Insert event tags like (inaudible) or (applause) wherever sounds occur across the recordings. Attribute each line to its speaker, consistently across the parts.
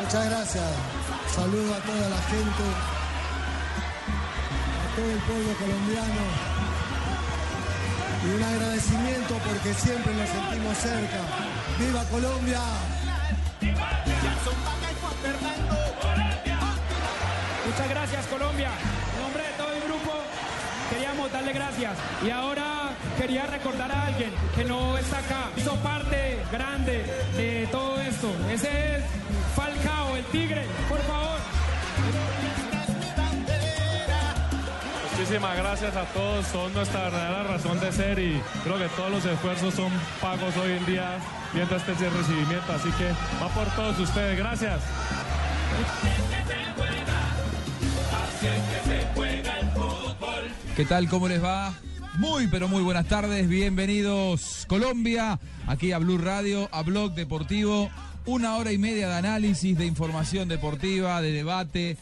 Speaker 1: Muchas gracias. Saludo a toda la gente, a todo el pueblo colombiano. Y un agradecimiento porque siempre nos sentimos cerca. ¡Viva Colombia!
Speaker 2: Muchas gracias Colombia. En nombre de todo el grupo queríamos darle gracias. Y ahora quería recordar a alguien que no está acá. Hizo parte grande de todo esto. Ese es Falcao, el tigre, por favor.
Speaker 3: Muchísimas gracias a todos, son nuestra verdadera razón de ser y creo que todos los esfuerzos son pagos hoy en día viendo este recibimiento, así que va por todos ustedes, gracias.
Speaker 4: ¿Qué tal? ¿Cómo les va? Muy, pero muy buenas tardes. Bienvenidos Colombia, aquí a Blue Radio, a Blog Deportivo. Una hora y media de análisis, de información deportiva, de debate,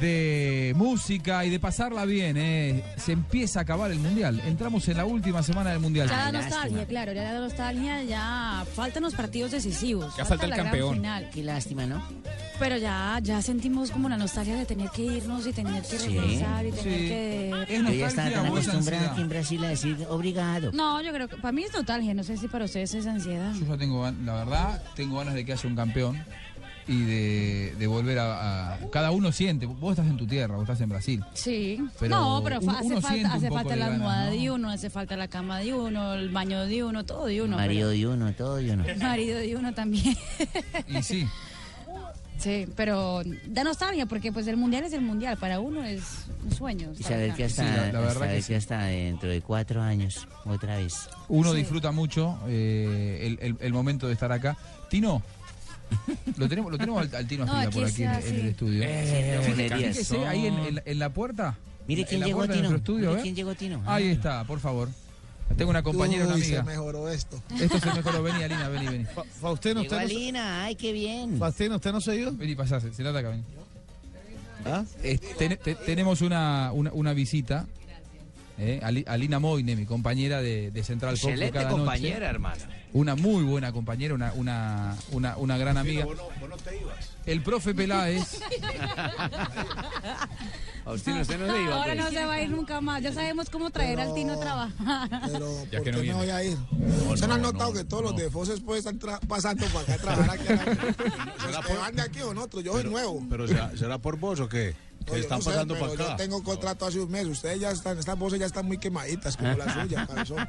Speaker 4: de música y de pasarla bien. ¿eh? Se empieza a acabar el Mundial. Entramos en la última semana del Mundial.
Speaker 5: Ya da nostalgia, claro, ya da nostalgia, ya faltan los partidos decisivos.
Speaker 6: Ya falta el
Speaker 5: la gran
Speaker 6: campeón.
Speaker 5: final.
Speaker 7: Qué lástima, ¿no?
Speaker 5: Pero ya, ya sentimos como la nostalgia de tener que irnos y tener que regresar y tener que...
Speaker 4: Es
Speaker 7: Yo ya estaba
Speaker 4: nostalgia
Speaker 7: tan
Speaker 4: o es
Speaker 7: acostumbrado
Speaker 4: ansiedad.
Speaker 7: aquí en Brasil a decir obligado.
Speaker 5: No, yo creo que para mí es nostalgia, no sé si para ustedes es ansiedad.
Speaker 4: Yo ya tengo, gan- la verdad, tengo ganas de que haya un campeón y de, de volver a, a- Cada uno siente. Vos estás en tu tierra, vos estás en Brasil.
Speaker 5: Sí,
Speaker 4: Pero
Speaker 5: no, pero
Speaker 4: uno-
Speaker 5: fa- hace
Speaker 4: uno siente
Speaker 5: falta,
Speaker 4: un
Speaker 5: hace
Speaker 4: poco
Speaker 5: falta
Speaker 4: de
Speaker 5: la
Speaker 4: ganas,
Speaker 5: almohada de
Speaker 4: ¿no?
Speaker 5: uno, hace falta la cama de uno, el baño de uno, todo de uno.
Speaker 7: Marido de uno, todo de uno.
Speaker 5: pero- marido de uno también. (laughs)
Speaker 4: Y sí,
Speaker 5: sí, pero da nostalgia porque pues el mundial es el mundial, para uno es un sueño.
Speaker 7: (laughs) Y
Speaker 5: estar
Speaker 7: saber
Speaker 5: acá.
Speaker 7: que
Speaker 4: Sí, la-
Speaker 7: hasta,
Speaker 4: la verdad
Speaker 7: saber
Speaker 4: que
Speaker 7: que
Speaker 4: sí.
Speaker 7: hasta dentro de cuatro años, otra vez.
Speaker 4: uno
Speaker 5: Sí.
Speaker 4: disfruta mucho eh, el, el- el momento de estar acá. Tino, lo tenemos, lo tenemos al, al Tino
Speaker 5: No,
Speaker 4: Aspila
Speaker 5: aquí
Speaker 4: por aquí en,
Speaker 5: está,
Speaker 4: en el
Speaker 5: sí.
Speaker 4: estudio.
Speaker 7: Eh, Bulerías.
Speaker 4: Fíjese ahí en, en la- en la puerta.
Speaker 7: Mire
Speaker 4: en
Speaker 7: quién
Speaker 4: la
Speaker 7: llegó,
Speaker 4: puerta de
Speaker 7: Tino.
Speaker 4: nuestro estudio,
Speaker 7: Mire
Speaker 4: ¿eh?
Speaker 7: quién llegó, Tino.
Speaker 4: Ahí está, por favor. Tengo una compañera, una
Speaker 1: Uy, se
Speaker 4: amiga.
Speaker 1: mejoró esto.
Speaker 4: Esto se mejoró. Vení, Alina, vení, vení.
Speaker 8: Fa- Faustino,
Speaker 7: Llegó
Speaker 8: usted no,
Speaker 7: Alina, ay, qué bien.
Speaker 8: Faustino, ¿usted no se ha ido?
Speaker 4: Mm. Vení, pasá, se se trata acá, vení.
Speaker 8: ¿Ah?
Speaker 4: Eh, ten- te- tenemos una, una, una visita. eh, Ali- Alina Moine, mi compañera de, de Central Fox de
Speaker 9: Excelente
Speaker 4: cada
Speaker 9: compañera, hermano.
Speaker 4: noche. Una muy buena compañera, una, una, una, una gran amiga. El profe
Speaker 9: (laughs)
Speaker 4: Peláez,
Speaker 9: Faustino, usted no se iba.
Speaker 5: Ahora
Speaker 9: pues.
Speaker 5: no se va a ir nunca más. Ya sabemos cómo traer al Tino a trabajar.
Speaker 1: (laughs) Pero, ¿por
Speaker 6: Ya que
Speaker 1: qué
Speaker 6: no
Speaker 1: me
Speaker 6: viene.
Speaker 1: voy a ir? ¿Se han notado que todos los de Foses pueden estar tra- pasando para acá a trabajar aquí? a la- Los que van de aquí o nosotros, yo soy nuevo.
Speaker 10: Pero será, será por vos o qué?
Speaker 1: No,
Speaker 10: Que
Speaker 1: yo
Speaker 10: están
Speaker 1: no sé,
Speaker 10: pasando
Speaker 1: pero
Speaker 10: para
Speaker 1: Yo
Speaker 10: acá.
Speaker 1: tengo contrato hace un mes. Ustedes ya están, estas voces ya están muy quemaditas, como la suya, cabezón.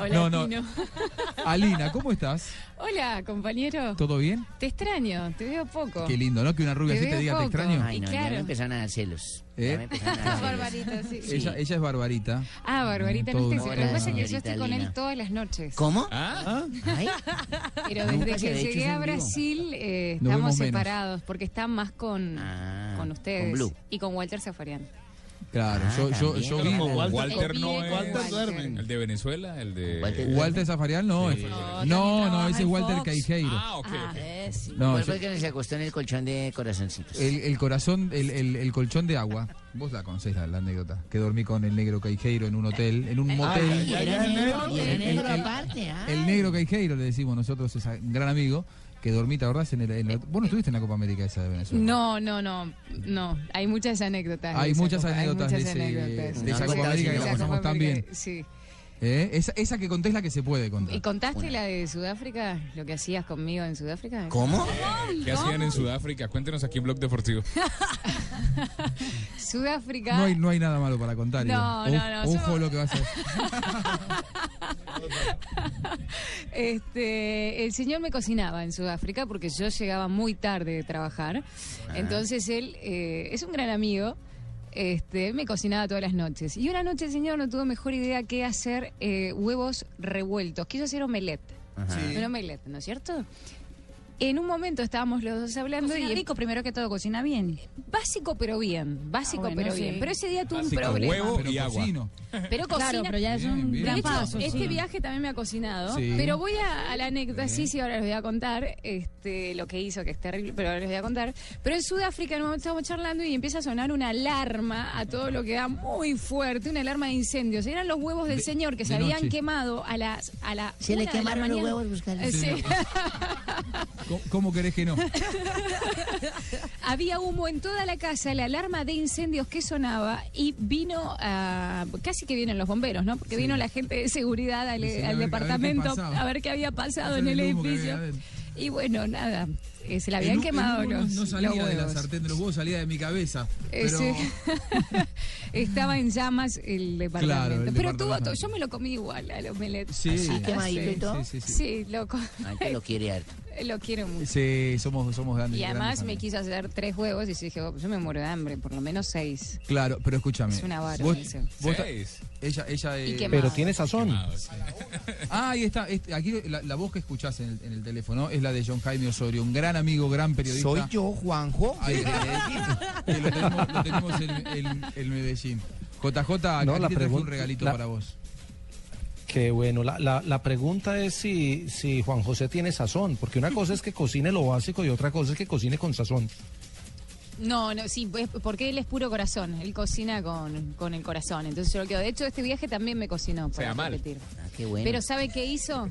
Speaker 4: Hola, No, no. Tino. (laughs) Alina, ¿cómo estás?
Speaker 5: Hola, compañero.
Speaker 4: ¿Todo bien?
Speaker 5: Te extraño, te veo poco.
Speaker 4: Qué lindo, ¿no? Que una rubia
Speaker 5: Te
Speaker 4: así te
Speaker 5: veo
Speaker 4: diga, te
Speaker 5: poco.
Speaker 4: extraño.
Speaker 7: Ay,
Speaker 5: Y
Speaker 7: no, ya
Speaker 5: claro.
Speaker 7: me empezaron a dar celos. Ya
Speaker 4: ¿Eh?
Speaker 7: me empezaron a dar
Speaker 5: (laughs)
Speaker 7: celos.
Speaker 5: Barbarita, sí.
Speaker 7: Sí.
Speaker 4: Ella, ella es Barbarita.
Speaker 5: Ah, Barbarita,
Speaker 4: Todo
Speaker 5: no
Speaker 4: un
Speaker 5: te Lo que
Speaker 7: hola,
Speaker 5: pasa es que yo estoy
Speaker 7: señorita
Speaker 5: con él
Speaker 7: Lina.
Speaker 5: todas las noches.
Speaker 7: ¿Cómo?
Speaker 6: Ah,
Speaker 7: Ay,
Speaker 5: Pero
Speaker 7: Nunca
Speaker 5: desde
Speaker 7: se
Speaker 5: que
Speaker 7: había hecho
Speaker 5: llegué
Speaker 7: eso
Speaker 5: a
Speaker 7: en vivo.
Speaker 5: Brasil eh,
Speaker 4: Nos
Speaker 5: estamos
Speaker 4: vemos menos.
Speaker 5: separados porque está más con,
Speaker 7: Ah,
Speaker 5: con ustedes
Speaker 7: con Blue.
Speaker 5: y con Walter Zafarian.
Speaker 4: Claro,
Speaker 7: Ah,
Speaker 4: yo, yo,
Speaker 7: también.
Speaker 4: yo
Speaker 7: Pero
Speaker 4: vi.
Speaker 6: como Walter,
Speaker 5: El
Speaker 6: no
Speaker 5: pibe
Speaker 6: es.
Speaker 5: con Walter.
Speaker 6: El de Venezuela, el de.
Speaker 7: Walter.
Speaker 4: Walter Zafarian no es.
Speaker 5: No,
Speaker 4: No,
Speaker 5: también
Speaker 4: no, ese es
Speaker 5: trabaja en
Speaker 4: Walter
Speaker 5: Fox.
Speaker 4: Caijeiro.
Speaker 6: Ah, ok. ok.
Speaker 4: No, Eh,
Speaker 7: ¿Cuál
Speaker 4: yo-
Speaker 7: fue el que se acostó en el colchón de corazoncitos?
Speaker 4: El, el corazón, el, el- el colchón de agua. Vos la conocés la, la anécdota. Que dormí con el negro Caijeiro en un hotel, en un motel.
Speaker 7: Y Ah, era negro, y era
Speaker 4: El-
Speaker 7: negro
Speaker 4: el-
Speaker 7: aparte, ah.
Speaker 4: El (laughs) negro Caijeiro, le decimos nosotros, es un gran amigo. Que dormí, ¿te acordás? En el, en el- vos no estuviste en la Copa América esa de Venezuela.
Speaker 11: No, no, no, no. Hay muchas anécdotas. de
Speaker 4: Hay
Speaker 11: esa
Speaker 4: muchas
Speaker 11: Copa-
Speaker 4: anécdotas de ese-
Speaker 11: anécdotas.
Speaker 7: de esa
Speaker 11: Sí,
Speaker 7: Copa
Speaker 11: sí,
Speaker 7: América
Speaker 11: sí,
Speaker 7: que la
Speaker 11: esa Copa
Speaker 4: pasamos tan
Speaker 11: América,
Speaker 4: bien.
Speaker 11: Sí.
Speaker 4: ¿Eh? Esa, esa que conté es la que se puede contar.
Speaker 11: ¿Y contaste la de Sudáfrica? ¿Lo que hacías conmigo en Sudáfrica?
Speaker 7: ¿Cómo?
Speaker 6: ¿Qué hacían en Sudáfrica? Cuéntenos aquí en Blog Deportivo.
Speaker 11: Sudáfrica.
Speaker 4: No hay, no hay nada malo para contar.
Speaker 11: No,
Speaker 4: Iván.
Speaker 11: no, no,
Speaker 4: Ojo
Speaker 11: yo-
Speaker 4: lo que vas a hacer.
Speaker 11: Este, el señor me cocinaba en Sudáfrica porque yo llegaba muy tarde de trabajar. Entonces él eh, es un gran amigo. Este, él me cocinaba todas las noches. Y una noche el señor no tuvo mejor idea que hacer eh, huevos revueltos. Quiso hacer omelette.
Speaker 7: Ajá.
Speaker 11: Un omelette, ¿no es cierto? en un momento estábamos los dos hablando
Speaker 5: Cocina
Speaker 11: y
Speaker 5: rico, primero que todo, cocina bien.
Speaker 11: Básico pero bien, básico
Speaker 5: Ah, bueno,
Speaker 11: pero
Speaker 5: sí.
Speaker 11: bien. Pero ese día tuve un
Speaker 6: Básico,
Speaker 11: problema.
Speaker 6: huevo
Speaker 11: pero
Speaker 6: y agua.
Speaker 11: cocino. Pero cocina.
Speaker 5: Claro, pero ya es un
Speaker 11: De
Speaker 5: gran
Speaker 11: hecho,
Speaker 5: paso,
Speaker 11: este
Speaker 5: sí.
Speaker 11: viaje también me ha cocinado.
Speaker 5: Sí.
Speaker 11: Pero voy a, a la anécdota, sí, sí, ahora les voy a contar este, lo que hizo, que es terrible, pero ahora les voy a contar. Pero en Sudáfrica en un momento estábamos charlando y empieza a sonar una alarma a todo lo que da muy fuerte, una alarma de incendios. Eran los huevos del señor que se
Speaker 12: de
Speaker 11: habían
Speaker 12: noche.
Speaker 11: quemado a las a la
Speaker 12: Se le
Speaker 11: una de la
Speaker 12: quemaron los
Speaker 11: mañana.
Speaker 12: huevos, Buscali.
Speaker 11: Eh, sí.
Speaker 4: ¿Cómo, cómo
Speaker 11: (laughs)
Speaker 4: querés que no?
Speaker 11: Había humo en toda la casa, la alarma de incendios que sonaba y vino, ah, casi que vienen los bomberos, ¿no? Porque vino la gente de seguridad al,
Speaker 5: Dicen,
Speaker 11: al
Speaker 5: a ver- a ver qué
Speaker 11: departamento a ver,
Speaker 5: pasaba.
Speaker 11: qué había pasado
Speaker 5: Ese
Speaker 11: en
Speaker 5: era
Speaker 11: el,
Speaker 5: el humo que
Speaker 11: edificio.
Speaker 4: había
Speaker 11: Y bueno, nada, eh, se la habían
Speaker 4: El hu- el
Speaker 11: quemado
Speaker 4: humo no-
Speaker 11: los,
Speaker 4: No salía
Speaker 11: los
Speaker 4: de la
Speaker 11: huevos.
Speaker 4: sartén de los huevos, salía de mi cabeza.
Speaker 11: Eh,
Speaker 4: Pero
Speaker 11: sí. (laughs) Estaba en llamas el departamento.
Speaker 4: Claro, el
Speaker 11: Pero tuvo
Speaker 4: departamento.
Speaker 11: todo, yo me lo comí igual al omelette.
Speaker 4: Sí. Así, quemadito y todo.
Speaker 11: Sí,
Speaker 4: Sí, sí, sí.
Speaker 11: loco.
Speaker 13: este
Speaker 12: lo quiere harto.
Speaker 11: (laughs) lo quiero mucho.
Speaker 4: Sí, somos, somos grandes.
Speaker 11: Y
Speaker 4: grandes
Speaker 11: además me
Speaker 4: amigos.
Speaker 11: quiso hacer tres huevos y yo dije, oh, yo me muero de hambre, por lo menos seis.
Speaker 4: Claro, pero escúchame.
Speaker 11: Es una vara,
Speaker 4: Vos-
Speaker 11: eso.
Speaker 4: vos ta- Ella, ella.
Speaker 11: Y
Speaker 4: eh,
Speaker 11: quemado. Pero
Speaker 13: tiene sazón.
Speaker 4: (laughs) Ah, ahí está. este- aquí la, la voz que escuchás en el, en el teléfono es la de John Jaime Osorio, un gran amigo, gran periodista.
Speaker 13: Soy yo, Juanjo.
Speaker 4: Ahí, eh, que lo tenemos, lo tenemos en, en- en Medellín. JJ, acá
Speaker 13: No, la
Speaker 4: te traje un
Speaker 13: pregun-
Speaker 4: regalito
Speaker 13: la-
Speaker 4: para vos.
Speaker 13: Qué bueno. La, la- la pregunta es si, si Juan José tiene sazón, porque una cosa es que cocine lo básico y otra cosa es que cocine con sazón.
Speaker 11: No, no, sí, pues, porque él es puro corazón, él cocina con, con el corazón. Entonces yo lo quedo. De hecho, este viaje también me cocinó. para
Speaker 12: Sea mal.
Speaker 11: repetir.
Speaker 12: Ah, qué bueno.
Speaker 11: Pero ¿sabe qué hizo?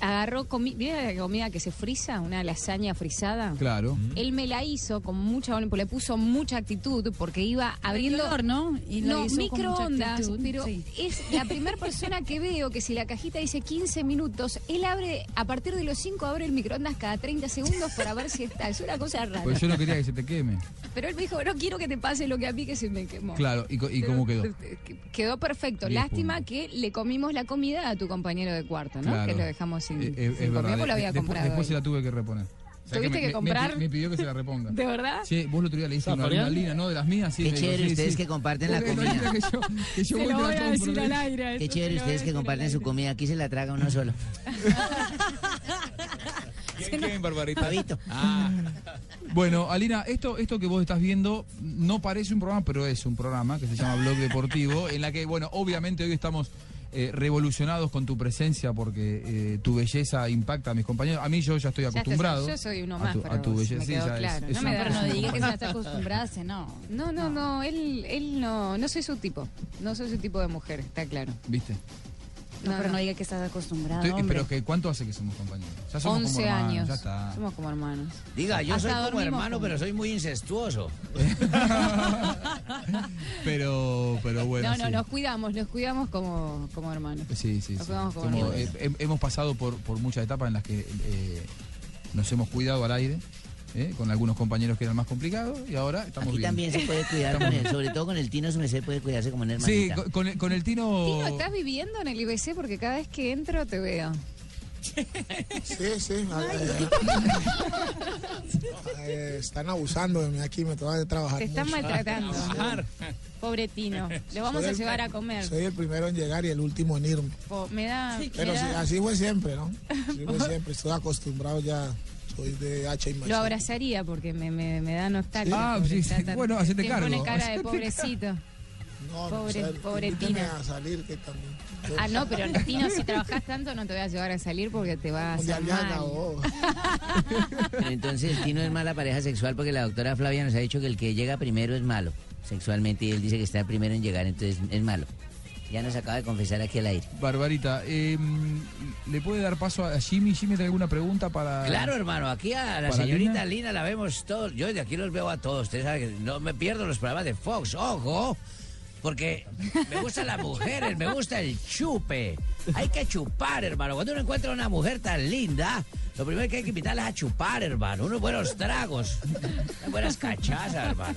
Speaker 11: Agarró comida, la comida que se frisa? Una lasaña frisada.
Speaker 4: Claro.
Speaker 13: Mm.
Speaker 11: Él me la hizo con mucha, le puso mucha actitud porque iba abriendo.
Speaker 5: Metió al horno y lo
Speaker 11: no,
Speaker 5: hizo con mucha
Speaker 11: microondas,
Speaker 5: actitud,
Speaker 11: pero
Speaker 5: sí.
Speaker 11: es la primera persona que veo que si la cajita dice 15 minutos, él abre, a partir de los 5 abre el microondas cada 30 segundos para ver si está. Es una cosa rara.
Speaker 4: Porque Pues yo no quería que se te queme.
Speaker 11: Pero él me dijo, no quiero que te pase lo que a mí que se me quemó.
Speaker 4: Claro, ¿y, co- y cómo quedó? Eh,
Speaker 11: Quedó perfecto.
Speaker 4: Diez
Speaker 11: Lástima que le comimos la comida a tu compañero de cuarto, ¿no?
Speaker 4: Claro.
Speaker 11: Que lo dejamos sin,
Speaker 4: Eh,
Speaker 11: sin
Speaker 4: eh, es
Speaker 11: comida,
Speaker 4: verdad,
Speaker 11: porque lo
Speaker 4: eh,
Speaker 11: había
Speaker 4: después,
Speaker 11: comprado.
Speaker 4: después se
Speaker 11: él.
Speaker 4: la tuve que reponer. O sea,
Speaker 11: ¿Tuviste
Speaker 4: me-
Speaker 11: que
Speaker 4: me-
Speaker 11: comprar?
Speaker 4: Me, me pidió que se la reponga.
Speaker 11: (laughs) ¿De verdad?
Speaker 4: Sí, vos lo otro día le hiciste
Speaker 12: ¿Está
Speaker 4: una, una
Speaker 12: coreano?
Speaker 4: lina, ¿no? De las mías, sí.
Speaker 12: Qué
Speaker 4: le digo,
Speaker 12: chévere
Speaker 4: sí,
Speaker 12: ustedes
Speaker 4: sí.
Speaker 12: que comparten la
Speaker 4: Porque no
Speaker 12: comida.
Speaker 4: diga que yo- que yo voy a comprar por ahí.
Speaker 12: Qué chévere ustedes que comparten su comida. Aquí se la traga uno solo.
Speaker 6: ¿Quién, quién, Barbarita?
Speaker 12: Pavito.
Speaker 4: Ah. Bueno, Alina, esto, esto que vos estás viendo no parece un programa, pero es un programa que se llama Blog Deportivo, en la que, bueno, obviamente hoy estamos eh, revolucionados con tu presencia porque eh, tu belleza impacta a mis compañeros. A mí yo ya estoy
Speaker 11: Ya está,
Speaker 4: acostumbrado.
Speaker 11: yo soy uno
Speaker 4: a
Speaker 11: más
Speaker 4: tu-
Speaker 11: para
Speaker 4: a tu
Speaker 11: vos,
Speaker 4: belleza,
Speaker 11: me
Speaker 4: sí,
Speaker 11: quedó
Speaker 4: ya es-
Speaker 11: claro.
Speaker 4: es
Speaker 11: no me
Speaker 4: un-
Speaker 11: da-
Speaker 5: Pero no
Speaker 11: es un
Speaker 5: diga que se
Speaker 11: compa-
Speaker 5: está acostumbrarse, no.
Speaker 11: No, no, no, él, él no, no soy su tipo. No soy su tipo de mujer, está claro.
Speaker 4: ¿Viste?
Speaker 5: No,
Speaker 11: No,
Speaker 5: pero no
Speaker 11: no.
Speaker 5: diga que estás acostumbrado,
Speaker 4: Estoy-
Speaker 5: hombre.
Speaker 4: pero que, ¿cuánto hace que somos compañeros? Ya somos
Speaker 11: 11
Speaker 4: como hermanos,
Speaker 11: años.
Speaker 4: Ya está.
Speaker 11: Somos como hermanos.
Speaker 12: Diga, yo
Speaker 11: Hasta
Speaker 12: soy como
Speaker 11: dormimos
Speaker 12: hermano,
Speaker 11: juntos.
Speaker 12: pero soy muy incestuoso.
Speaker 4: (laughs) Pero, Oh, pero bueno.
Speaker 11: no, no,
Speaker 4: sí.
Speaker 11: nos cuidamos, nos cuidamos como, como hermanos.
Speaker 4: Sí, sí,
Speaker 11: Nos
Speaker 4: sí.
Speaker 11: vamos con
Speaker 4: Como,
Speaker 11: River.
Speaker 4: eh, hem- hemos pasado por, por muchas etapas en las que eh, nos hemos cuidado al aire, ¿eh? con algunos compañeros que eran más complicados, y ahora estamos
Speaker 12: Aquí
Speaker 4: bien.
Speaker 12: también se puede cuidar, con él, sobre todo con el Tino se puede cuidarse como una
Speaker 4: Sí,
Speaker 12: hermanita.
Speaker 4: con, con el, con el Tino...
Speaker 11: Tino, ¿estás viviendo en el IBC? Porque cada vez que entro te veo.
Speaker 14: Sí, sí. a- a- eh, están abusando de mí aquí, me toca de trabajar.
Speaker 11: Te están
Speaker 14: mucho.
Speaker 11: maltratando. (laughs) Pobre Tino. Lo vamos
Speaker 14: (laughs) Soy
Speaker 11: a
Speaker 14: el-
Speaker 11: llevar a comer.
Speaker 14: Soy el primero en llegar y el último en irme.
Speaker 11: Po- Me da.
Speaker 14: Pero
Speaker 11: me
Speaker 14: sí,
Speaker 11: da-
Speaker 14: así fue siempre, ¿no? Así
Speaker 11: (laughs)
Speaker 14: fue siempre. Estoy acostumbrado ya. Soy de H y
Speaker 11: Lo
Speaker 14: machete.
Speaker 11: abrazaría porque me, me, me da nostalgia.
Speaker 4: Ah,
Speaker 11: pobre,
Speaker 4: sí,
Speaker 11: está
Speaker 4: sí.
Speaker 11: tan-
Speaker 4: Bueno, hacete
Speaker 11: te
Speaker 4: cargo,
Speaker 11: Pone cara de
Speaker 4: hacete
Speaker 11: pobrecito.
Speaker 14: No, no,
Speaker 11: Pobre-
Speaker 14: sal-
Speaker 11: pobre
Speaker 14: invíteme
Speaker 11: Tina.
Speaker 14: a salir que también.
Speaker 11: Ah, no, pero Tino, si trabajas tanto no te voy a llevar a salir porque te vas a
Speaker 14: Ya
Speaker 11: hacer
Speaker 14: ya
Speaker 11: mal.
Speaker 14: acabó.
Speaker 11: (laughs)
Speaker 12: Pero entonces el Tino es mala pareja sexual porque la doctora Flavia nos ha dicho que el que llega primero es malo sexualmente y él dice que está primero en llegar, entonces es malo. Ya nos acaba de confesar aquí al aire.
Speaker 4: Barbarita, eh, ¿le puede dar paso a Jimmy? ¿Jimmy tiene alguna pregunta para...?
Speaker 12: Claro, hermano, aquí a la
Speaker 4: ¿Para
Speaker 12: señorita
Speaker 4: Lina?
Speaker 12: Lina la vemos todos. Yo de aquí los veo a todos. Ustedes saben que no me pierdo los programas de Fox, ojo, porque me gustan las mujeres, me gusta el chupe. Hay que chupar, hermano. Cuando uno encuentra una mujer tan linda, lo primero que hay que invitarla es a chupar, hermano. Unos buenos tragos, unas buenas cachazas, hermano.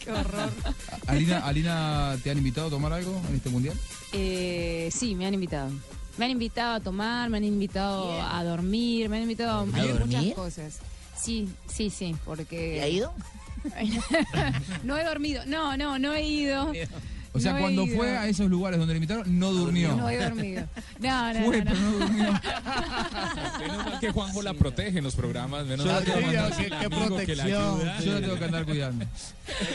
Speaker 12: (laughs)
Speaker 4: Alina, Alina, ¿te han invitado a tomar algo en este mundial?
Speaker 11: Eh, sí, me han invitado. Me han invitado a tomar, me han invitado a dormir, me han invitado a,
Speaker 12: ¿A
Speaker 11: muchas
Speaker 12: dormir?
Speaker 11: cosas. Sí, sí, sí, porque...
Speaker 12: ¿Y ha ido?
Speaker 11: (laughs) no he dormido. No, no, no he ido.
Speaker 4: O sea,
Speaker 11: No he
Speaker 4: cuando
Speaker 11: ido.
Speaker 4: fue a esos lugares donde le invitaron, no durmió. (laughs)
Speaker 11: No he dormido. No, no,
Speaker 4: Fue,
Speaker 11: no,
Speaker 4: pero
Speaker 11: no.
Speaker 4: no durmió.
Speaker 6: Menos mal Ah, que Juanjo la protege en los programas. Menos
Speaker 4: Yo la
Speaker 6: mal
Speaker 4: tengo que
Speaker 6: Juanjo
Speaker 4: andar-
Speaker 6: es el amigo que la ayuda.
Speaker 4: Yo la tengo que andar cuidando.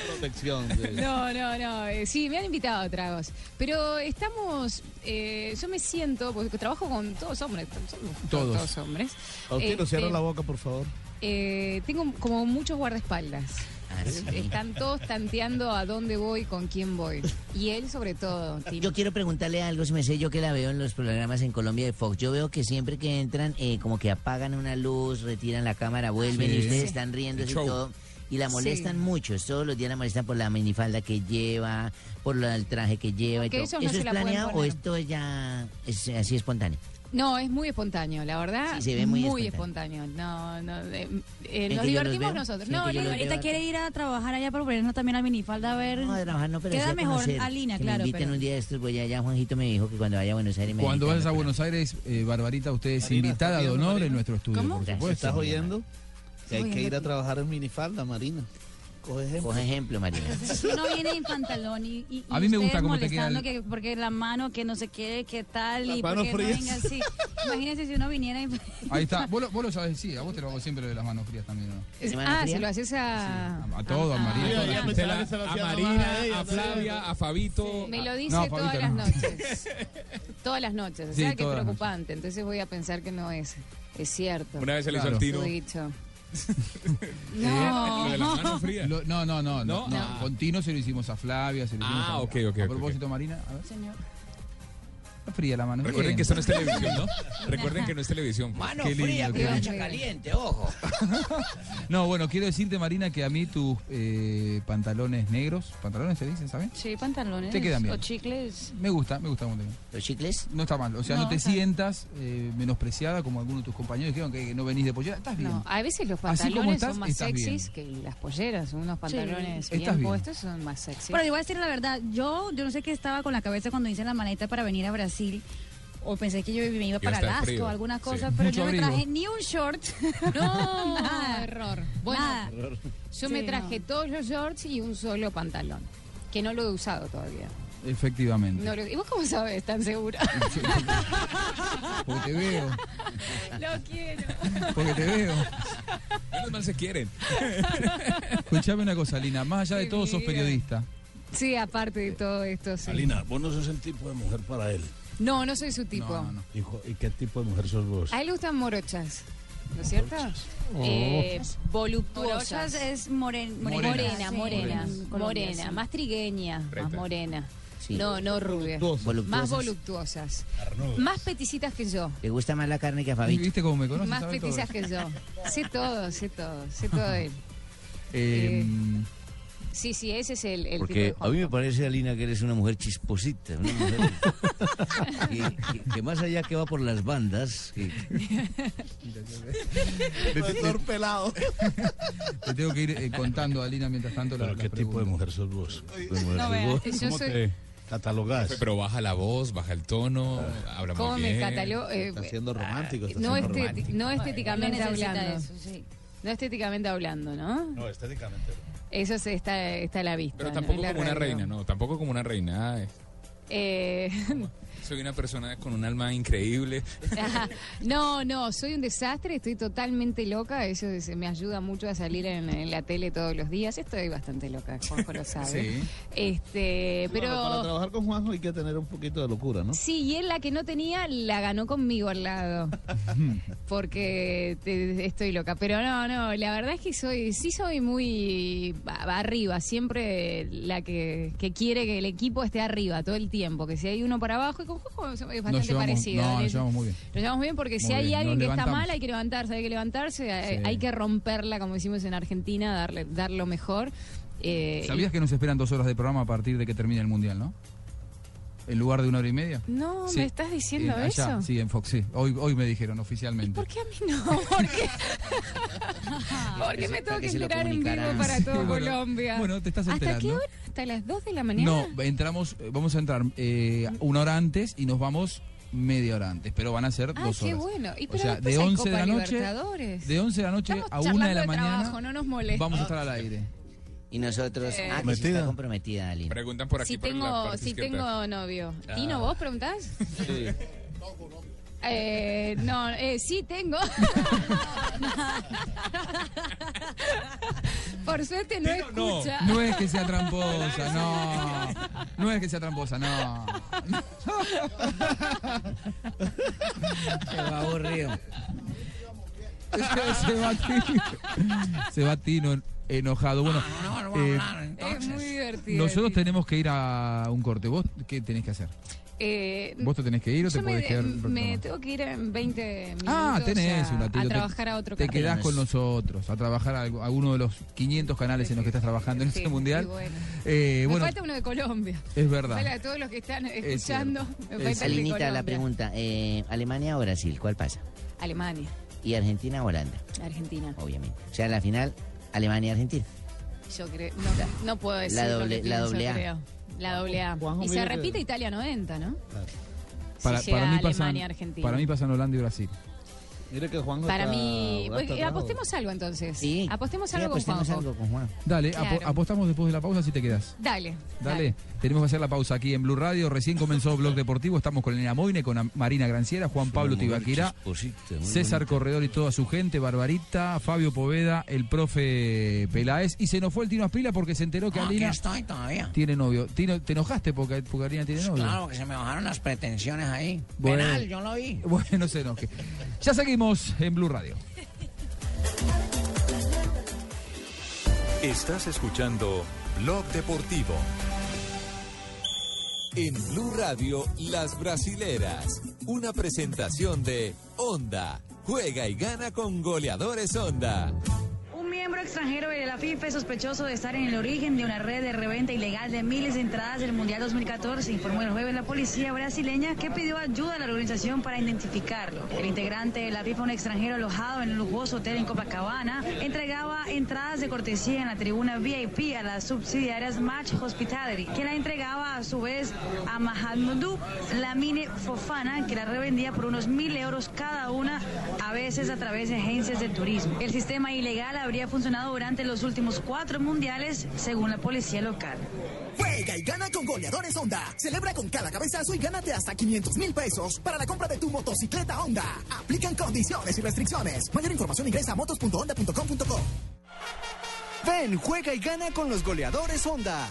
Speaker 15: protección.
Speaker 11: (laughs) No, no, no. eh, Sí, me han invitado a tragos. Pero estamos. eh, yo me siento, porque trabajo con todos hombres. somos
Speaker 9: Todos.
Speaker 11: Todos hombres.
Speaker 9: Faustino,
Speaker 11: Este,
Speaker 9: cierra la boca, por favor.
Speaker 11: eh, tengo como muchos guardaespaldas.
Speaker 7: Ah,
Speaker 11: Están todos tanteando a dónde voy, con quién voy. Y él, sobre todo. Tino.
Speaker 7: Yo quiero preguntarle algo, si me sé, yo que la veo en los programas en Colombia de Fox. Yo veo que siempre que entran, eh, como que apagan una luz, retiran la cámara, vuelven y
Speaker 12: Sí.
Speaker 7: ustedes
Speaker 12: Sí.
Speaker 7: están riendo y
Speaker 12: El show.
Speaker 7: todo. Y la
Speaker 12: Sí.
Speaker 7: molestan mucho, todos los días la molestan por la minifalda que lleva, por la- el traje que lleva
Speaker 11: Porque
Speaker 7: y todo.
Speaker 11: ellos no
Speaker 7: ¿Eso
Speaker 11: se
Speaker 7: es
Speaker 11: la pueden
Speaker 7: planeado o
Speaker 11: poner.
Speaker 7: esto ya es así espontáneo?
Speaker 11: No, es muy espontáneo, la verdad.
Speaker 7: Sí, se ve muy
Speaker 11: espontáneo. No, no. eh, eh,
Speaker 7: Ven que yo
Speaker 11: nos
Speaker 7: los
Speaker 11: divertimos
Speaker 7: veo,
Speaker 11: nosotros.
Speaker 7: ven
Speaker 11: No,
Speaker 7: que yo
Speaker 11: no,
Speaker 7: los
Speaker 11: ahorita
Speaker 7: veo.
Speaker 11: quiere
Speaker 5: ir a trabajar allá para ponernos también a minifalda a ver.
Speaker 7: No, de trabajar no, pero sí
Speaker 5: Queda
Speaker 7: a
Speaker 5: mejor
Speaker 7: conocer,
Speaker 5: a línea,
Speaker 7: que
Speaker 5: claro.
Speaker 7: Me
Speaker 5: (laughs)
Speaker 7: inviten
Speaker 5: pero-
Speaker 7: un día de estos, voy allá, Juanjito me dijo que cuando vaya a Buenos Aires me
Speaker 4: Cuando
Speaker 7: invitan
Speaker 4: vayas a
Speaker 7: a-
Speaker 4: Buenos Aires, eh, Barbarita, usted es invitada de
Speaker 9: oyendo,
Speaker 4: honor
Speaker 9: Marina?
Speaker 4: en nuestro estudio, por supuesto.
Speaker 9: ¿Estás oyendo? Que hay que
Speaker 5: oyendo
Speaker 9: ir a
Speaker 5: que-
Speaker 9: trabajar en minifalda, Marina. Coge ejemplo.
Speaker 7: Coge ejemplo, Marina.
Speaker 5: Uno viene en pantalón y, y- y
Speaker 9: A mí me gusta
Speaker 5: ustedes
Speaker 9: cómo te queda
Speaker 5: molestando que porque la mano que no sé qué, qué tal
Speaker 4: Las
Speaker 5: y
Speaker 4: manos
Speaker 5: porque no
Speaker 4: frías.
Speaker 5: venga así. Imagínense si uno viniera en
Speaker 4: Ahí está. Vos lo, vos lo sabés, sí, a vos te lo hago siempre lo de las manos frías también. ¿no?
Speaker 11: Ah, se lo haces a.
Speaker 4: A todo,
Speaker 6: Ah,
Speaker 4: a Marina. a toda la gente.
Speaker 6: Se la- a Marina, a Flavia, a Fabito. Ah,
Speaker 11: Me lo dice
Speaker 4: Ah, No,
Speaker 11: todas
Speaker 4: Fabito,
Speaker 11: las
Speaker 4: no. (laughs)
Speaker 11: noches. todas las noches. O
Speaker 6: Sí,
Speaker 11: sea que es
Speaker 6: todas las noches.
Speaker 11: preocupante. Entonces voy a pensar que no es. Es cierto.
Speaker 6: Una vez se le hizo
Speaker 4: Claro.
Speaker 6: al
Speaker 11: Su
Speaker 6: tiro.
Speaker 11: dicho.
Speaker 4: Eh,
Speaker 11: No.
Speaker 6: Lo de las manos frías.
Speaker 4: Lo- no, no, no, no,
Speaker 6: No,
Speaker 4: no.
Speaker 6: ah.
Speaker 4: Con Tino se lo hicimos a Flavia, se lo
Speaker 6: Ah,
Speaker 4: hicimos a-
Speaker 6: ok, ok,
Speaker 4: A
Speaker 6: ok,
Speaker 4: propósito, Marina, a ver. Está fría la mano.
Speaker 6: Recuerden
Speaker 4: Bien.
Speaker 6: que esto
Speaker 4: (laughs)
Speaker 6: no es televisión, ¿no? Recuerden que no es televisión. pues.
Speaker 12: Mano
Speaker 4: Qué lindo,
Speaker 12: fría,
Speaker 4: qué lindo.
Speaker 12: plancha caliente, ojo.
Speaker 4: No, bueno, quiero decirte, Marina, que a mí tus eh, pantalones negros, pantalones se dicen, ¿saben?
Speaker 5: Sí, pantalones
Speaker 4: Te quedan bien.
Speaker 5: o chicles.
Speaker 4: Me gusta, me gusta cómo te quedan.
Speaker 7: ¿Los chicles?
Speaker 4: No está mal, o sea, no,
Speaker 5: No,
Speaker 4: te
Speaker 5: está bien.
Speaker 4: sientas eh, menospreciada como algunos de tus compañeros dijeron que, que no venís de pollera. Estás bien.
Speaker 11: No, a veces los
Speaker 4: Así como
Speaker 11: pantalones
Speaker 4: estás,
Speaker 11: son más
Speaker 4: estás bien.
Speaker 11: sexys que las polleras. Unos pantalones
Speaker 4: Estás
Speaker 11: bien,
Speaker 4: bien.
Speaker 11: puestos son más sexys.
Speaker 5: Pero yo voy a decir la verdad, yo, yo no sé qué estaba con la cabeza cuando hice la maleta para venir a Brasil. O pensé que yo me iba para
Speaker 11: estar
Speaker 5: Alaska
Speaker 11: frío.
Speaker 5: o alguna
Speaker 11: Sí.
Speaker 5: cosa, pero
Speaker 11: Mucho
Speaker 5: yo no me
Speaker 11: abrigo.
Speaker 5: traje ni un short.
Speaker 11: (laughs)
Speaker 5: (laughs)
Speaker 4: (laughs)
Speaker 11: No, error. Bueno,
Speaker 5: Nada.
Speaker 11: yo
Speaker 5: Sí,
Speaker 11: me
Speaker 5: no.
Speaker 11: traje todos los shorts y un solo pantalón. Que no lo he usado todavía.
Speaker 4: Efectivamente.
Speaker 11: No lo- ¿Y vos cómo sabes? ¿Tan segura?
Speaker 4: Porque te veo,
Speaker 11: (laughs) lo quiero.
Speaker 4: porque te veo.
Speaker 6: Menos mal se quieren.
Speaker 4: Escuchame una cosa, Lina. Más allá de
Speaker 11: Sí,
Speaker 4: todo, sos
Speaker 11: mira.
Speaker 4: periodista.
Speaker 11: (laughs) Sí, aparte de todo esto. sí.
Speaker 10: Alina, vos no sos el tipo de mujer para él.
Speaker 11: No, no soy su tipo.
Speaker 10: Hijo, ¿y qué tipo de mujer sos vos?
Speaker 11: A él le gustan morochas, ¿no es cierto?
Speaker 10: Oh.
Speaker 11: Eh,
Speaker 5: Morochas
Speaker 11: voluptuosas.
Speaker 5: es moren-
Speaker 11: morena, morena,
Speaker 5: morena,
Speaker 11: morena,
Speaker 5: sí. Colombia, sí.
Speaker 11: más trigueña, más morena. No, no rubia.
Speaker 7: Voluptuosas.
Speaker 11: Más voluptuosas. Más peticitas que yo.
Speaker 7: ¿Te gusta más la carne que a Fabito?
Speaker 4: ¿Viste cómo me conoces?
Speaker 11: Más
Speaker 4: ¿Sabes todo
Speaker 11: petizas
Speaker 4: eso?
Speaker 11: que yo. Sé todo, sé todo, sé todo de él.
Speaker 4: Eh,
Speaker 11: Sí, sí, ese es el, el tipo de
Speaker 16: Porque a
Speaker 11: Juan.
Speaker 16: mí me parece, Alina, que eres una mujer chisposita, una
Speaker 11: (laughs)
Speaker 16: mujer que, que- que más allá que va por las bandas, que-
Speaker 9: (laughs) Doctor pelado.
Speaker 4: Te tengo que ir eh, contando a Lina mientras tanto la,
Speaker 10: ¿Qué tipo de mujer sos vos?
Speaker 11: No, vea, yo
Speaker 10: ¿Cómo
Speaker 11: soy-
Speaker 10: te catalogás?
Speaker 6: Pero baja la voz, baja el tono, habla
Speaker 11: ¿Cómo
Speaker 6: muy
Speaker 11: me
Speaker 6: bien.
Speaker 11: cataló? Eh, Está
Speaker 10: siendo romántico.
Speaker 11: No, este- no estéticamente
Speaker 5: No necesita
Speaker 11: hablando.
Speaker 5: eso, sí.
Speaker 11: No estéticamente hablando, ¿no?
Speaker 10: No, estéticamente.
Speaker 11: Eso se está, está a la vista.
Speaker 6: Pero
Speaker 11: ¿no?
Speaker 6: tampoco
Speaker 11: En la
Speaker 6: como una
Speaker 11: radio.
Speaker 6: reina, no, tampoco como una reina. Ay,
Speaker 11: Eh, (laughs)
Speaker 6: soy una persona con un alma increíble.
Speaker 11: ajá. no, no, soy un desastre, estoy totalmente loca. Eso es- me ayuda mucho a salir en, en la tele todos los días. Estoy bastante loca, Juanjo lo sabe.
Speaker 9: Sí.
Speaker 11: Este, pero.
Speaker 9: Bueno, para trabajar con Juanjo hay que tener un poquito de locura, ¿no? (laughs)
Speaker 11: Sí, y él la que no tenía la ganó conmigo al lado. Porque te- estoy loca. Pero no, no, la verdad es que soy, sí soy muy a- arriba, siempre la que, que quiere que el equipo esté arriba todo el tiempo. Que si hay uno para abajo, y con Juanjo es bastante
Speaker 4: nos llevamos,
Speaker 11: parecido.
Speaker 4: No,
Speaker 11: Le-
Speaker 4: nos llevamos muy bien.
Speaker 11: nos llevamos bien porque si
Speaker 4: Muy
Speaker 11: hay
Speaker 4: bien,
Speaker 11: alguien
Speaker 4: nos
Speaker 11: que está
Speaker 4: levantamos.
Speaker 11: mal, hay que levantarse, hay que levantarse, hay,
Speaker 4: Sí.
Speaker 11: hay que romperla, como hicimos en Argentina, darle, dar lo mejor. Eh,
Speaker 4: ¿Sabías que nos esperan dos horas de programa a partir de que termine el Mundial, no? En lugar de una hora y media.
Speaker 11: No,
Speaker 4: Sí.
Speaker 11: ¿me estás diciendo
Speaker 4: Eh, allá,
Speaker 11: eso?
Speaker 4: Sí, en Fox, sí. Hoy, hoy me dijeron oficialmente.
Speaker 11: ¿Por qué a mí no? (laughs) ¿Por qué? ¿Por qué me tengo que enterar en vivo para todo
Speaker 4: Bueno,
Speaker 11: Colombia?
Speaker 4: Bueno, te estás
Speaker 11: ¿Hasta qué
Speaker 4: enterando.
Speaker 11: hora? ¿Hasta las 2 de la mañana?
Speaker 4: No, entramos, eh, vamos a entrar eh, una hora antes y nos vamos media hora antes, pero van a ser
Speaker 11: Ah,
Speaker 4: dos
Speaker 11: qué
Speaker 4: horas.
Speaker 11: bueno. Y
Speaker 4: O
Speaker 11: pero
Speaker 4: sea,
Speaker 11: después
Speaker 4: de
Speaker 11: hay
Speaker 4: 11 de
Speaker 11: Copa
Speaker 4: la noche,
Speaker 11: Libertadores.
Speaker 4: De 11 de la noche a
Speaker 11: Charlando
Speaker 4: 1 de la mañana
Speaker 11: trabajo, no nos molesta.
Speaker 4: vamos a estar al aire.
Speaker 7: Y nosotros,
Speaker 11: Eh.
Speaker 7: ah, que sí está comprometida, Alina.
Speaker 6: Preguntan por
Speaker 11: si tengo, si tengo novio.
Speaker 4: (laughs)
Speaker 7: Ah.
Speaker 11: Tino, ¿vos preguntás? Eh, no, eh, sí
Speaker 4: (laughs)
Speaker 11: tengo. Por suerte no
Speaker 4: No,
Speaker 11: escucha.
Speaker 4: no es que sea tramposa, no. No es que sea tramposa, no.
Speaker 16: Se va aburrido.
Speaker 4: se va Tino, se va Tino en- enojado. Bueno,
Speaker 16: Ah,
Speaker 4: eh,
Speaker 11: (laughs) Es muy divertido.
Speaker 4: nosotros tenemos que ir a un corte. ¿Vos qué tenés que hacer?
Speaker 11: Eh,
Speaker 4: ¿Vos te tenés que ir o te
Speaker 11: yo
Speaker 4: podés
Speaker 11: me,
Speaker 4: quedar? un rato
Speaker 11: me
Speaker 4: más?
Speaker 11: tengo que ir en 20 minutos.
Speaker 4: Ah, tenés
Speaker 11: a,
Speaker 4: un ratito.
Speaker 11: a
Speaker 4: te-
Speaker 11: trabajar a otro
Speaker 4: Te
Speaker 11: canal.
Speaker 4: quedás con nosotros a trabajar a algo- a uno de los 500 canales en los que estás trabajando en
Speaker 11: Sí,
Speaker 4: este mundial.
Speaker 11: muy bueno.
Speaker 4: Eh,
Speaker 11: Me
Speaker 4: bueno,
Speaker 11: falta uno de Colombia.
Speaker 4: es
Speaker 11: Me
Speaker 4: verdad. Eh,
Speaker 11: falta de todos los que están escuchando. me falta el de
Speaker 7: Alinita, la
Speaker 11: Colombia.
Speaker 7: pregunta, eh, ¿Alemania o Brasil? ¿Cuál pasa?
Speaker 11: Alemania,
Speaker 7: Y Argentina o Holanda,
Speaker 11: Argentina.
Speaker 7: obviamente. O sea, la final, Alemania-Argentina.
Speaker 11: Yo creo. No, no puedo decir.
Speaker 7: la
Speaker 11: lo que
Speaker 7: doble- la
Speaker 11: pienso,
Speaker 7: doble A.
Speaker 11: creo. La doble A. Y se
Speaker 4: mira que-
Speaker 11: repite Italia 90, ¿no?
Speaker 4: Para,
Speaker 11: si llega
Speaker 4: para mí pasan,
Speaker 11: Alemania, Argentina.
Speaker 4: para mí pasan Holanda y Brasil.
Speaker 12: Mire que Juan
Speaker 11: Para mí. pues, eh, apostemos algo entonces. Sí. Apostemos algo pues, con Juanjo.
Speaker 4: Dale,
Speaker 11: Claro.
Speaker 4: apo- apostamos después de la pausa si te quedas.
Speaker 11: Dale.
Speaker 4: Dale, tenemos que hacer la pausa aquí en Blue Radio. Recién comenzó Blog Deportivo. Estamos con Elena Moine, con a- Marina Granciera, Juan Pablo Tibaquirá, César Corredor y toda su gente, Barbarita, Fabio Poveda, el profe Peláez. Y se nos fue el Tino Aspila porque se enteró que
Speaker 16: Aquí
Speaker 4: Alina
Speaker 16: estoy todavía.
Speaker 4: tiene novio. Tino, ¿Te enojaste porque, porque Alina tiene novio?
Speaker 16: Claro, que se me bajaron las pretensiones ahí.
Speaker 4: Bueno.
Speaker 16: Penal, yo lo vi.
Speaker 4: (laughs) Bueno, se enoje. Ya seguimos en Blue Radio.
Speaker 17: Estás escuchando Blog Deportivo. En Blue Radio, Las Brasileras. Una presentación de Honda. Juega y gana con goleadores Honda.
Speaker 5: Un miembro extranjero de la FIFA es sospechoso de estar en el origen de una red de reventa ilegal de miles de entradas del Mundial 2014, informó el jueves la policía brasileña que pidió ayuda a la organización para identificarlo. El integrante de la FIFA, un extranjero alojado en el lujoso hotel en Copacabana, entregaba entradas de cortesía en la tribuna VIP a las subsidiarias Match Hospitality, que la entregaba a su vez a Mahamadou Lamine Fofana, que la revendía por unos mil euros cada una, a veces a través de agencias de turismo. El sistema ilegal habría funcionado durante los últimos cuatro mundiales, según la policía local.
Speaker 18: Juega y gana con Goleadores Honda. Celebra con cada cabezazo y gánate hasta 500 mil pesos para la compra de tu motocicleta Honda. Aplican condiciones y restricciones. Mayor información ingresa a motos.honda.com.co.
Speaker 19: Ven, juega y gana con los goleadores Honda.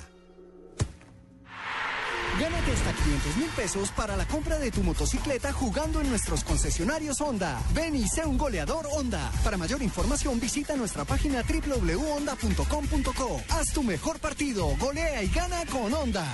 Speaker 19: Gánate hasta 500 mil pesos para la compra de tu motocicleta jugando en nuestros concesionarios Honda. Ven y sé un goleador Honda. Para mayor información visita nuestra página www.honda.com.co. Haz tu mejor partido, golea y gana con Honda.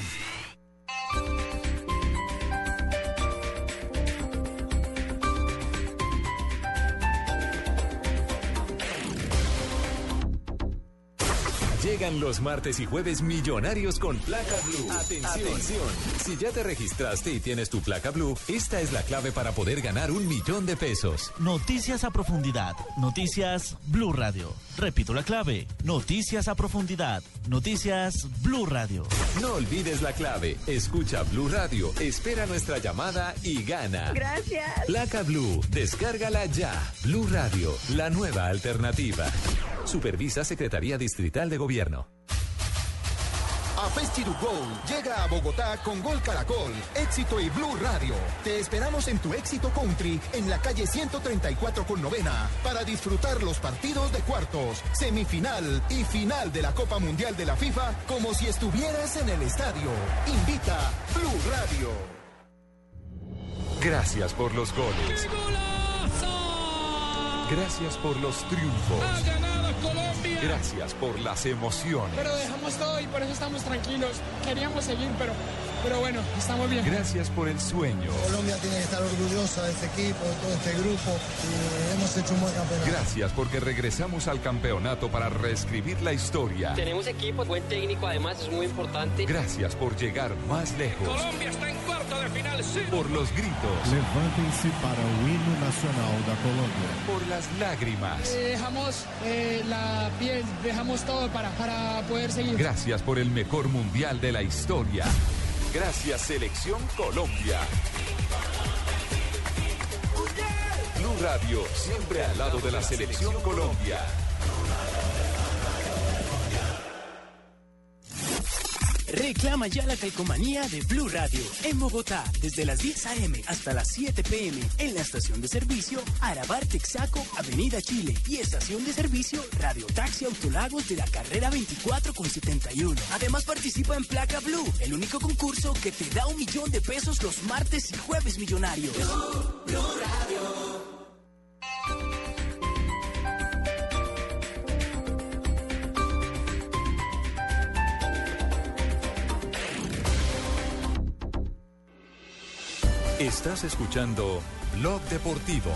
Speaker 17: Llegan los martes y jueves millonarios con placa blue. Atención. Si ya te registraste y tienes tu placa blue, esta es la clave para poder ganar un millón de pesos.
Speaker 20: Noticias a profundidad. Noticias Blue Radio. Repito la clave. Noticias a profundidad. Noticias Blue Radio.
Speaker 17: No olvides la clave. Escucha Blue Radio, espera nuestra llamada y gana.
Speaker 21: Gracias.
Speaker 17: Placa Blue, descárgala ya. Blue Radio, la nueva alternativa. Supervisa Secretaría Distrital de Gobierno.
Speaker 22: A Festiru Gol llega a Bogotá con Gol Caracol, Éxito y Blue Radio. Te esperamos en tu Éxito Country en la calle 134 con novena para disfrutar los partidos de cuartos, semifinal y final de la Copa Mundial de la FIFA como si estuvieras en el estadio. Invita Blue Radio.
Speaker 17: Gracias por los goles. Gracias por los triunfos.
Speaker 2: ganado Colombia!
Speaker 17: Gracias por las emociones.
Speaker 2: Pero dejamos todo y por eso estamos tranquilos. Queríamos seguir, pero, pero bueno, estamos bien.
Speaker 17: Gracias por el sueño.
Speaker 23: Colombia tiene que estar orgullosa de este equipo, de todo este grupo. Y hemos hecho un buen campeonato.
Speaker 17: Gracias porque regresamos al campeonato para reescribir la historia.
Speaker 24: Tenemos equipo, buen técnico, además es muy importante.
Speaker 17: Gracias por llegar más lejos.
Speaker 24: Colombia está en cuarto de final, sí.
Speaker 17: Por los gritos.
Speaker 25: Levantem-se para o hino nacional da Colômbia.
Speaker 17: Por las lágrimas.
Speaker 2: dejamos eh, la piel, dejamos todo para, para poder seguir.
Speaker 17: Gracias por el mejor mundial de la historia. Gracias Selección Colombia. Blue Radio, siempre al lado de la Selección Colombia.
Speaker 26: Reclama ya la calcomanía de Blue Radio en Bogotá desde las 10 a.m. hasta las 7 p.m. en la estación de servicio Arabar Texaco, Avenida Chile y estación de servicio Radio Taxi Autolagos de la carrera 24 con 71. Además participa en Placa Blue, el único concurso que te da un millón de pesos los martes y jueves millonarios.
Speaker 15: Estás escuchando Blog Deportivo.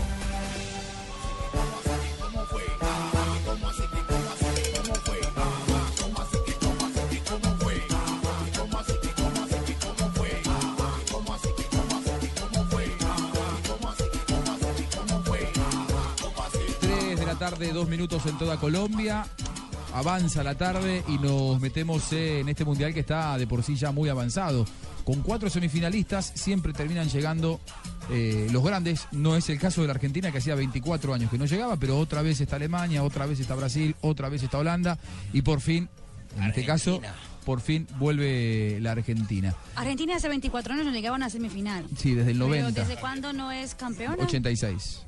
Speaker 4: Tres de la tarde, dos minutos en toda Colombia. Avanza la tarde y nos metemos eh, en este mundial que está de por sí ya muy avanzado. Con cuatro semifinalistas siempre terminan llegando eh, los grandes. No es el caso de la Argentina que hacía 24 años que no llegaba, pero otra vez está Alemania, otra vez está Brasil, otra vez está Holanda y por fin, en este caso, por fin vuelve la Argentina.
Speaker 5: Argentina hace 24 años no llegaban a semifinal.
Speaker 4: Sí, desde el
Speaker 5: Pero
Speaker 4: 90,
Speaker 5: ¿desde cuándo no es campeona?
Speaker 4: 86.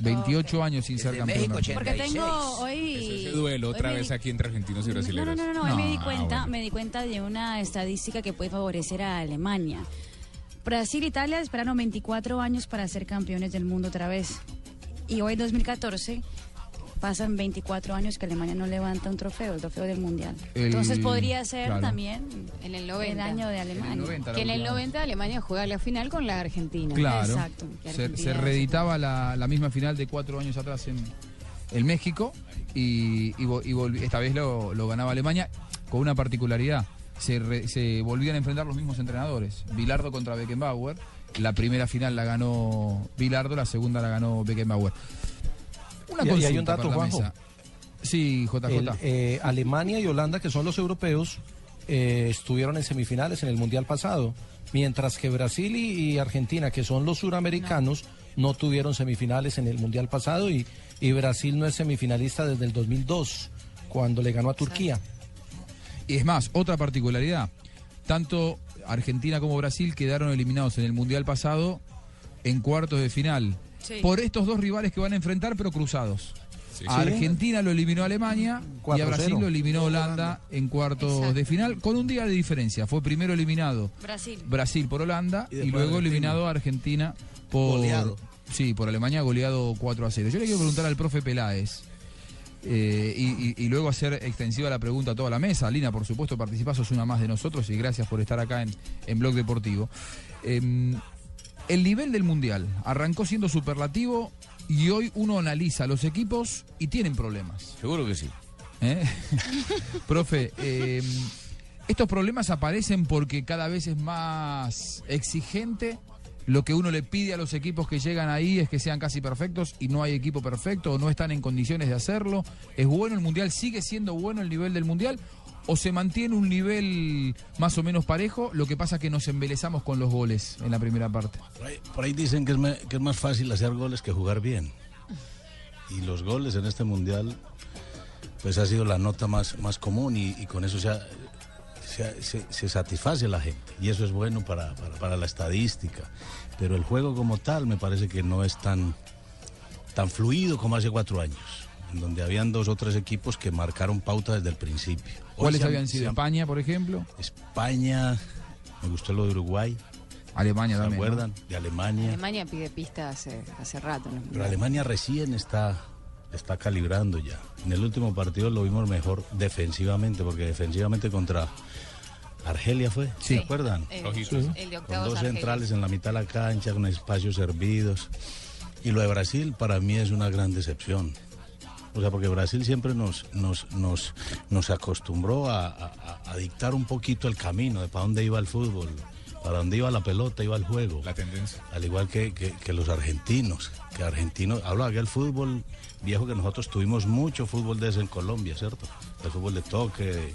Speaker 4: 28 años sin ser campeón.
Speaker 5: Porque tengo hoy...
Speaker 6: Ese duelo
Speaker 5: hoy
Speaker 6: otra
Speaker 5: me
Speaker 6: vez
Speaker 5: di-
Speaker 6: aquí entre argentinos y
Speaker 5: No,
Speaker 6: brasileños.
Speaker 5: no, no, no, no, hoy me di
Speaker 6: Ah,
Speaker 5: cuenta,
Speaker 6: bueno.
Speaker 5: me di cuenta de una estadística que puede favorecer a Alemania. Brasil e Italia esperaron 24 años para ser campeones del mundo otra vez. Y hoy, 2014, pasan 24 años que Alemania no levanta un trofeo, el trofeo del Mundial.
Speaker 11: El-
Speaker 5: Entonces podría ser
Speaker 11: claro.
Speaker 5: también
Speaker 11: En el 90.
Speaker 5: el año de Alemania.
Speaker 4: En el 90, la
Speaker 11: que en el
Speaker 4: última.
Speaker 11: 90 Alemania juega la final con la Argentina.
Speaker 4: Claro.
Speaker 11: Que
Speaker 4: Se, se
Speaker 11: Argentina-
Speaker 4: reeditaba la, la misma final de cuatro años atrás en, en México y, y vo- y volvi- esta vez lo, lo ganaba Alemania con una particularidad. Se, re- se volvían a enfrentar los mismos entrenadores. Bilardo contra Beckenbauer. La primera final la ganó Bilardo, la segunda la ganó Beckenbauer.
Speaker 13: Y- y hay un dato,
Speaker 4: para la
Speaker 13: Juanjo.
Speaker 4: mesa. Sí, JJ.
Speaker 13: El, eh, Alemania y Holanda, que son los europeos, eh, estuvieron en semifinales en el Mundial pasado, mientras que Brasil y, y Argentina, que son los suramericanos, no. tuvieron semifinales en el Mundial pasado y, y Brasil no es semifinalista desde el 2002, cuando le ganó a Turquía.
Speaker 4: Y es más, otra particularidad. Tanto Argentina como Brasil quedaron eliminados en el Mundial pasado en cuartos de final.
Speaker 2: Sí.
Speaker 4: Por estos dos rivales que van a enfrentar, pero cruzados.
Speaker 2: Sí.
Speaker 4: A
Speaker 2: Sí.
Speaker 4: Argentina lo eliminó Alemania y a
Speaker 13: 4-0.
Speaker 4: Brasil lo eliminó Holanda en cuartos de final con un día de diferencia. Fue primero eliminado
Speaker 5: Brasil.
Speaker 4: Brasil por Holanda
Speaker 13: Y
Speaker 4: y,
Speaker 13: después
Speaker 4: luego
Speaker 13: Argentina.
Speaker 4: eliminado a Argentina por
Speaker 13: Goleado.
Speaker 4: sí por Alemania goleado 4 a 0. Yo le quiero preguntar al profe Peláez eh, y, y- y luego hacer extensiva la pregunta a toda la mesa. Lina, por supuesto, participás, sos una más de nosotros y gracias por estar acá en, en Blog Deportivo. Em, el nivel del Mundial arrancó siendo superlativo y hoy uno analiza los equipos y tienen problemas.
Speaker 16: Seguro que sí.
Speaker 4: ¿Eh? (laughs) Profe, eh, estos problemas aparecen porque cada vez es más exigente. Lo que uno le pide a los equipos que llegan ahí es que sean casi perfectos y no hay equipo perfecto o no están en condiciones de hacerlo. ¿Es bueno el Mundial? ¿Sigue siendo bueno el nivel del Mundial? ¿O se mantiene un nivel más o menos parejo? Lo que pasa es que nos embelezamos con los goles en la primera parte.
Speaker 10: Por ahí, por ahí dicen que es, me- que es más fácil hacer goles que jugar bien. Y los goles en este mundial, pues ha sido la nota más, más común y, y con eso se, ha- se ha- se- se satisface la gente. Y eso es bueno para, para- para la estadística. Pero el juego como tal me parece que no es tan, tan fluido como hace cuatro años, en donde habían dos o tres equipos que marcaron pauta desde el principio. Hoy
Speaker 4: ¿Cuáles
Speaker 10: se han-
Speaker 4: habían
Speaker 10: se
Speaker 4: sido?
Speaker 10: han-
Speaker 4: ¿España, por ejemplo?
Speaker 10: España, me gustó lo de Uruguay.
Speaker 4: Alemania
Speaker 10: ¿Se
Speaker 4: también, ¿no?
Speaker 10: acuerdan? De Alemania.
Speaker 11: Alemania pide pista hace, hace rato. ¿no?
Speaker 10: Pero Alemania recién está, está calibrando ya. En el último partido lo vimos mejor defensivamente, porque defensivamente contra Argelia fue, ¿se acuerdan?
Speaker 11: El- Ojito. sí. el de
Speaker 10: Con
Speaker 11: octavos
Speaker 10: dos
Speaker 11: Argelia.
Speaker 10: centrales en la mitad de la cancha, con espacios servidos. Y lo de Brasil para mí es una gran decepción. O sea, porque Brasil siempre nos, nos, nos, nos acostumbró a, a- a dictar un poquito el camino de para dónde iba el fútbol, para dónde iba la pelota, iba el juego. La tendencia. Al igual que, que- que los argentinos, que argentinos, hablo aquí del fútbol viejo que nosotros tuvimos mucho fútbol desde en Colombia, ¿cierto? El fútbol de toque,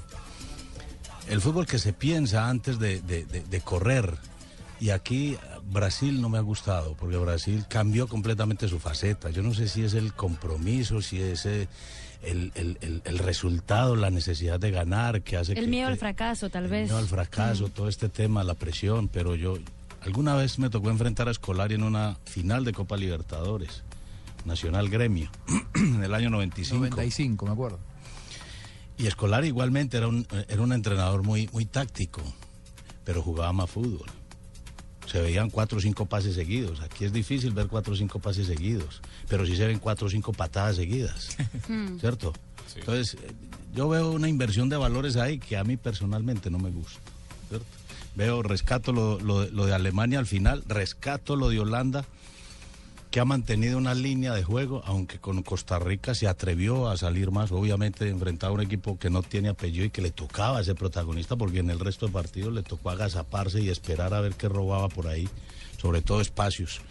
Speaker 10: el fútbol que se piensa antes de, de- de- de correr, Y aquí eh, Brasil no me ha gustado, porque Brasil cambió completamente su faceta. Yo no sé si es el compromiso, si es eh, el, el- el- el resultado, la necesidad de ganar que hace que...
Speaker 5: El miedo
Speaker 10: que-
Speaker 5: al fracaso, tal vez.
Speaker 10: no, al fracaso, todo este tema, la presión, pero yo alguna vez me tocó enfrentar a Escolari en una final de Copa Libertadores, Nacional Gremio, (clears throat) en el año 95.
Speaker 4: 95, me acuerdo.
Speaker 10: Y Escolari igualmente era un, era un entrenador muy, muy táctico, pero jugaba más fútbol. Se veían cuatro o cinco pases seguidos. Aquí es difícil ver cuatro o cinco pases seguidos, pero sí se ven cuatro o cinco patadas
Speaker 4: (laughs)
Speaker 10: seguidas.
Speaker 7: Hmm.
Speaker 9: Mm.
Speaker 10: ¿cierto? Entonces, eh, yo veo una inversión de valores ahí que a mí personalmente no me gusta, ¿cierto? Veo, rescato lo, lo de- lo de Alemania al final, rescato lo de Holanda, que ha mantenido una línea de juego, aunque con Costa Rica se atrevió a salir más, obviamente enfrentar a un equipo que no tiene apellido y que le tocaba ser protagonista, porque en el resto de partidos le tocó agazaparse y esperar a ver qué robaba por ahí, sobre todo espacios.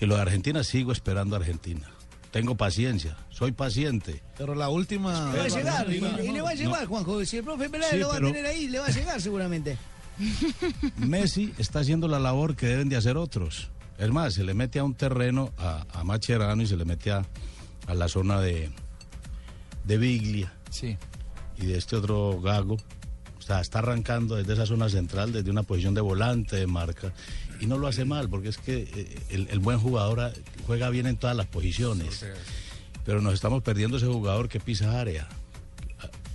Speaker 10: Y lo de Argentina, sigo esperando a Argentina. Tengo paciencia, soy paciente.
Speaker 9: Pero la última.
Speaker 10: Va
Speaker 14: a llegar, y, y le va a
Speaker 10: No.
Speaker 14: llegar, Juanjo. Si el profe Peláez
Speaker 10: Sí,
Speaker 14: lo va
Speaker 10: pero-
Speaker 14: a tener ahí, le va a llegar seguramente.
Speaker 10: Messi está haciendo la labor que deben de hacer otros. Es más, se le mete a un terreno a, a Macherano y se le mete a, a la zona de, de Biglia.
Speaker 4: Sí.
Speaker 10: Y de este otro gago. O sea, está arrancando desde esa zona central, desde una posición de volante, de marca. Y no lo hace mal, porque es que eh, el, el buen jugador ah, juega bien en todas las posiciones. Pero nos estamos perdiendo ese jugador que pisa área.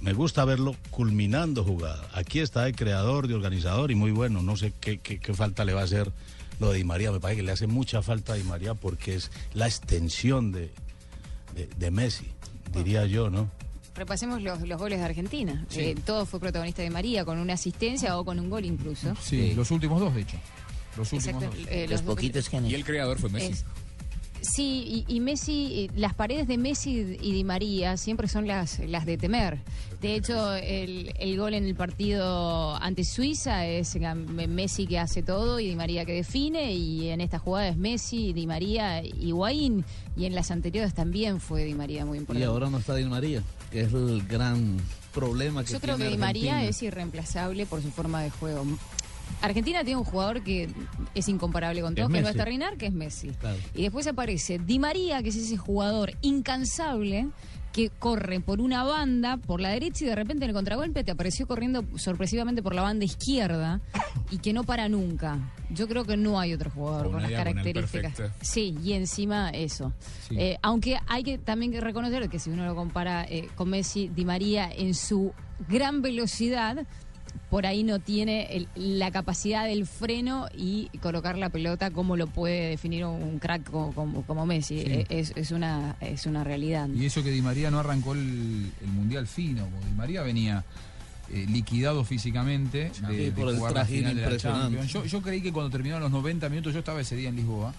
Speaker 10: Me gusta verlo culminando jugada. Aquí está de creador, de organizador y muy bueno. No sé qué, qué- qué falta le va a hacer lo de Di María. Me parece que le hace mucha falta a Di María porque es la extensión de, de- de Messi, diría yo, ¿no?
Speaker 11: Repasemos los, los goles de Argentina.
Speaker 10: Sí.
Speaker 11: Eh, todo fue protagonista de María, con una asistencia o con un gol incluso.
Speaker 4: Sí, los últimos dos, de hecho. Los últimos
Speaker 11: Exacto,
Speaker 4: dos.
Speaker 11: eh, los Los dos- poquitos
Speaker 6: que han Y el creador fue Messi.
Speaker 11: Es- Sí, y, y Messi, eh, las paredes de Messi y Di María siempre son las, las de temer. De hecho, el, el gol en el partido ante Suiza es eh, Messi que hace todo y Di María que define, y en esta jugada es Messi, Di María, Higuaín, y en las anteriores también fue Di María muy
Speaker 9: Y
Speaker 11: importante.
Speaker 9: ahora no está Di María, que es el gran problema que
Speaker 11: Yo creo que
Speaker 9: tiene
Speaker 11: Di
Speaker 9: Argentina.
Speaker 11: María es irreemplazable por su forma de juego. Argentina tiene un jugador que es incomparable con
Speaker 9: Es
Speaker 11: todos, que no
Speaker 9: Messi.
Speaker 11: está Reinar, que es Messi.
Speaker 9: Claro.
Speaker 11: Y después aparece Di María, que es ese jugador incansable que corre por una banda, por la derecha, y de repente en el contragolpe te apareció corriendo sorpresivamente por la banda izquierda y que no para nunca. Yo creo que no hay otro jugador
Speaker 6: Con
Speaker 11: con
Speaker 6: una
Speaker 11: las
Speaker 6: diagonal
Speaker 11: características.
Speaker 6: perfecta.
Speaker 11: Sí, y encima eso.
Speaker 6: Sí.
Speaker 11: Eh, aunque hay que también que reconocer que si uno lo compara eh, con Messi, Di María en su gran velocidad, por ahí no tiene el- la capacidad del freno y colocar la pelota como lo puede definir un crack como, como- como Messi.
Speaker 4: Sí.
Speaker 11: Eh, Es, es una, es una realidad.
Speaker 4: Y eso que Di María no arrancó el, el Mundial fino, porque Di María venía eh, liquidado físicamente de,
Speaker 9: Sí,
Speaker 4: de
Speaker 9: por el
Speaker 4: jugar la
Speaker 9: trajín
Speaker 4: final de la
Speaker 9: impresionante.
Speaker 4: Champions. Yo, yo creí que cuando terminaron los 90 minutos, yo estaba ese día en Lisboa,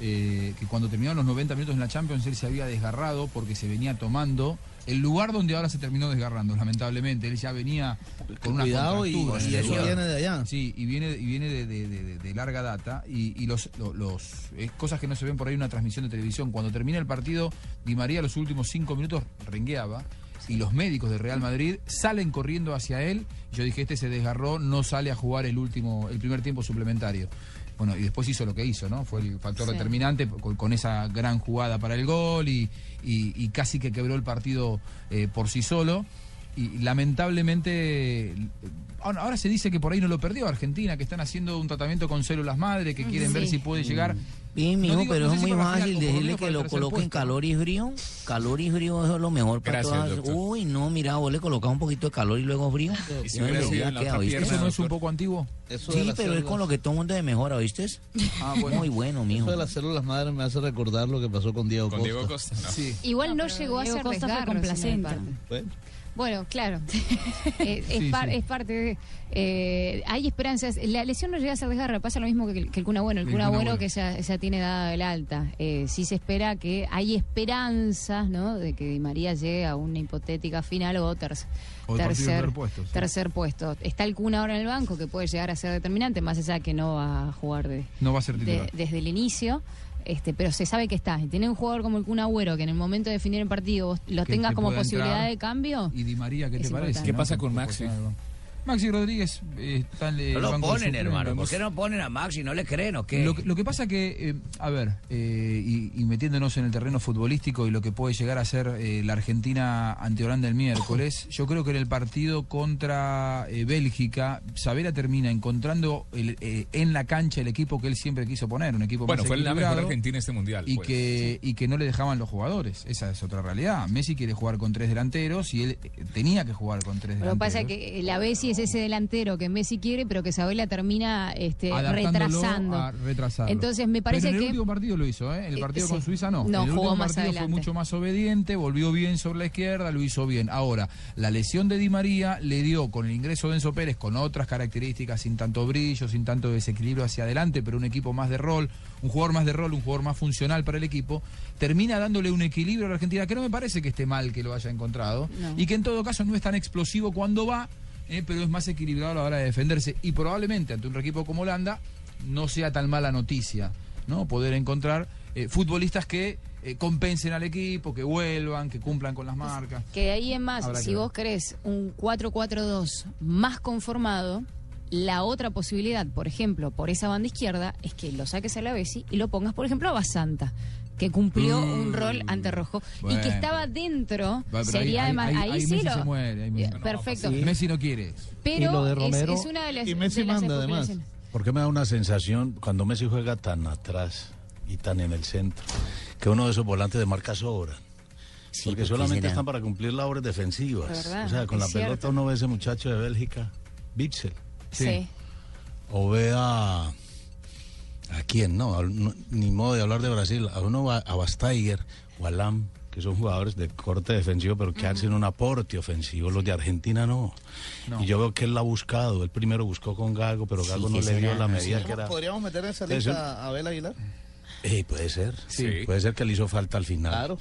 Speaker 4: eh, que cuando terminaron los 90 minutos en la Champions él se había desgarrado porque se venía tomando el lugar donde ahora se terminó desgarrando, lamentablemente. Él ya venía con una
Speaker 9: Cuidado y-
Speaker 4: contractura.
Speaker 9: y eso viene de allá.
Speaker 4: Sí, y viene, y viene de, de- de- de- de larga data. Y, y los, lo- los es cosas que no se ven por ahí en una transmisión de televisión. Cuando termina el partido, Di María los últimos cinco minutos rengueaba. Y los médicos de Real Madrid salen corriendo hacia él. Yo dije, este se desgarró, no sale a jugar el último, el primer tiempo suplementario. Bueno, y después hizo lo que hizo, ¿no? Fue el factor
Speaker 7: Sí.
Speaker 4: determinante con, con esa gran jugada para el gol y, y- y casi que quebró el partido eh, por sí solo. Y lamentablemente Ahora, ahora se dice que por ahí no lo perdió Argentina, que están haciendo un tratamiento con células madre,
Speaker 11: Mm.
Speaker 4: que quieren ver
Speaker 16: Sí.
Speaker 4: si puede llegar.
Speaker 16: Sí, Mm. mijo,
Speaker 4: No digo-
Speaker 16: pero
Speaker 4: no sé
Speaker 16: es
Speaker 4: si
Speaker 16: muy
Speaker 4: para la final,
Speaker 16: fácil
Speaker 4: o por lo
Speaker 16: decirle
Speaker 4: menos
Speaker 16: que
Speaker 4: para el
Speaker 16: lo
Speaker 4: tercer
Speaker 16: coloquen
Speaker 4: puesto.
Speaker 16: calor y frío. Calor y frío eso es lo mejor para
Speaker 4: Gracias,
Speaker 16: todas.
Speaker 4: doctor.
Speaker 16: Uy, no, mira, vos le colocás un poquito de calor y luego frío.
Speaker 4: Y si
Speaker 16: No,
Speaker 4: hubiera
Speaker 16: le
Speaker 4: sido
Speaker 16: hubiera
Speaker 4: en la
Speaker 16: quedado,
Speaker 4: otra
Speaker 16: ¿viste?
Speaker 4: pierna, ¿Eso no es un poco antiguo?
Speaker 9: Eso de
Speaker 16: Sí,
Speaker 9: las
Speaker 16: pero es
Speaker 9: células.
Speaker 16: con lo que todo el mundo se mejora, ¿viste?
Speaker 12: Ah,
Speaker 16: Muy bueno, mijo.
Speaker 9: Eso de las células madres me hace recordar lo que pasó con Diego Costa.
Speaker 10: Sí.
Speaker 11: Igual no,
Speaker 5: pero
Speaker 11: llegó a
Speaker 5: Diego
Speaker 11: ser
Speaker 5: Costa fue
Speaker 11: desgarro,
Speaker 5: complacente.
Speaker 11: sino de parte. Bueno, claro. Eh, (laughs) es,
Speaker 5: Sí,
Speaker 11: par-
Speaker 5: sí.
Speaker 11: es parte de. eh, hay esperanzas. La lesión no llega a ser desgarra, pasa lo mismo que el, que el Kun Agüero. El
Speaker 5: El
Speaker 11: Kun
Speaker 5: Kun
Speaker 11: Agüero
Speaker 5: Agüero.
Speaker 11: que ya, ya tiene dada el alta. Eh, sí se espera que. Hay esperanzas, ¿no? De que Di María llegue a una hipotética final o, terc-
Speaker 4: O el partido de
Speaker 11: tercer,
Speaker 4: primer puesto, sí.
Speaker 11: tercer puesto. Está el Kun ahora en el banco que puede llegar a ser determinante, más allá que no va a jugar de,
Speaker 4: No va a ser
Speaker 11: de-
Speaker 4: titular.
Speaker 11: desde el inicio. Este, pero se sabe que está. Y Tener un jugador como el Kun Agüero que en el momento de definir el partido vos lo
Speaker 4: Que
Speaker 11: tengas
Speaker 4: te
Speaker 11: como
Speaker 4: pueda
Speaker 11: posibilidad
Speaker 4: entrar.
Speaker 11: de cambio.
Speaker 4: Y Di María, ¿qué
Speaker 11: Es
Speaker 4: te parece?
Speaker 11: importante. ¿Qué pasa
Speaker 4: con Maxi? Maxi Rodríguez eh, está en el
Speaker 16: No lo
Speaker 4: banco de
Speaker 16: ponen,
Speaker 4: suplentes.
Speaker 16: hermano. ¿Por qué no ponen a Maxi? ¿No le creen o qué?
Speaker 4: Lo, que- lo que pasa que, eh, a ver, eh, y, y metiéndonos en el terreno futbolístico y lo que puede llegar a ser eh, la Argentina ante Holanda el miércoles, yo creo que en el partido contra eh, Bélgica, Savera termina encontrando el, eh, en la cancha el equipo que él siempre quiso poner, un equipo
Speaker 6: Bueno,
Speaker 4: más
Speaker 6: fue la mejor
Speaker 4: equilibrado
Speaker 6: Argentina este mundial.
Speaker 4: y
Speaker 6: pues.
Speaker 4: que y que no le dejaban los jugadores. Esa es otra realidad. Messi quiere jugar con tres delanteros y él eh, tenía que jugar con tres
Speaker 11: Lo que
Speaker 4: delanteros.
Speaker 11: pasa es que eh, la Bessi es ese delantero que Messi quiere, pero que Sabela termina este,
Speaker 4: Adaptándolo
Speaker 11: retrasando.
Speaker 4: a retrasarlo.
Speaker 11: Entonces, me parece
Speaker 4: Pero en
Speaker 11: que-
Speaker 4: el último partido lo hizo, ¿eh? En el
Speaker 11: Eh,
Speaker 4: partido
Speaker 11: sí.
Speaker 4: con Suiza no.
Speaker 11: No,
Speaker 4: En el
Speaker 11: jugó
Speaker 4: último
Speaker 11: más
Speaker 4: partido
Speaker 11: adelante.
Speaker 4: fue mucho más obediente, volvió bien sobre la izquierda, lo hizo bien. Ahora, la lesión de Di María le dio con el ingreso de Enzo Pérez, con otras características, sin tanto brillo, sin tanto desequilibrio hacia adelante, pero un equipo más de rol, un jugador más de rol, un jugador más funcional para el equipo, termina dándole un equilibrio a la Argentina, que no me parece que esté mal que lo haya encontrado,
Speaker 12: No.
Speaker 4: y que en todo caso no es tan explosivo cuando va, eh, pero es más equilibrado a la hora de defenderse. Y probablemente ante un equipo como Holanda no sea tan mala noticia, ¿no? Poder encontrar eh, futbolistas que eh, compensen al equipo, que vuelvan, que cumplan con las marcas.
Speaker 11: Que de ahí en más,
Speaker 4: Habrá que
Speaker 11: si
Speaker 4: ver.
Speaker 11: vos crees un 4-4-2 más conformado, la otra posibilidad, por ejemplo, por esa banda izquierda, es que lo saques a la Bessi y lo pongas, por ejemplo, a Basanta, que cumplió un rol ante Rojo y
Speaker 4: Mm. bueno,
Speaker 11: que estaba dentro,
Speaker 4: Va, pero
Speaker 11: sería además, ahí, sí
Speaker 4: Messi
Speaker 11: lo-
Speaker 4: se muere, ahí Messi-
Speaker 11: Perfecto.
Speaker 4: Messi no quiere.
Speaker 11: Pero
Speaker 10: Y lo de
Speaker 11: es-
Speaker 10: Romero-
Speaker 11: es, una de las,
Speaker 10: y Messi
Speaker 11: de las
Speaker 10: manda, además.
Speaker 11: especulaciones.
Speaker 10: Porque me da una sensación cuando Messi juega tan atrás y tan en el centro, que uno de esos volantes de marca sobran. porque
Speaker 16: porque
Speaker 10: solamente
Speaker 16: será.
Speaker 10: están para cumplir labores defensivas.
Speaker 16: La verdad,
Speaker 10: o sea, Ah, con
Speaker 16: es
Speaker 10: la pelota
Speaker 16: cierto.
Speaker 10: uno ve a ese muchacho de Bélgica, Bitzel.
Speaker 11: Sí.
Speaker 10: O ve a. ¿A quién? No, a- no, ni modo de hablar de Brasil. A uno va a Bastaiger o a Lam, que son jugadores de corte defensivo, pero que hacen un aporte ofensivo. Los de Argentina no. Y yo veo que él la ha buscado. Él primero buscó con Gago, pero Gago no le dio la medida que era.
Speaker 25: ¿Podríamos meter en esa
Speaker 10: Eso-
Speaker 25: lista a Abel Aguilar?
Speaker 10: Eh, puede ser.
Speaker 25: Sí.
Speaker 10: Puede ser que le hizo falta al final. Claro.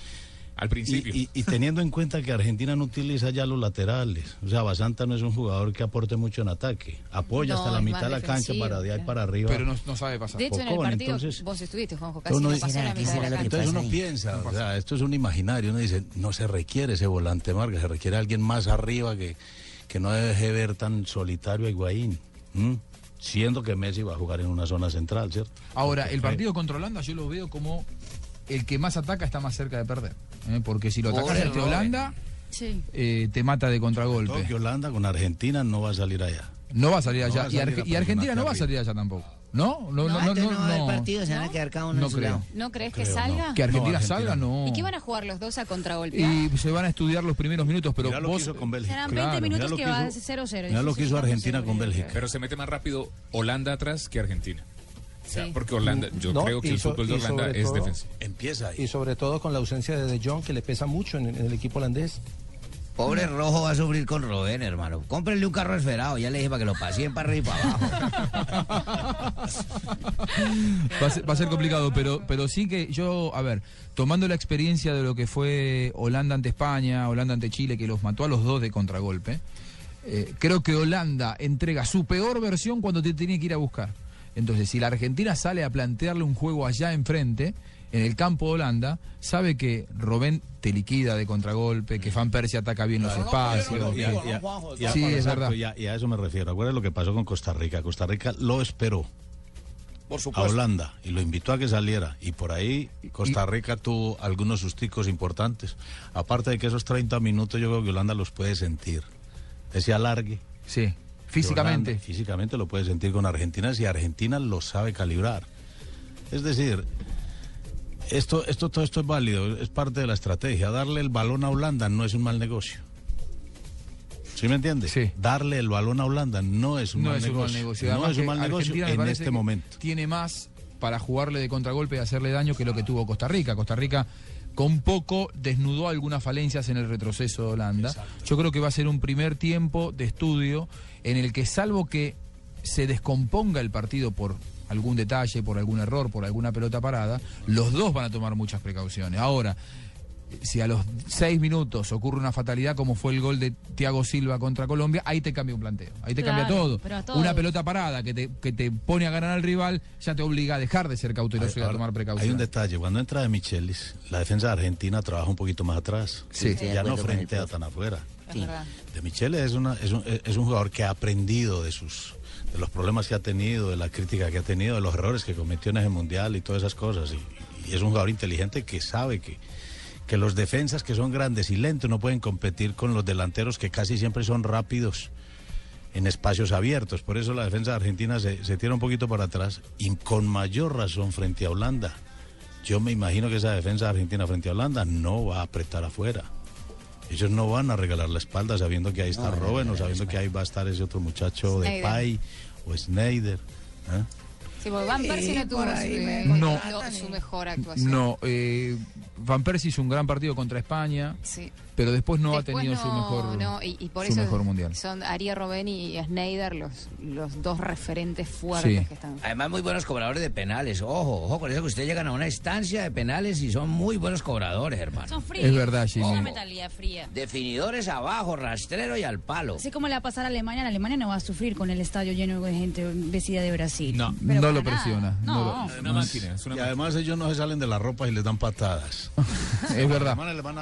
Speaker 6: Al principio.
Speaker 10: Y, y teniendo en cuenta que Argentina no utiliza ya los laterales. O sea, Basanta no es un jugador que aporte mucho en ataque. Apoya
Speaker 11: No,
Speaker 10: hasta la
Speaker 11: es
Speaker 10: mitad de la
Speaker 11: más
Speaker 10: cancha
Speaker 11: defensivo,
Speaker 10: para de ahí
Speaker 11: claro.
Speaker 10: para arriba.
Speaker 4: Pero no, sabe pasar.
Speaker 11: De hecho, en el
Speaker 10: Pocón,
Speaker 11: partido
Speaker 10: entonces-
Speaker 11: vos estuviste, Juanjo, casi
Speaker 10: entonces uno,
Speaker 11: no
Speaker 10: dice,
Speaker 11: pasó la mitad de la cancha.
Speaker 10: entonces uno piensa, o sea, esto es un imaginario, uno dice, no se requiere ese volante marca, se requiere alguien más arriba que, que no deje ver tan solitario a Higuaín, ¿m? siendo que Messi va a jugar en una zona central, ¿cierto?
Speaker 4: Ahora, el
Speaker 10: Sí.
Speaker 4: partido contra Holanda yo lo veo como el que más ataca está más cerca de perder. ¿eh? Porque si lo atacas
Speaker 10: Pobre
Speaker 4: ante
Speaker 10: Robert.
Speaker 4: Holanda,
Speaker 5: Sí.
Speaker 4: eh, te mata de
Speaker 10: Todo
Speaker 4: contragolpe.
Speaker 10: que Holanda con Argentina no va a salir allá.
Speaker 4: No va a salir
Speaker 10: No
Speaker 4: allá.
Speaker 10: va a
Speaker 4: y,
Speaker 10: salir
Speaker 4: Arge-
Speaker 10: la
Speaker 4: y Argentina
Speaker 10: persona
Speaker 4: no va a
Speaker 10: que
Speaker 4: salir allá tampoco. ¿No? No, no, no,
Speaker 10: antes
Speaker 4: no.
Speaker 10: no va a haber
Speaker 4: no.
Speaker 10: partido,
Speaker 11: se van a quedar
Speaker 4: cada
Speaker 11: uno
Speaker 4: no
Speaker 11: en su
Speaker 4: creo.
Speaker 11: lado. ¿No crees que
Speaker 4: Creo,
Speaker 11: salga?
Speaker 4: Que Argentina,
Speaker 11: No, Argentina
Speaker 4: salga, no.
Speaker 11: ¿Y qué van a jugar los dos a contragolpear?
Speaker 4: Y se van a estudiar los primeros minutos, pero
Speaker 6: Mirá lo que
Speaker 4: vos...
Speaker 6: hizo con Bélgica.
Speaker 5: Serán
Speaker 4: Claro,
Speaker 5: 20
Speaker 4: mirá
Speaker 5: minutos
Speaker 4: lo
Speaker 5: que
Speaker 4: que
Speaker 5: va
Speaker 4: hizo-
Speaker 5: a ser 0-0.
Speaker 10: Mirá lo que hizo Argentina con Bélgica.
Speaker 6: Pero se mete más rápido Holanda atrás que Argentina. O sea, porque Holanda, yo
Speaker 13: No,
Speaker 6: creo que
Speaker 13: y
Speaker 6: el
Speaker 13: so-
Speaker 6: fútbol de
Speaker 13: y
Speaker 6: Holanda
Speaker 13: sobre
Speaker 6: es
Speaker 13: todo-
Speaker 6: defensivo.
Speaker 10: Empieza
Speaker 13: Y sobre todo con la ausencia de De Jong, que le pesa mucho en, en el equipo holandés.
Speaker 16: Pobre Rojo va a sufrir con Robén, hermano. Cómprenle un carro esferado. Ya le dije para que lo paseen para arriba y para abajo.
Speaker 4: Va a ser, va a ser complicado, pero, pero sí que yo, a ver, tomando la experiencia de lo que fue Holanda ante España, Holanda ante Chile, que los mató a los dos de contragolpe, eh, creo que Holanda entrega su peor versión cuando te tiene que ir a buscar. Entonces, si la Argentina sale a plantearle un juego allá enfrente, en el campo de Holanda, sabe que Robén te liquida de contragolpe, que Van Persie ataca bien los espacios.
Speaker 10: Y a- y a- y a-
Speaker 4: Sí, es
Speaker 10: exacto,
Speaker 4: verdad.
Speaker 10: Y a, y a eso me refiero. Acuérdate lo que pasó con Costa Rica. Costa Rica lo esperó
Speaker 25: Por
Speaker 10: a Holanda y lo invitó a que saliera. Y por ahí Costa Rica tuvo algunos susticos importantes. Aparte de que esos 30 minutos yo creo que Holanda los puede sentir. Ese alargue.
Speaker 4: Sí,
Speaker 10: físicamente. físicamente lo puede sentir con Argentina si Argentina lo sabe calibrar. Es decir, esto, esto, todo esto es válido, es parte de la estrategia. Darle el balón a Holanda no es un mal negocio. ¿Sí me entiendes? Darle el balón a Holanda no es un,
Speaker 4: no
Speaker 10: mal,
Speaker 4: es
Speaker 10: negocio.
Speaker 4: un mal negocio.
Speaker 10: No
Speaker 4: Además
Speaker 10: es un
Speaker 4: que
Speaker 10: mal
Speaker 4: Argentina
Speaker 10: negocio
Speaker 4: me
Speaker 10: en
Speaker 4: parece
Speaker 10: este
Speaker 4: que
Speaker 10: momento.
Speaker 4: Tiene más para jugarle de contragolpe y hacerle daño que lo que tuvo Costa Rica. Costa Rica con poco desnudó algunas falencias en el retroceso de Holanda. Yo creo que va a ser un primer tiempo de estudio en el que salvo que se descomponga el partido por algún detalle, por algún error, por alguna pelota parada, los dos van a tomar muchas precauciones. Ahora, si a los seis minutos ocurre una fatalidad como fue el gol de Thiago Silva contra Colombia, ahí te cambia un planteo, ahí te cambia
Speaker 12: Claro,
Speaker 4: todo.
Speaker 12: pero a
Speaker 4: Una
Speaker 12: todos.
Speaker 4: pelota parada que te, que te pone a ganar al rival ya te obliga a dejar de ser cauteloso y a
Speaker 10: Ahora,
Speaker 4: tomar precaución.
Speaker 10: Hay un detalle, cuando entra de Michelis, la defensa de Argentina trabaja un poquito más atrás,
Speaker 4: Sí. Estoy de
Speaker 10: ya no
Speaker 4: acuerdo con el
Speaker 10: frente a
Speaker 4: profe.
Speaker 10: tan afuera.
Speaker 4: Es verdad.
Speaker 10: De Michelis es, una- es un, es un jugador que ha aprendido de sus de los problemas que ha tenido, de la crítica que ha tenido, de los errores que cometió en ese mundial y todas esas cosas. Y, y es un jugador inteligente que sabe que, que los defensas que son grandes y lentos no pueden competir con los delanteros que casi siempre son rápidos en espacios abiertos. Por eso la defensa de argentina se, se tira un poquito para atrás y con mayor razón frente a Holanda. Yo me imagino que esa defensa de argentina frente a Holanda no va a apretar afuera. Ellos no van a regalar la espalda sabiendo que ahí está Robben o sabiendo que ahí va a estar ese otro muchacho de
Speaker 11: Sneijder.
Speaker 10: Pay o ¿eh? Snyder.
Speaker 11: Sí, porque Van Persie no tuvo
Speaker 12: por
Speaker 11: su,
Speaker 12: ahí
Speaker 11: eh,
Speaker 4: me
Speaker 11: no,
Speaker 12: contratan
Speaker 11: su mejor actuación.
Speaker 4: No, eh, Van Persie hizo un gran partido contra España,
Speaker 11: Sí.
Speaker 4: pero después no
Speaker 11: Después
Speaker 4: ha tenido su
Speaker 11: no-
Speaker 4: mejor
Speaker 11: no, y, y por
Speaker 4: su
Speaker 11: eso
Speaker 4: mejor mundial.
Speaker 11: son Aria Robben y Schneider los, los dos referentes fuertes
Speaker 7: Sí.
Speaker 11: que están.
Speaker 7: (laughs) Además, muy buenos cobradores de penales. Ojo, ojo, con eso que ustedes llegan a una instancia de penales y son muy buenos cobradores, hermano.
Speaker 5: Son fríos. Es una
Speaker 7: Ojo,
Speaker 5: mentalidad fría.
Speaker 7: definidores abajo, rastrero y al palo.
Speaker 5: Así como le va a pasar a Alemania, la Alemania no va a sufrir con el estadio lleno de gente vestida de Brasil.
Speaker 10: No,
Speaker 5: Pero para nada. No.
Speaker 6: Una máquina,
Speaker 10: y además ellos no se salen de la ropa y les dan patadas.
Speaker 4: (laughs) es verdad.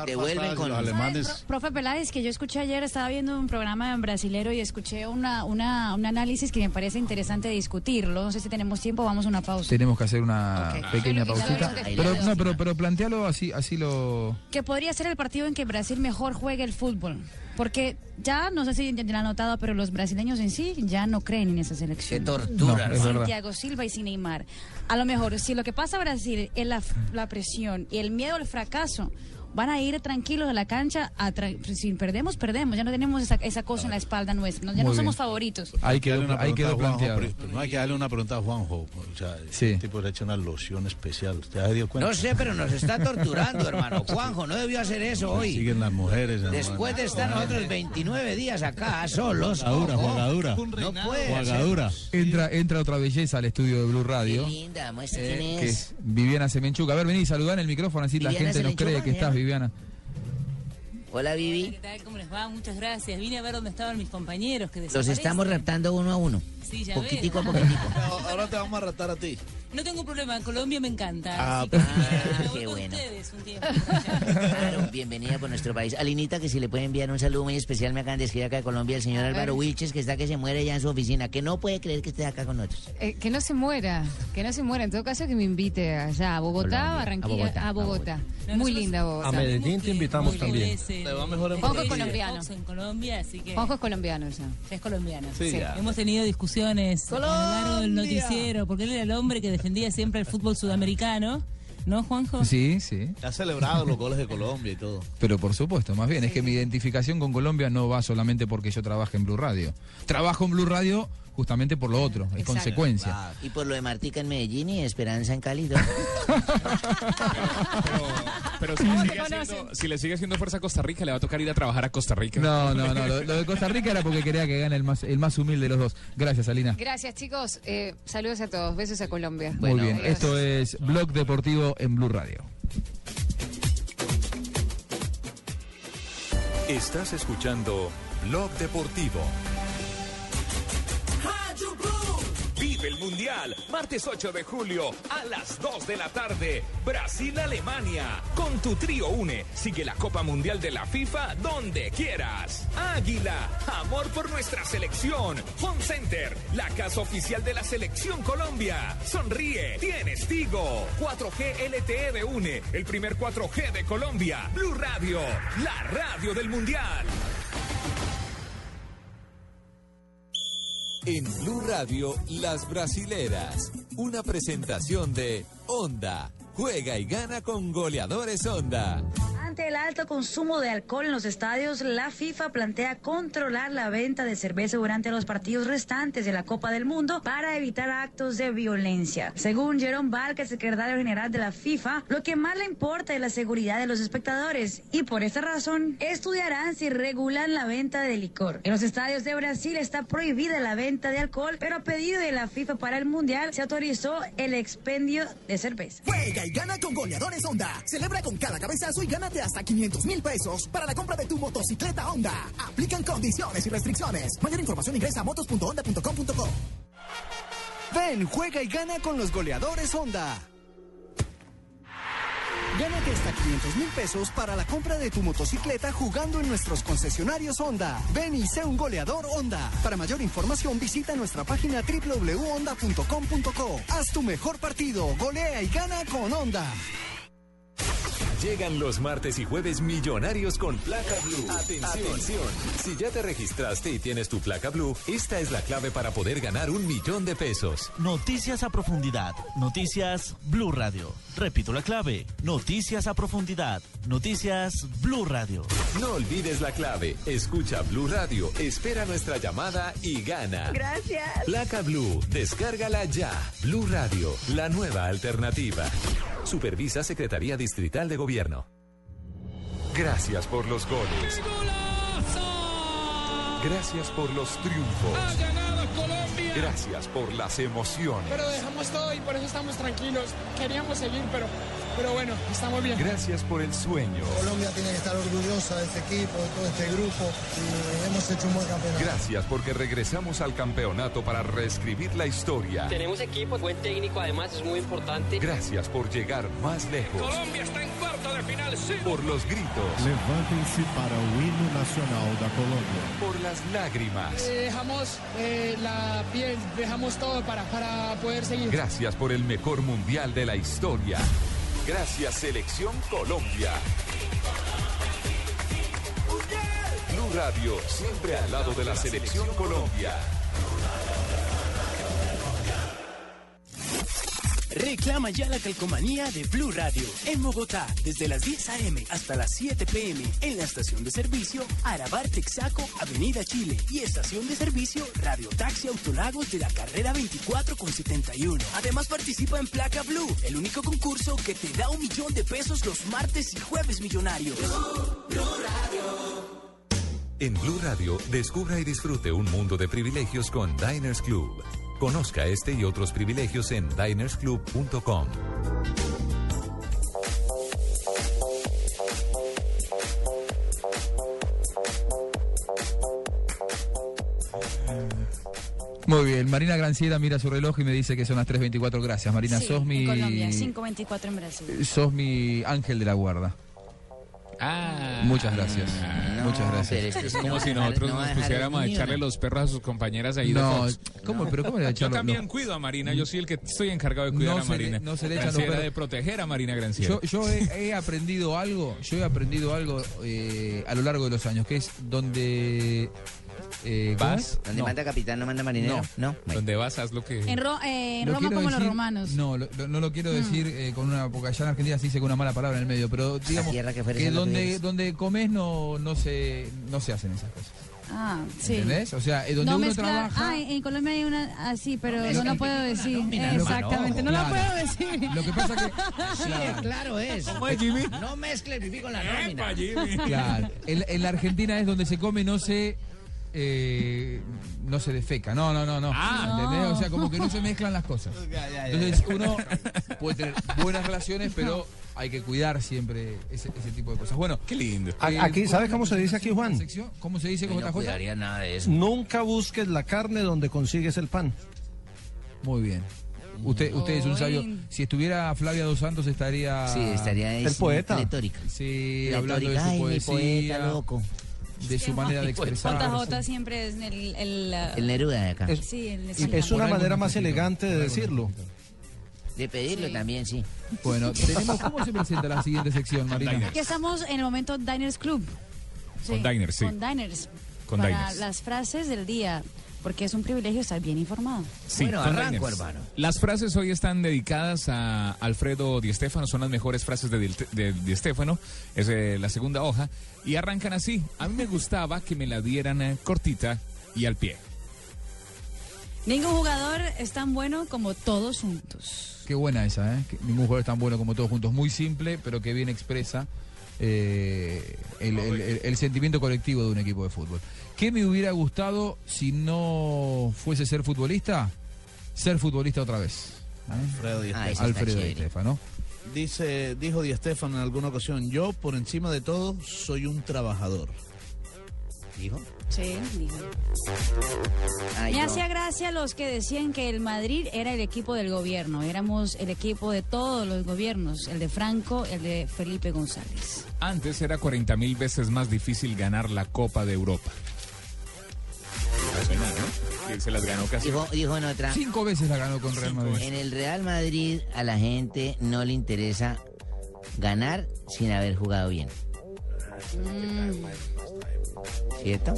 Speaker 10: Devuelven con los alemanes.
Speaker 5: Profe Peláez, que yo escuché ayer, estaba viendo un programa en brasilero y escuché una, una, un análisis que me parece interesante discutirlo. No sé si tenemos tiempo, vamos a una pausa.
Speaker 4: Tenemos que hacer una
Speaker 5: Ok.
Speaker 4: pequeña
Speaker 5: Pero que ya lo
Speaker 4: pausita.
Speaker 5: hemos
Speaker 4: Pero,
Speaker 5: definido.
Speaker 4: no, pero, pero plantealo así, así lo...
Speaker 5: que podría ser el partido en que Brasil mejor juegue el fútbol. Porque ya, no sé si ya lo han notado, pero los brasileños en sí ya no creen en esa selección.
Speaker 7: Qué tortura,
Speaker 4: No,
Speaker 7: hermano.
Speaker 4: es verdad.
Speaker 5: Santiago Silva y sin Neymar. A lo mejor, si lo que pasa a Brasil es la, la presión y el miedo al fracaso, van a ir tranquilos a la cancha. A tra- si perdemos, perdemos. Ya no tenemos esa, esa cosa en la espalda nuestra. ¿no? Ya
Speaker 10: Muy
Speaker 5: no somos
Speaker 10: bien.
Speaker 5: favoritos.
Speaker 4: Ahí
Speaker 10: que
Speaker 4: quedó-
Speaker 10: darle una
Speaker 4: ahí
Speaker 10: pregunta
Speaker 4: quedó
Speaker 10: a Juanjo,
Speaker 4: planteado.
Speaker 10: pero no hay que darle una pregunta a Juanjo. O sea, el tipo le ha hecho una loción especial. ¿Te has dado cuenta?
Speaker 7: No sé, pero nos está
Speaker 10: (laughs)
Speaker 7: torturando, hermano. Juanjo, no debió hacer eso hoy.
Speaker 10: Siguen las mujeres. hermano.
Speaker 7: Después de estar nosotros 29 días acá, solos.
Speaker 10: Jugadura,
Speaker 7: ojo,
Speaker 10: jugadura.
Speaker 7: No puede hacer-
Speaker 4: Entra, entra otra belleza al estudio de Blue Radio.
Speaker 7: Qué linda, muestra
Speaker 4: eh,
Speaker 7: quién
Speaker 4: que
Speaker 7: es.
Speaker 4: es Viviana Semenchuk. A ver, vení, saludá en el micrófono, así la
Speaker 27: Viviana
Speaker 4: gente nos
Speaker 27: Semenchuk,
Speaker 4: cree que
Speaker 27: Viviana.
Speaker 4: estás, Viviana.
Speaker 7: Hola,
Speaker 27: Hola, ¿Qué tal? ¿Cómo les va? Muchas gracias. Vine a ver dónde estaban mis compañeros que
Speaker 7: Los
Speaker 27: desaparecen.
Speaker 7: estamos raptando uno a uno.
Speaker 27: Sí, ya
Speaker 7: Poquitico a
Speaker 27: veo.
Speaker 7: poquitico.
Speaker 12: eh,
Speaker 27: Ahora te vamos a ratar a ti. (laughs) No tengo problema, Colombia me encanta.
Speaker 7: Ah,
Speaker 4: pues.
Speaker 27: así que me voy
Speaker 4: (laughs)
Speaker 7: ah, qué
Speaker 27: con
Speaker 7: bueno.
Speaker 27: ustedes un tiempo.
Speaker 7: Claro, bienvenida por nuestro país. Alinita, que si le puede enviar un saludo muy especial, me acaban de escribir acá de Colombia el señor Álvaro Wilches, que está que se muere ya en su oficina, que no puede creer que esté acá con nosotros.
Speaker 11: Eh, que no se muera, que no se muera. En todo caso, que me invite allá a Bogotá,
Speaker 7: Colombia,
Speaker 11: Barranquilla,
Speaker 7: a Bogotá,
Speaker 11: a Bogotá. Muy linda Bogotá.
Speaker 13: A Medellín te invitamos también.
Speaker 27: Te va
Speaker 13: mejor
Speaker 27: en
Speaker 11: Poco
Speaker 27: Medellín.
Speaker 11: colombiano.
Speaker 27: En Colombia, así que
Speaker 11: Ojo es colombiano ya.
Speaker 27: es colombiano.
Speaker 11: Sí, ya.
Speaker 27: Hemos tenido discusiones a lo largo del
Speaker 11: ¡Colombia!
Speaker 27: noticiero, porque él era el hombre que defendía siempre el fútbol sudamericano. ¿No, Juanjo?
Speaker 4: Sí, sí.
Speaker 27: Ha
Speaker 12: celebrado los goles de Colombia y todo.
Speaker 4: Pero por supuesto, más bien, es que mi identificación con Colombia no va solamente porque yo trabaje en Blue Radio. Trabajo en Blue Radio justamente por lo otro, es consecuencia.
Speaker 7: Claro. Y por lo de Martica en Medellín y Esperanza en Cali. dos.
Speaker 4: Ah,
Speaker 6: Pero si, le sigue haciendo, si le sigue haciendo fuerza a Costa Rica, le va a tocar ir a trabajar a Costa Rica.
Speaker 4: No, no,
Speaker 6: (laughs)
Speaker 4: no. Lo, lo de Costa Rica era porque quería que gane el más, el más humilde de los dos. Gracias, Alina.
Speaker 11: Gracias, chicos. Eh, saludos a todos. Besos a Colombia.
Speaker 4: Muy bien. Esto es Blog Deportivo en Blue Radio.
Speaker 28: Estás escuchando Blog Deportivo.
Speaker 29: Rádio Blue.
Speaker 14: Vive el Mundial, martes 8 de julio a las 2 de la tarde, Brasil-Alemania. Con tu trío une, sigue la Copa Mundial de la FIFA donde quieras. Águila, amor por nuestra selección. Home Center, la casa oficial de la selección Colombia. Sonríe, tienes Tigo. 4G LTE E de une, el primer 4G de Colombia. Blue Radio, la radio del Mundial.
Speaker 17: En Blue Radio, Las Brasileras. Una presentación de Honda. Juega y gana con goleadores Honda.
Speaker 30: Ante el alto consumo de alcohol en los estadios, la FIFA plantea controlar la venta de cerveza durante los partidos restantes de la Copa del Mundo para evitar actos de violencia. Según Jerome Valque, secretario general de la FIFA, lo que más le importa es la seguridad de los espectadores y por esta razón estudiarán si regulan la venta de licor. En los estadios de Brasil está prohibida la venta de alcohol, pero a pedido de la FIFA para el Mundial se autorizó el expendio de cerveza.
Speaker 19: Juega y gana con goleadores Honda. Celebra con cada cabezazo y gánate hasta
Speaker 31: hasta 500 mil pesos para la compra de tu motocicleta Honda. Aplican condiciones y restricciones. Mayor información ingresa a motos.honda.com.co.
Speaker 19: Ven, juega y gana con los goleadores Honda. Gánate hasta 500 mil pesos para la compra de tu motocicleta jugando en nuestros concesionarios Honda. Ven y sé un goleador Honda. Para mayor información visita nuestra página www.honda.com.co. Haz tu mejor partido, golea y gana con Honda.
Speaker 17: Llegan los martes y jueves millonarios con placa blue. Atención. Si ya te registraste y tienes tu placa blue, esta es la clave para poder ganar un millón de pesos.
Speaker 20: Noticias a profundidad. Noticias Blue Radio. Repito la clave. Noticias a profundidad. Noticias Blue Radio.
Speaker 17: No olvides la clave. Escucha Blue Radio, espera nuestra llamada y gana.
Speaker 9: Gracias.
Speaker 17: Placa Blue, descárgala ya. Blue Radio, la nueva alternativa. Supervisa Secretaría Distrital de Gobierno. Gracias por los goles. Gracias por los
Speaker 2: ¡Ha
Speaker 17: triunfos.
Speaker 2: ganado Colombia!
Speaker 17: Gracias por las emociones.
Speaker 2: Pero dejamos todo y por eso estamos tranquilos. Queríamos seguir, pero, pero bueno, estamos bien.
Speaker 17: Gracias por el sueño.
Speaker 23: Colombia tiene que estar orgullosa de este equipo, de todo este grupo. Y hemos hecho un buen campeonato.
Speaker 17: Gracias porque regresamos al campeonato para reescribir la historia.
Speaker 24: Tenemos equipo, buen técnico, además es muy importante.
Speaker 17: Gracias por llegar más lejos.
Speaker 24: Colombia está en cuarto de final, sí.
Speaker 17: Por los gritos.
Speaker 25: Levantem-se para o hino nacional da Colômbia.
Speaker 17: Por las lágrimas.
Speaker 2: Eh, dejamos eh, la piel, dejamos todo para, para poder seguir.
Speaker 17: Gracias por el mejor mundial de la historia. Gracias Selección Colombia. Blue Radio, siempre al lado de la Selección Colombia.
Speaker 26: Reclama ya la calcomanía de Blue Radio en Bogotá desde las 10 a.m. hasta las 7 p.m. en la estación de servicio Arabar Texaco, Avenida Chile y estación de servicio Radio Taxi Autolagos de la carrera 24 con 71. Además participa en Placa Blue, el único concurso que te da un millón de pesos los martes y jueves millonarios.
Speaker 17: En Blue Radio, descubra y disfrute un mundo de privilegios con Diners Club. Conozca este y otros privilegios en dinersclub.com.
Speaker 4: Muy bien, Marina Granciera mira su reloj y me dice que son las 3.24. Gracias, Marina.
Speaker 5: Sí,
Speaker 4: sos mi.
Speaker 5: en Colombia, 5.24 en Brasil.
Speaker 4: Sos mi ángel de la guarda. Muchas gracias.
Speaker 6: Ah,
Speaker 4: Muchas gracias.
Speaker 6: Es,
Speaker 32: (laughs)
Speaker 6: como si nosotros nos pusiéramos a echarle los perros a sus compañeras ahí de
Speaker 4: No,
Speaker 6: Fox.
Speaker 4: ¿cómo? ¿Pero
Speaker 6: (laughs)
Speaker 4: cómo le va a echar
Speaker 6: Yo
Speaker 4: los-
Speaker 6: también
Speaker 4: no.
Speaker 6: cuido a Marina, yo soy el que estoy encargado de cuidar
Speaker 4: No
Speaker 6: a
Speaker 4: se le-
Speaker 6: Marina.
Speaker 4: no se le echan los
Speaker 6: Granciera,
Speaker 4: perros.
Speaker 6: de proteger a Marina Granciera.
Speaker 4: Yo, yo he, he aprendido algo, yo he aprendido algo eh, a lo largo de los años, que es donde... eh, ¿cómo
Speaker 32: ¿Vas?
Speaker 4: es?
Speaker 32: Donde
Speaker 4: No.
Speaker 32: manda capitán, no manda marinero. No.
Speaker 6: Donde vas, haz lo que...
Speaker 5: En, Ro- eh, en
Speaker 4: Lo
Speaker 5: Roma
Speaker 4: quiero
Speaker 5: como los
Speaker 4: decir-
Speaker 5: romanos. Mm.
Speaker 4: No, lo- lo- no lo quiero decir eh, con una, porque allá en Argentina se dice con una mala palabra en el medio, pero digamos
Speaker 32: tierra que
Speaker 4: que,
Speaker 32: ofrece lo que
Speaker 4: donde,
Speaker 32: eres.
Speaker 4: donde comes no, no, se, no se hacen esas cosas.
Speaker 5: Ah, sí.
Speaker 4: ¿Entendés? O sea, eh, donde
Speaker 5: no
Speaker 4: uno
Speaker 5: mezclar-
Speaker 4: trabaja...
Speaker 5: Ah, en en Colombia hay una así, pero no, lo puedo decir.
Speaker 4: nómina, ¿no?
Speaker 5: Exactamente, no,
Speaker 4: Claro.
Speaker 5: lo puedo decir.
Speaker 4: Lo que pasa que...
Speaker 5: (laughs)
Speaker 16: Sí,
Speaker 4: Claro.
Speaker 16: claro es.
Speaker 4: ¿Cómo es, Jimmy?
Speaker 16: No mezcle el pipí con la nómina.
Speaker 4: eh. Claro. En, en la Argentina es donde se come, no se. eh, no se defeca. No, no, no, no. Ah, ¿Entendés? O sea, como que no (laughs) se mezclan las cosas. Entonces uno puede tener buenas relaciones, pero hay que cuidar siempre ese, ese tipo de cosas. Bueno. eh, Qué lindo.
Speaker 13: A- Aquí, ¿sabes cómo se dice aquí, Juan?
Speaker 4: ¿Cómo se dice con otra cosa?
Speaker 32: nada de
Speaker 13: Nunca busques la carne donde consigues el pan.
Speaker 4: Muy bien. Usted, usted es un sabio. Si estuviera Flavia dos Santos estaría.
Speaker 32: Sí, estaría ahí,
Speaker 4: El
Speaker 32: sí,
Speaker 4: poeta.
Speaker 32: pletórica.
Speaker 4: Sí,
Speaker 32: Pletórica.
Speaker 4: hablando de su
Speaker 32: Ay, mi
Speaker 4: poesía.
Speaker 32: poeta loco.
Speaker 4: De su manera de expresar.
Speaker 5: JJ siempre es el... El, ah,
Speaker 32: El Neruda de acá.
Speaker 13: Es-
Speaker 5: Sí, el
Speaker 13: Y es una manera más elegante de decirlo.
Speaker 32: De pedirlo también, sí.
Speaker 4: Bueno, tenemos cómo se presenta la siguiente sección, Marina.
Speaker 5: Aquí estamos en el momento Diners Club.
Speaker 4: Con Diners, sí.
Speaker 5: Con Diners.
Speaker 4: Con
Speaker 5: para
Speaker 4: Diners.
Speaker 5: las frases del día, porque es un privilegio estar bien informado.
Speaker 6: Sí, con Diners. Las frases hoy están dedicadas a Alfredo Di Stéfano, son las mejores frases de, Di- de Di Stéfano, es eh, la segunda hoja, y arrancan así. A mí me gustaba que me la dieran eh, cortita y al pie.
Speaker 5: Ningún jugador es tan bueno como todos juntos.
Speaker 4: Qué buena esa, ¿eh? Que ningún jugador es tan bueno como todos juntos. Muy simple, pero que bien expresa eh, el, el- el- el sentimiento colectivo de un equipo de fútbol. ¿Qué me hubiera gustado si no fuese ser futbolista? Ser futbolista otra vez. ¿eh?
Speaker 12: Alfredo Di
Speaker 4: Alfredo
Speaker 12: Stéfano.
Speaker 4: Di Stéfano.
Speaker 12: dice, dijo Di Estefano en alguna ocasión, yo por encima de todo soy un trabajador.
Speaker 7: ¿Dijo?
Speaker 5: Sí, dijo.
Speaker 7: Ay,
Speaker 5: Me
Speaker 7: no.
Speaker 5: hacía gracia los que decían que el Madrid era el equipo del gobierno. Éramos el equipo de todos los gobiernos, el de Franco, el de Felipe González.
Speaker 6: Antes era 40 mil veces más difícil ganar la Copa de Europa. Suena, ¿no? Que se las ganó casi.
Speaker 7: Dijo, dijo en otra.
Speaker 4: Cinco veces la ganó con Real Madrid.
Speaker 7: En el Real Madrid a la gente no le interesa ganar sin haber jugado bien. ¿Cierto?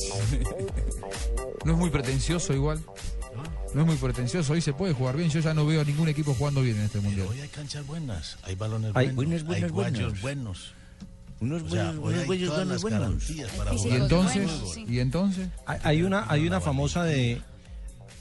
Speaker 4: No es muy pretencioso igual. No es muy pretencioso. Hoy se puede jugar bien. Yo ya no veo a ningún equipo jugando bien en este mundial.
Speaker 10: Hoy hay canchas buenas, hay balones
Speaker 4: Hay
Speaker 10: buenos,
Speaker 4: buenos, buenos,
Speaker 10: hay guayos
Speaker 4: buenos.
Speaker 10: buenos.
Speaker 7: Unos
Speaker 10: sea,
Speaker 7: buenos,
Speaker 10: hoy
Speaker 7: unos
Speaker 10: hay
Speaker 7: buenos,
Speaker 10: todas
Speaker 7: buenos,
Speaker 10: las
Speaker 7: buenos.
Speaker 10: garantías para
Speaker 7: Hay
Speaker 13: jugar.
Speaker 4: ¿Y
Speaker 13: Sí,
Speaker 4: entonces?
Speaker 13: bueno, sí.
Speaker 4: ¿Y entonces?
Speaker 13: Hay- Hay una, hay una famosa de.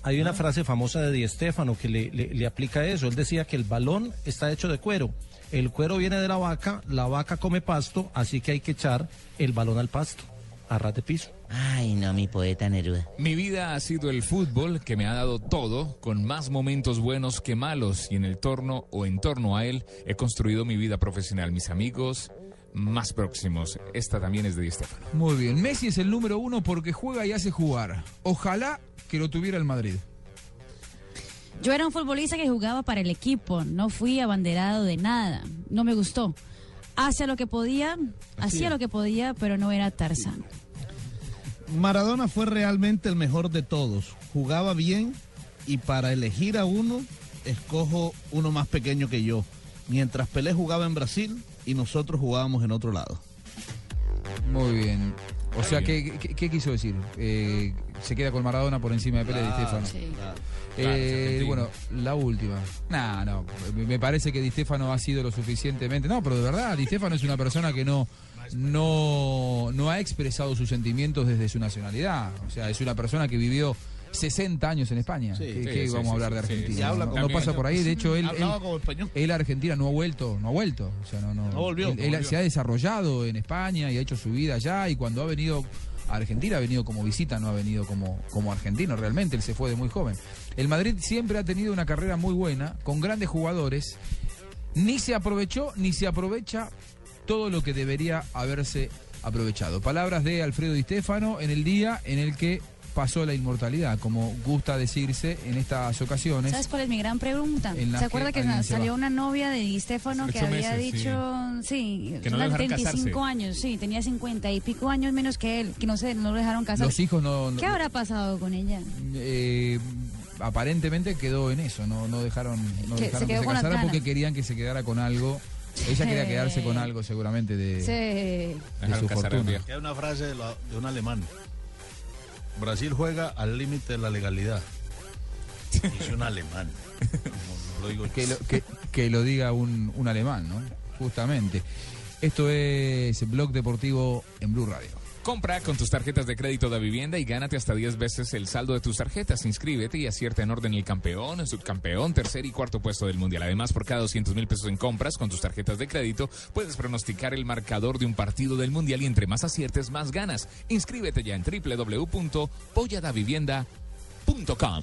Speaker 13: Hay una frase famosa de Di Stefano que le, le- le aplica eso. Él decía que el balón está hecho de cuero. El cuero viene de la vaca, la vaca come pasto, así que hay que echar el balón al pasto, a ras de piso.
Speaker 7: Ay, no, mi poeta Neruda.
Speaker 6: Mi vida ha sido el fútbol que me ha dado todo, con más momentos buenos que malos, y en el torno o en torno a él he construido mi vida profesional. Mis amigos más próximos. Esta también es de Di Stéfano.
Speaker 4: Muy bien. Messi es el número uno porque juega y hace jugar. Ojalá que lo tuviera el Madrid.
Speaker 5: Yo era un futbolista que jugaba para el equipo. No fui abanderado de nada. No me gustó. Hacía lo que podía, hacía lo que podía, pero no era Tarzán.
Speaker 12: Maradona fue realmente el mejor de todos. Jugaba bien y para elegir a uno, escojo uno más pequeño que yo. Mientras Pelé jugaba en Brasil y nosotros jugábamos en otro lado.
Speaker 4: Muy bien. O sea, ¿qué, qué- qué quiso decir? Eh, se queda con Maradona por encima de Pérez
Speaker 12: Claro,
Speaker 4: Di Stefano.
Speaker 12: sí. claro.
Speaker 4: Eh,
Speaker 12: Claro, es argentino.
Speaker 4: bueno, la última. Nah, no, me- me parece que Di Stefano ha sido lo suficientemente. No, pero de verdad, Di Stefano es una persona que no, no, no ha expresado sus sentimientos desde su nacionalidad. O sea, es una persona que vivió 60 años en España. ¿Qué,
Speaker 12: Sí,
Speaker 4: qué
Speaker 12: sí,
Speaker 4: vamos
Speaker 12: sí,
Speaker 4: a hablar de
Speaker 12: sí, sí.
Speaker 4: Argentina?
Speaker 12: Y habla
Speaker 4: no,
Speaker 12: como
Speaker 4: no pasa
Speaker 12: español.
Speaker 4: por ahí. De hecho, él,
Speaker 12: Hablaba
Speaker 4: él-
Speaker 12: como español.
Speaker 4: él a Argentina no ha vuelto, no ha vuelto. O sea, no, no,
Speaker 12: No volvió,
Speaker 4: Él,
Speaker 12: no
Speaker 4: él
Speaker 12: volvió.
Speaker 4: se ha desarrollado en España y ha hecho su vida allá. Y cuando ha venido a Argentina, ha venido como visita, no ha venido como, como argentino realmente. Él se fue de muy joven. El Madrid siempre ha tenido una carrera muy buena, con grandes jugadores. Ni se aprovechó, ni se aprovecha todo lo que debería haberse aprovechado. Palabras de Alfredo Di Stefano en el día en el que pasó la inmortalidad, como gusta decirse en estas ocasiones.
Speaker 5: ¿Sabes cuál es mi gran pregunta?
Speaker 4: En la
Speaker 5: ¿Se acuerda que,
Speaker 4: que alguien se
Speaker 5: salió
Speaker 4: va.
Speaker 5: una novia de Di Stefano
Speaker 4: Hace
Speaker 5: que
Speaker 4: ocho
Speaker 5: había
Speaker 4: meses,
Speaker 5: dicho, sí,
Speaker 4: Que no la
Speaker 5: una de
Speaker 4: dejaron
Speaker 5: 35
Speaker 4: casarse.
Speaker 5: años, sí, tenía 50 y pico años menos que él, que no se no lo dejaron casar.
Speaker 4: Los hijos no- no-
Speaker 5: ¿Qué habrá pasado con ella?
Speaker 4: Eh, aparentemente quedó en eso, no, no dejaron, no
Speaker 5: Que se
Speaker 4: dejaron que
Speaker 5: quedó
Speaker 4: se
Speaker 5: con las
Speaker 4: casara
Speaker 5: ganas.
Speaker 4: porque querían que se quedara con algo. Ella quería
Speaker 5: Sí.
Speaker 4: quedarse con algo seguramente de,
Speaker 5: Sí.
Speaker 4: de su fortuna.
Speaker 10: Aquí hay una frase de, la- de un alemán. Brasil juega al límite de la legalidad. Dice un
Speaker 6: (laughs)
Speaker 10: alemán. No, no lo digo yo.
Speaker 4: Que lo, que- que lo diga un, un alemán, ¿no? Justamente. Esto es Blog Deportivo en Blue Radio.
Speaker 6: Compra con tus tarjetas de crédito de vivienda y gánate hasta 10 veces el saldo de tus tarjetas. Inscríbete y acierta en orden el campeón, el subcampeón, tercer y cuarto puesto del mundial. Además, por cada 200 mil pesos en compras con tus tarjetas de crédito, puedes pronosticar el marcador de un partido del mundial y entre más aciertes, más ganas. Inscríbete ya en www.polladavivienda.com.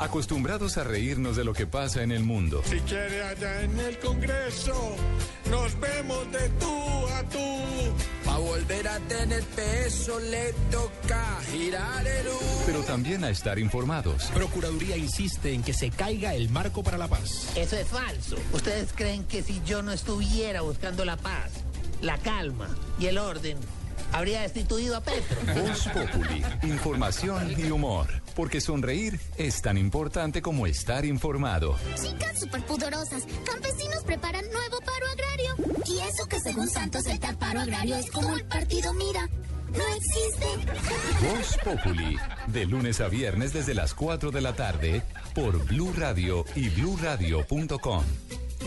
Speaker 17: Acostumbrados a reírnos de lo que pasa en el mundo.
Speaker 33: Si quiere allá en el Congreso, nos vemos de tú a tú. Pa' volver a tener peso le toca girar el U.
Speaker 17: Pero también a estar informados.
Speaker 34: Procuraduría insiste en que se caiga el marco para la paz.
Speaker 16: Eso es falso. Ustedes creen que si yo no estuviera buscando la paz, la calma y el orden, habría destituido a (laughs) Petro.
Speaker 17: Voz Populi, información y humor. Porque sonreír es tan importante como estar informado.
Speaker 35: Chicas superpudorosas, campesinos preparan nuevo paro agrario. Y eso que según Santos el taparo agrario es como el partido Mira. No existe.
Speaker 17: Voz Populi, de lunes a viernes desde las 4 de la tarde por Blue Radio y bluradio.com.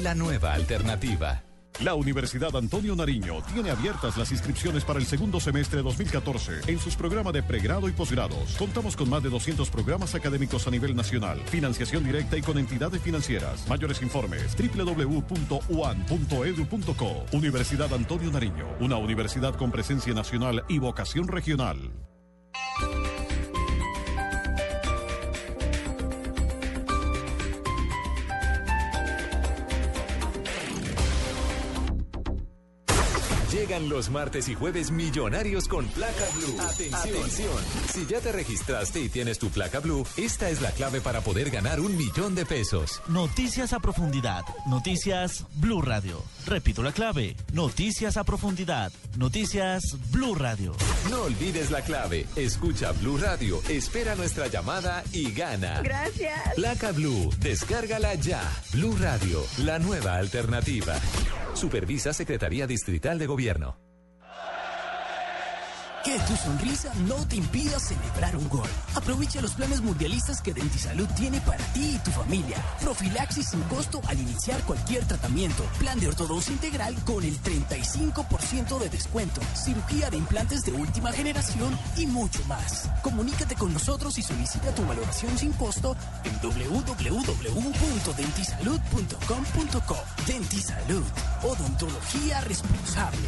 Speaker 17: La nueva alternativa.
Speaker 36: La Universidad Antonio Nariño tiene abiertas las inscripciones para el segundo semestre 2014 en sus programas de pregrado y posgrados. Contamos con más de 200 programas académicos a nivel nacional, financiación directa y con entidades financieras. Mayores informes www.uan.edu.co. Universidad Antonio Nariño, una universidad con presencia nacional y vocación regional.
Speaker 17: Llegan los martes y jueves millonarios con placa blue. Atención. Si ya te registraste y tienes tu placa blue, esta es la clave para poder ganar un millón de pesos.
Speaker 20: Noticias a profundidad. Noticias Blue Radio. Repito la clave. Noticias a profundidad. Noticias Blue Radio.
Speaker 17: No olvides la clave. Escucha Blue Radio, espera nuestra llamada y gana.
Speaker 35: Gracias.
Speaker 17: Placa Blue, descárgala ya. Blue Radio, la nueva alternativa. Supervisa Secretaría Distrital de Gobierno.
Speaker 26: Que tu sonrisa no te impida celebrar un gol. Aprovecha los planes mundialistas que Dentisalud tiene para ti y tu familia. Profilaxis sin costo al iniciar cualquier tratamiento. Plan de ortodoncia integral con el 35% de descuento. Cirugía de implantes de última generación y mucho más. Comunícate con nosotros y solicita tu valoración sin costo en www.dentisalud.com.co. Dentisalud. Odontología responsable.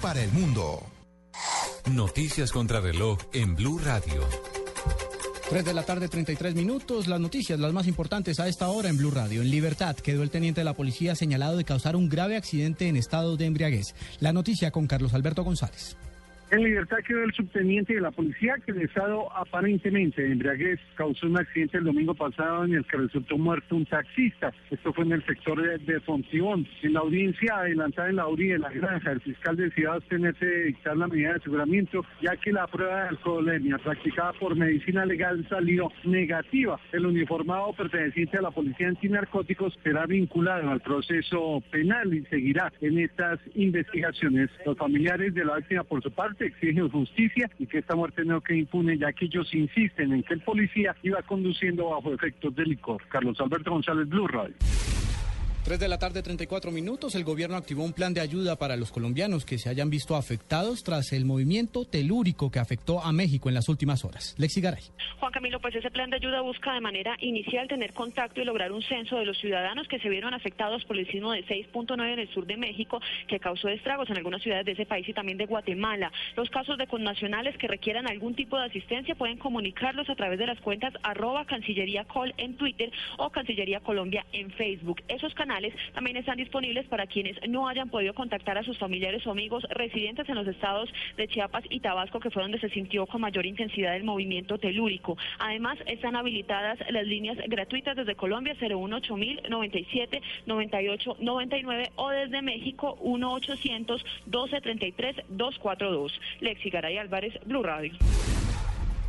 Speaker 22: para el mundo.
Speaker 17: Noticias contra reloj en Blue Radio.
Speaker 37: 3 de la tarde, 33 minutos. Las noticias, las más importantes a esta hora en Blue Radio. En libertad quedó el teniente de la policía señalado de causar un grave accidente en estado de embriaguez. La noticia con Carlos Alberto González.
Speaker 38: En libertad quedó el subteniente de la policía que en estado aparentemente de embriaguez causó un accidente el domingo pasado en el que resultó muerto un taxista. Esto fue en el sector de, de Fontibón. En la audiencia adelantada en la URI de la granja, el fiscal decidió abstenerse de dictar la medida de aseguramiento ya que la prueba de alcoholemia practicada por medicina legal salió negativa. El uniformado perteneciente a la policía antinarcóticos será vinculado al proceso penal y seguirá en estas investigaciones. Los familiares de la víctima por su parte exigen justicia y que esta muerte no quede impune, ya que ellos insisten en que el policía iba conduciendo bajo efectos de licor. Carlos Alberto González, Blue Radio.
Speaker 37: 3 de la tarde, 34 minutos. El gobierno activó un plan de ayuda para los colombianos que se hayan visto afectados tras el movimiento telúrico que afectó a México en las últimas horas. Lexi Garay.
Speaker 39: Juan Camilo, pues ese plan de ayuda busca de manera inicial tener contacto y lograr un censo de los ciudadanos que se vieron afectados por el sismo de 6.9 en el sur de México, que causó estragos en algunas ciudades de ese país y también de Guatemala. Los casos de connacionales que requieran algún tipo de asistencia pueden comunicarlos a través de las cuentas arroba Cancillería Call en Twitter o Cancillería Colombia en Facebook. Esos canales también están disponibles para quienes no hayan podido contactar a sus familiares o amigos residentes en los estados de Chiapas y Tabasco, que fue donde se sintió con mayor intensidad el movimiento telúrico. Además, están habilitadas las líneas gratuitas desde Colombia 018 97 98 99 o desde México 1 800 12 33 242. Lexi Garay Álvarez, Blue Radio.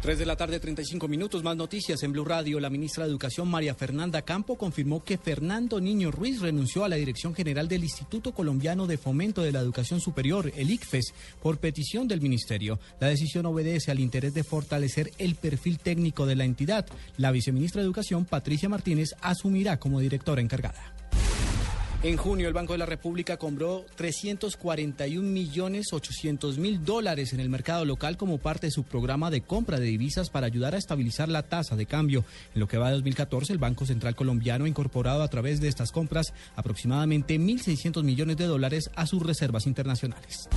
Speaker 37: 3 de la tarde, 35 minutos. Más noticias en Blue Radio. La ministra de Educación, María Fernanda Campo, confirmó que Fernando Niño Ruiz renunció a la dirección general del Instituto Colombiano de Fomento de la Educación Superior, el ICFES, por petición del ministerio. La decisión obedece al interés de fortalecer el perfil técnico de la entidad. La viceministra de Educación, Patricia Martínez, asumirá como directora encargada. En junio, el Banco de la República compró 341 millones 800 mil dólares en el mercado local como parte de su programa de compra de divisas para ayudar a estabilizar la tasa de cambio. En lo que va de 2014, el Banco Central Colombiano ha incorporado a través de estas compras aproximadamente 1.600 millones de dólares a sus reservas internacionales.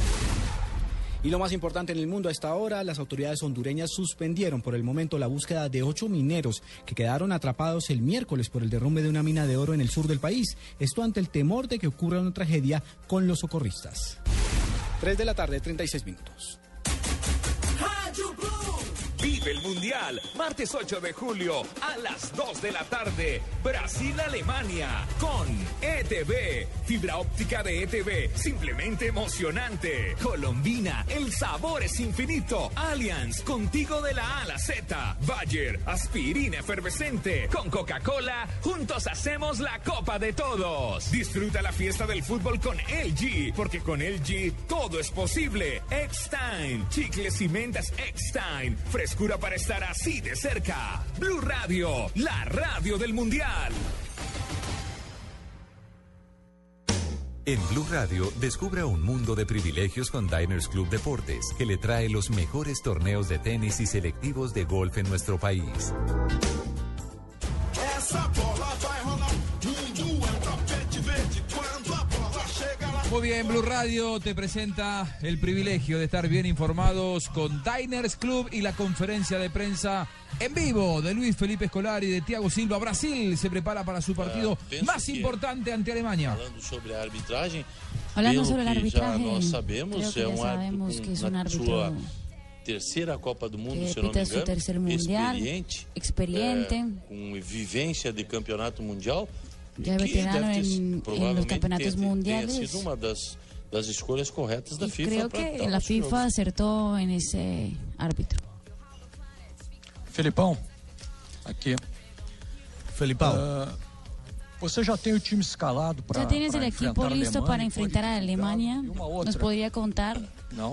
Speaker 40: Y lo más importante en el mundo a esta hora, las autoridades hondureñas suspendieron por el momento la búsqueda de ocho mineros que quedaron atrapados el miércoles por el derrumbe de una mina de oro en el sur del país. Esto ante el temor de que ocurra una tragedia con los socorristas. 3 de la tarde, 36 minutos.
Speaker 14: Vive el Mundial, martes 8 de julio a las 2 de la tarde, Brasil-Alemania con ETV, fibra óptica de ETV, simplemente emocionante. Colombina, el sabor es infinito. Allianz, contigo de la A a la Z. Bayer, aspirina efervescente. Con Coca-Cola, juntos hacemos la copa de todos. Disfruta la fiesta del fútbol con LG, porque con LG todo es posible. X-Time, chicles y mentas X-Time, frescura para estar así de cerca. Blue Radio, la radio del mundial.
Speaker 17: En Blue Radio, descubra un mundo de privilegios con Diners Club Deportes, que le trae los mejores torneos de tenis y selectivos de golf en nuestro país.
Speaker 9: Essa bola vai rolar. Mundo entra pente verde quando a bola chega lá.
Speaker 4: Muy bien, Blue Radio te presenta el privilegio de estar bien informados con Diners Club y la conferencia de prensa en vivo de Luis Felipe Escolar y de Thiago Silva. Brasil se prepara para su partido
Speaker 41: penso
Speaker 4: más
Speaker 41: que-
Speaker 4: importante ante Alemania.
Speaker 41: Falando sobre a arbitragem,
Speaker 5: Hablando
Speaker 41: pelo
Speaker 5: sobre el
Speaker 41: que
Speaker 5: arbitraje,
Speaker 41: já nós
Speaker 5: creo
Speaker 41: sabemos,
Speaker 5: que
Speaker 41: é
Speaker 5: ya
Speaker 41: um
Speaker 5: sabemos
Speaker 41: árbitro
Speaker 5: que es
Speaker 41: com,
Speaker 5: un
Speaker 41: na
Speaker 5: árbitro
Speaker 41: sua terceira Copa do Mundo,
Speaker 5: que
Speaker 41: se eu não me
Speaker 5: pita su
Speaker 41: engano,
Speaker 5: tercer mundial,
Speaker 41: experiente,
Speaker 5: experiente.
Speaker 41: é, com vivência de campeonato mundial,
Speaker 5: Ya
Speaker 41: e que
Speaker 5: é veterano
Speaker 41: deve ter,
Speaker 5: en-
Speaker 41: sido-
Speaker 5: en los
Speaker 41: provavelmente
Speaker 5: campeonatos
Speaker 41: tenha-
Speaker 5: mundiales.
Speaker 41: tenha sido uma das, das escolhas corretas da FIFA.
Speaker 5: Creo
Speaker 41: pra
Speaker 5: que
Speaker 41: dar
Speaker 5: la
Speaker 41: um show.
Speaker 5: FIFA acertó en ese árbitro.
Speaker 15: Felipão, aqui. Ah,
Speaker 12: Felipão.
Speaker 15: você já tem o time escalado para
Speaker 5: Ya tienes el é equipo listo para enfrentar a Alemania. ¿Nos podría contar?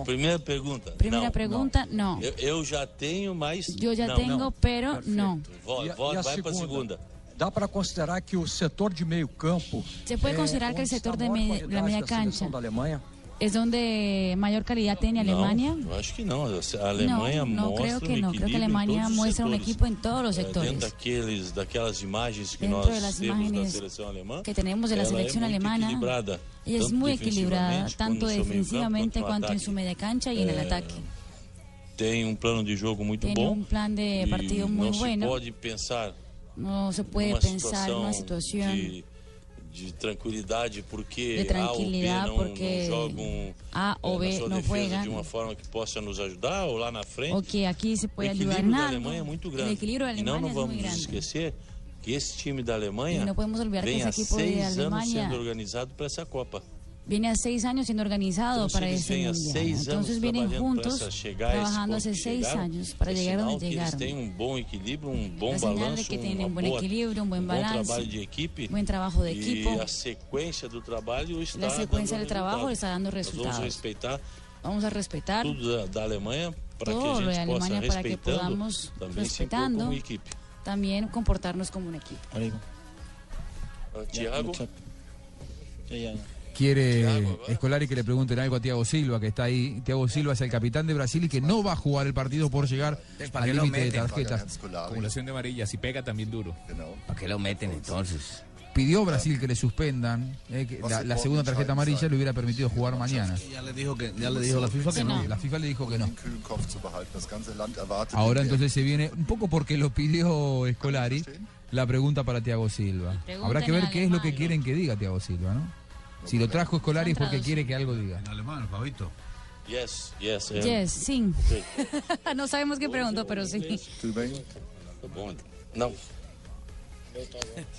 Speaker 41: Primeira pergunta.
Speaker 5: Primera
Speaker 41: não,
Speaker 5: pregunta, no.
Speaker 41: não. Eu, eu já tenho, mas.
Speaker 5: Yo ya
Speaker 41: não,
Speaker 5: tengo,
Speaker 41: não.
Speaker 5: pero no.
Speaker 41: Vo-
Speaker 15: E a-
Speaker 41: vo-
Speaker 15: e a
Speaker 41: vai para a
Speaker 15: segunda?
Speaker 41: segunda.
Speaker 15: Dá para considerar que o setor de meio campo
Speaker 5: Se puede
Speaker 15: é
Speaker 5: considerar que el
Speaker 15: onde está
Speaker 5: sector
Speaker 15: a
Speaker 5: de
Speaker 15: maior
Speaker 5: me- la
Speaker 15: qualidade
Speaker 5: media
Speaker 15: da seleção
Speaker 5: cancha
Speaker 15: da Alemanha?
Speaker 5: es donde mayor calidad tiene Alemania.
Speaker 41: Não, eu acho que não. A Alemanha
Speaker 5: no, no
Speaker 41: mostra
Speaker 5: creo que
Speaker 41: um
Speaker 5: no. Creo que
Speaker 41: equilíbrio em
Speaker 5: Alemania
Speaker 41: todos Eh, os
Speaker 5: muestra un
Speaker 41: setores.
Speaker 5: equipo en um todos los
Speaker 41: É, dentro
Speaker 5: sectores.
Speaker 41: daqueles, daquelas imagens que
Speaker 5: Dentro
Speaker 41: nós
Speaker 5: de las
Speaker 41: temos da
Speaker 5: imágenes
Speaker 41: seleção alemã,
Speaker 5: que tenemos de la
Speaker 41: ela é
Speaker 5: selección
Speaker 41: muito
Speaker 5: alemana,
Speaker 41: equilibrada,
Speaker 5: Y es
Speaker 41: tanto
Speaker 5: muy equilibrada,
Speaker 41: defensivamente
Speaker 5: tanto
Speaker 41: quanto no seu meio campo, quanto
Speaker 5: defensivamente
Speaker 41: no
Speaker 5: cuanto en
Speaker 41: ataque.
Speaker 5: su media cancha y en el
Speaker 41: Eh,
Speaker 5: ataque.
Speaker 41: Tem um plano de jogo muito
Speaker 5: Tiene
Speaker 41: bom.
Speaker 5: un plan de
Speaker 41: e
Speaker 5: um, é, partido muy
Speaker 41: não se
Speaker 5: bueno.
Speaker 41: pode pensar
Speaker 5: No se puede
Speaker 41: numa
Speaker 5: pensar en una
Speaker 41: situação
Speaker 5: situación
Speaker 41: de, de tranquilidade porque
Speaker 5: de tranquilidad
Speaker 41: A ou B não,
Speaker 5: porque
Speaker 41: não jogam
Speaker 5: A o
Speaker 41: eh, na
Speaker 5: B
Speaker 41: sua
Speaker 5: no
Speaker 41: defesa
Speaker 5: juegan
Speaker 41: de uma forma que possa nos ajudar ou lá na frente.
Speaker 5: o que aquí se puede
Speaker 41: o
Speaker 5: ayudar
Speaker 41: equilíbrio
Speaker 5: en
Speaker 41: da
Speaker 5: algo.
Speaker 41: Alemanha é muito
Speaker 5: El
Speaker 41: grande.
Speaker 5: equilibrio de
Speaker 41: e não,
Speaker 5: Alemania
Speaker 41: não
Speaker 5: es muy
Speaker 41: vamos nos
Speaker 5: grande.
Speaker 41: esquecer que esse time da Alemanha
Speaker 5: E não podemos olvidar que
Speaker 41: vem
Speaker 5: esse
Speaker 41: há
Speaker 5: equipo de
Speaker 41: seis anos
Speaker 5: Alemanha-
Speaker 41: sendo organizado para essa Copa.
Speaker 5: Viene a seis años siendo organizado
Speaker 41: Entonces
Speaker 5: para
Speaker 41: ellos
Speaker 5: este
Speaker 41: vienen a
Speaker 5: mundial.
Speaker 41: seis
Speaker 5: Entonces
Speaker 41: años
Speaker 5: vienen
Speaker 41: trabajando para
Speaker 5: juntos
Speaker 41: esa- llegar a ese
Speaker 5: trabajando hace
Speaker 41: punto que
Speaker 5: seis
Speaker 41: llegaron.
Speaker 5: años para
Speaker 41: É
Speaker 5: llegar
Speaker 41: sinal
Speaker 5: donde
Speaker 41: que eles
Speaker 5: llegaron.
Speaker 41: têm um bom equilíbrio, um bom
Speaker 5: La señal de
Speaker 41: balanço,
Speaker 5: que um tienen
Speaker 41: uma
Speaker 5: un buen
Speaker 41: boa-
Speaker 5: equilibrio, un buen
Speaker 41: um bom trabalho
Speaker 5: balance,
Speaker 41: de equipe.
Speaker 5: buen trabajo de
Speaker 41: E
Speaker 5: equipo.
Speaker 41: a sequência do trabalho está
Speaker 5: La secuencia
Speaker 41: dando
Speaker 5: del trabajo
Speaker 41: resultado.
Speaker 5: le está dando
Speaker 41: Nós vamos
Speaker 5: resultados.
Speaker 41: respeitar
Speaker 5: Vamos a respetar
Speaker 41: tudo da, da Alemanha para que
Speaker 5: Todo
Speaker 41: a
Speaker 5: lo de
Speaker 41: gente possa
Speaker 5: Alemanha para que
Speaker 41: respeitando
Speaker 5: podamos,
Speaker 41: também
Speaker 5: respeitando.
Speaker 41: se impor como equipe.
Speaker 5: también comportarnos como un equipo.
Speaker 41: Ah, Thiago,
Speaker 4: Quiere Escolari que le pregunten algo a Thiago Silva, que está ahí. Thiago Silva es el capitán de Brasil y que no va a jugar el partido por llegar al límite de tarjetas.
Speaker 6: Acumulación de amarillas y pega también duro.
Speaker 19: ¿Para qué lo meten entonces?
Speaker 4: Pidió Brasil que le suspendan. eh, que la, la segunda tarjeta amarilla le hubiera permitido jugar mañana.
Speaker 12: Ya le dijo que ya le dijo la FIFA que no.
Speaker 4: La FIFA le dijo que no.
Speaker 22: Das ganze Land erwartet.
Speaker 4: Ahora entonces se viene, un poco porque lo pidió Escolari, la pregunta para Thiago Silva.
Speaker 22: Pregunten
Speaker 4: Habrá que ver
Speaker 22: en
Speaker 4: qué es lo que quieren que diga Thiago Silva, ¿no? Si lo trajo Escolari es porque
Speaker 5: Traducen.
Speaker 4: quiere que algo diga.
Speaker 41: alemán, Fabito. Yes, yes. eh.
Speaker 5: Yes, sí.
Speaker 41: Sí.
Speaker 5: (laughs)
Speaker 41: Pues, eh,
Speaker 5: no sabemos qué preguntó, pero sí.
Speaker 41: Tudo bem? Tá bom. Não.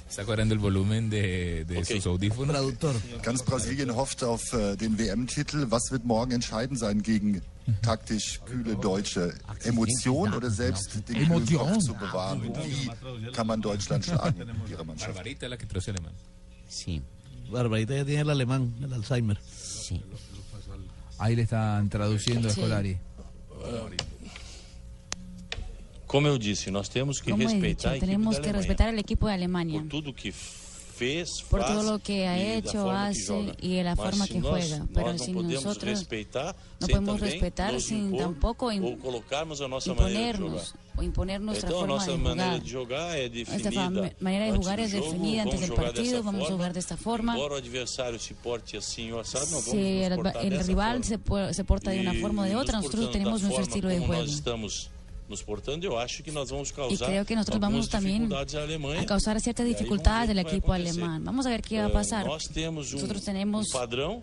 Speaker 6: Está cuadrando el volumen de, de sus audífonos.
Speaker 22: Ganz Brasilien hofft auf äh, den WM-Titel. Was wird morgen entscheidend sein gegen
Speaker 12: Mhm.
Speaker 22: taktisch kühle Deutsche? Emotion oder
Speaker 12: genau.
Speaker 22: selbst den kühlen
Speaker 6: Emotion.
Speaker 22: Kopf zu bewahren?
Speaker 12: Ah,
Speaker 22: Wie kann man Deutschland schlagen, ihre Mannschaft?
Speaker 6: Barbarita es la que traduce alemán.
Speaker 12: Sí. Barbarita ya tiene el alemán, el Alzheimer.
Speaker 5: Sí.
Speaker 4: Ahí le están traduciendo a
Speaker 41: Sí.
Speaker 4: Escolari.
Speaker 41: Como eu disse, nós temos que
Speaker 5: Como he
Speaker 41: respeitar
Speaker 5: dicho,
Speaker 41: a equipe
Speaker 5: tenemos
Speaker 41: da
Speaker 5: que
Speaker 41: Alemanha.
Speaker 5: respetar el equipo de Alemania.
Speaker 41: Tudo que fez,
Speaker 5: por
Speaker 41: faz
Speaker 5: todo lo que ha
Speaker 41: e da
Speaker 5: hecho,
Speaker 41: forma que
Speaker 5: hace
Speaker 41: joga.
Speaker 5: y de la
Speaker 41: Mas
Speaker 5: forma
Speaker 41: se
Speaker 5: que
Speaker 41: nós-
Speaker 5: juega.
Speaker 41: nós
Speaker 5: Pero
Speaker 41: não
Speaker 5: sin
Speaker 41: podemos
Speaker 5: nosotros
Speaker 41: respeitar,
Speaker 5: no
Speaker 41: sem
Speaker 5: podemos
Speaker 41: também
Speaker 5: respetar
Speaker 41: nos
Speaker 5: sin
Speaker 41: impor
Speaker 5: tampoco im-
Speaker 41: ou colocarmos a nossa maneira de jogar.
Speaker 5: imponernos o imponer nuestra
Speaker 41: então, a
Speaker 5: forma
Speaker 41: nossa
Speaker 5: de
Speaker 41: maneira
Speaker 5: jugar.
Speaker 41: de jogar é
Speaker 5: Nuestra fa-
Speaker 41: definida.
Speaker 5: manera de
Speaker 41: antes
Speaker 5: jugar
Speaker 41: do
Speaker 5: es
Speaker 41: jogo,
Speaker 5: definida antes
Speaker 41: vamos
Speaker 5: del
Speaker 41: jogar dessa
Speaker 5: partido, vamos a
Speaker 41: forma.
Speaker 5: jugar de esta forma.
Speaker 41: Embora o adversário se porte assim ou assado, não vamos
Speaker 5: Si
Speaker 41: nos
Speaker 5: el,
Speaker 41: portar
Speaker 5: el
Speaker 41: dessa
Speaker 5: rival
Speaker 41: forma.
Speaker 5: se, po- se porta de una
Speaker 41: E
Speaker 5: forma o de
Speaker 41: nos
Speaker 5: otra,
Speaker 41: portando
Speaker 5: nosotros
Speaker 41: da
Speaker 5: tenemos nuestro
Speaker 41: forma
Speaker 5: estilo de
Speaker 41: como
Speaker 5: juego.
Speaker 41: Nós estamos nos portando, eu acho que nós vamos
Speaker 5: Y
Speaker 41: causar
Speaker 5: creo que nosotros
Speaker 41: algumas
Speaker 5: vamos también
Speaker 41: dificuldades à Alemanha.
Speaker 5: a causar ciertas
Speaker 41: E aí
Speaker 5: dificultades del
Speaker 41: vamos ver o que vai
Speaker 5: equipo
Speaker 41: acontecer.
Speaker 5: alemán. Vamos a ver qué va a
Speaker 41: Eh,
Speaker 5: pasar.
Speaker 41: Nós temos um,
Speaker 5: Nosotros
Speaker 41: um
Speaker 5: tenemos
Speaker 41: padrão,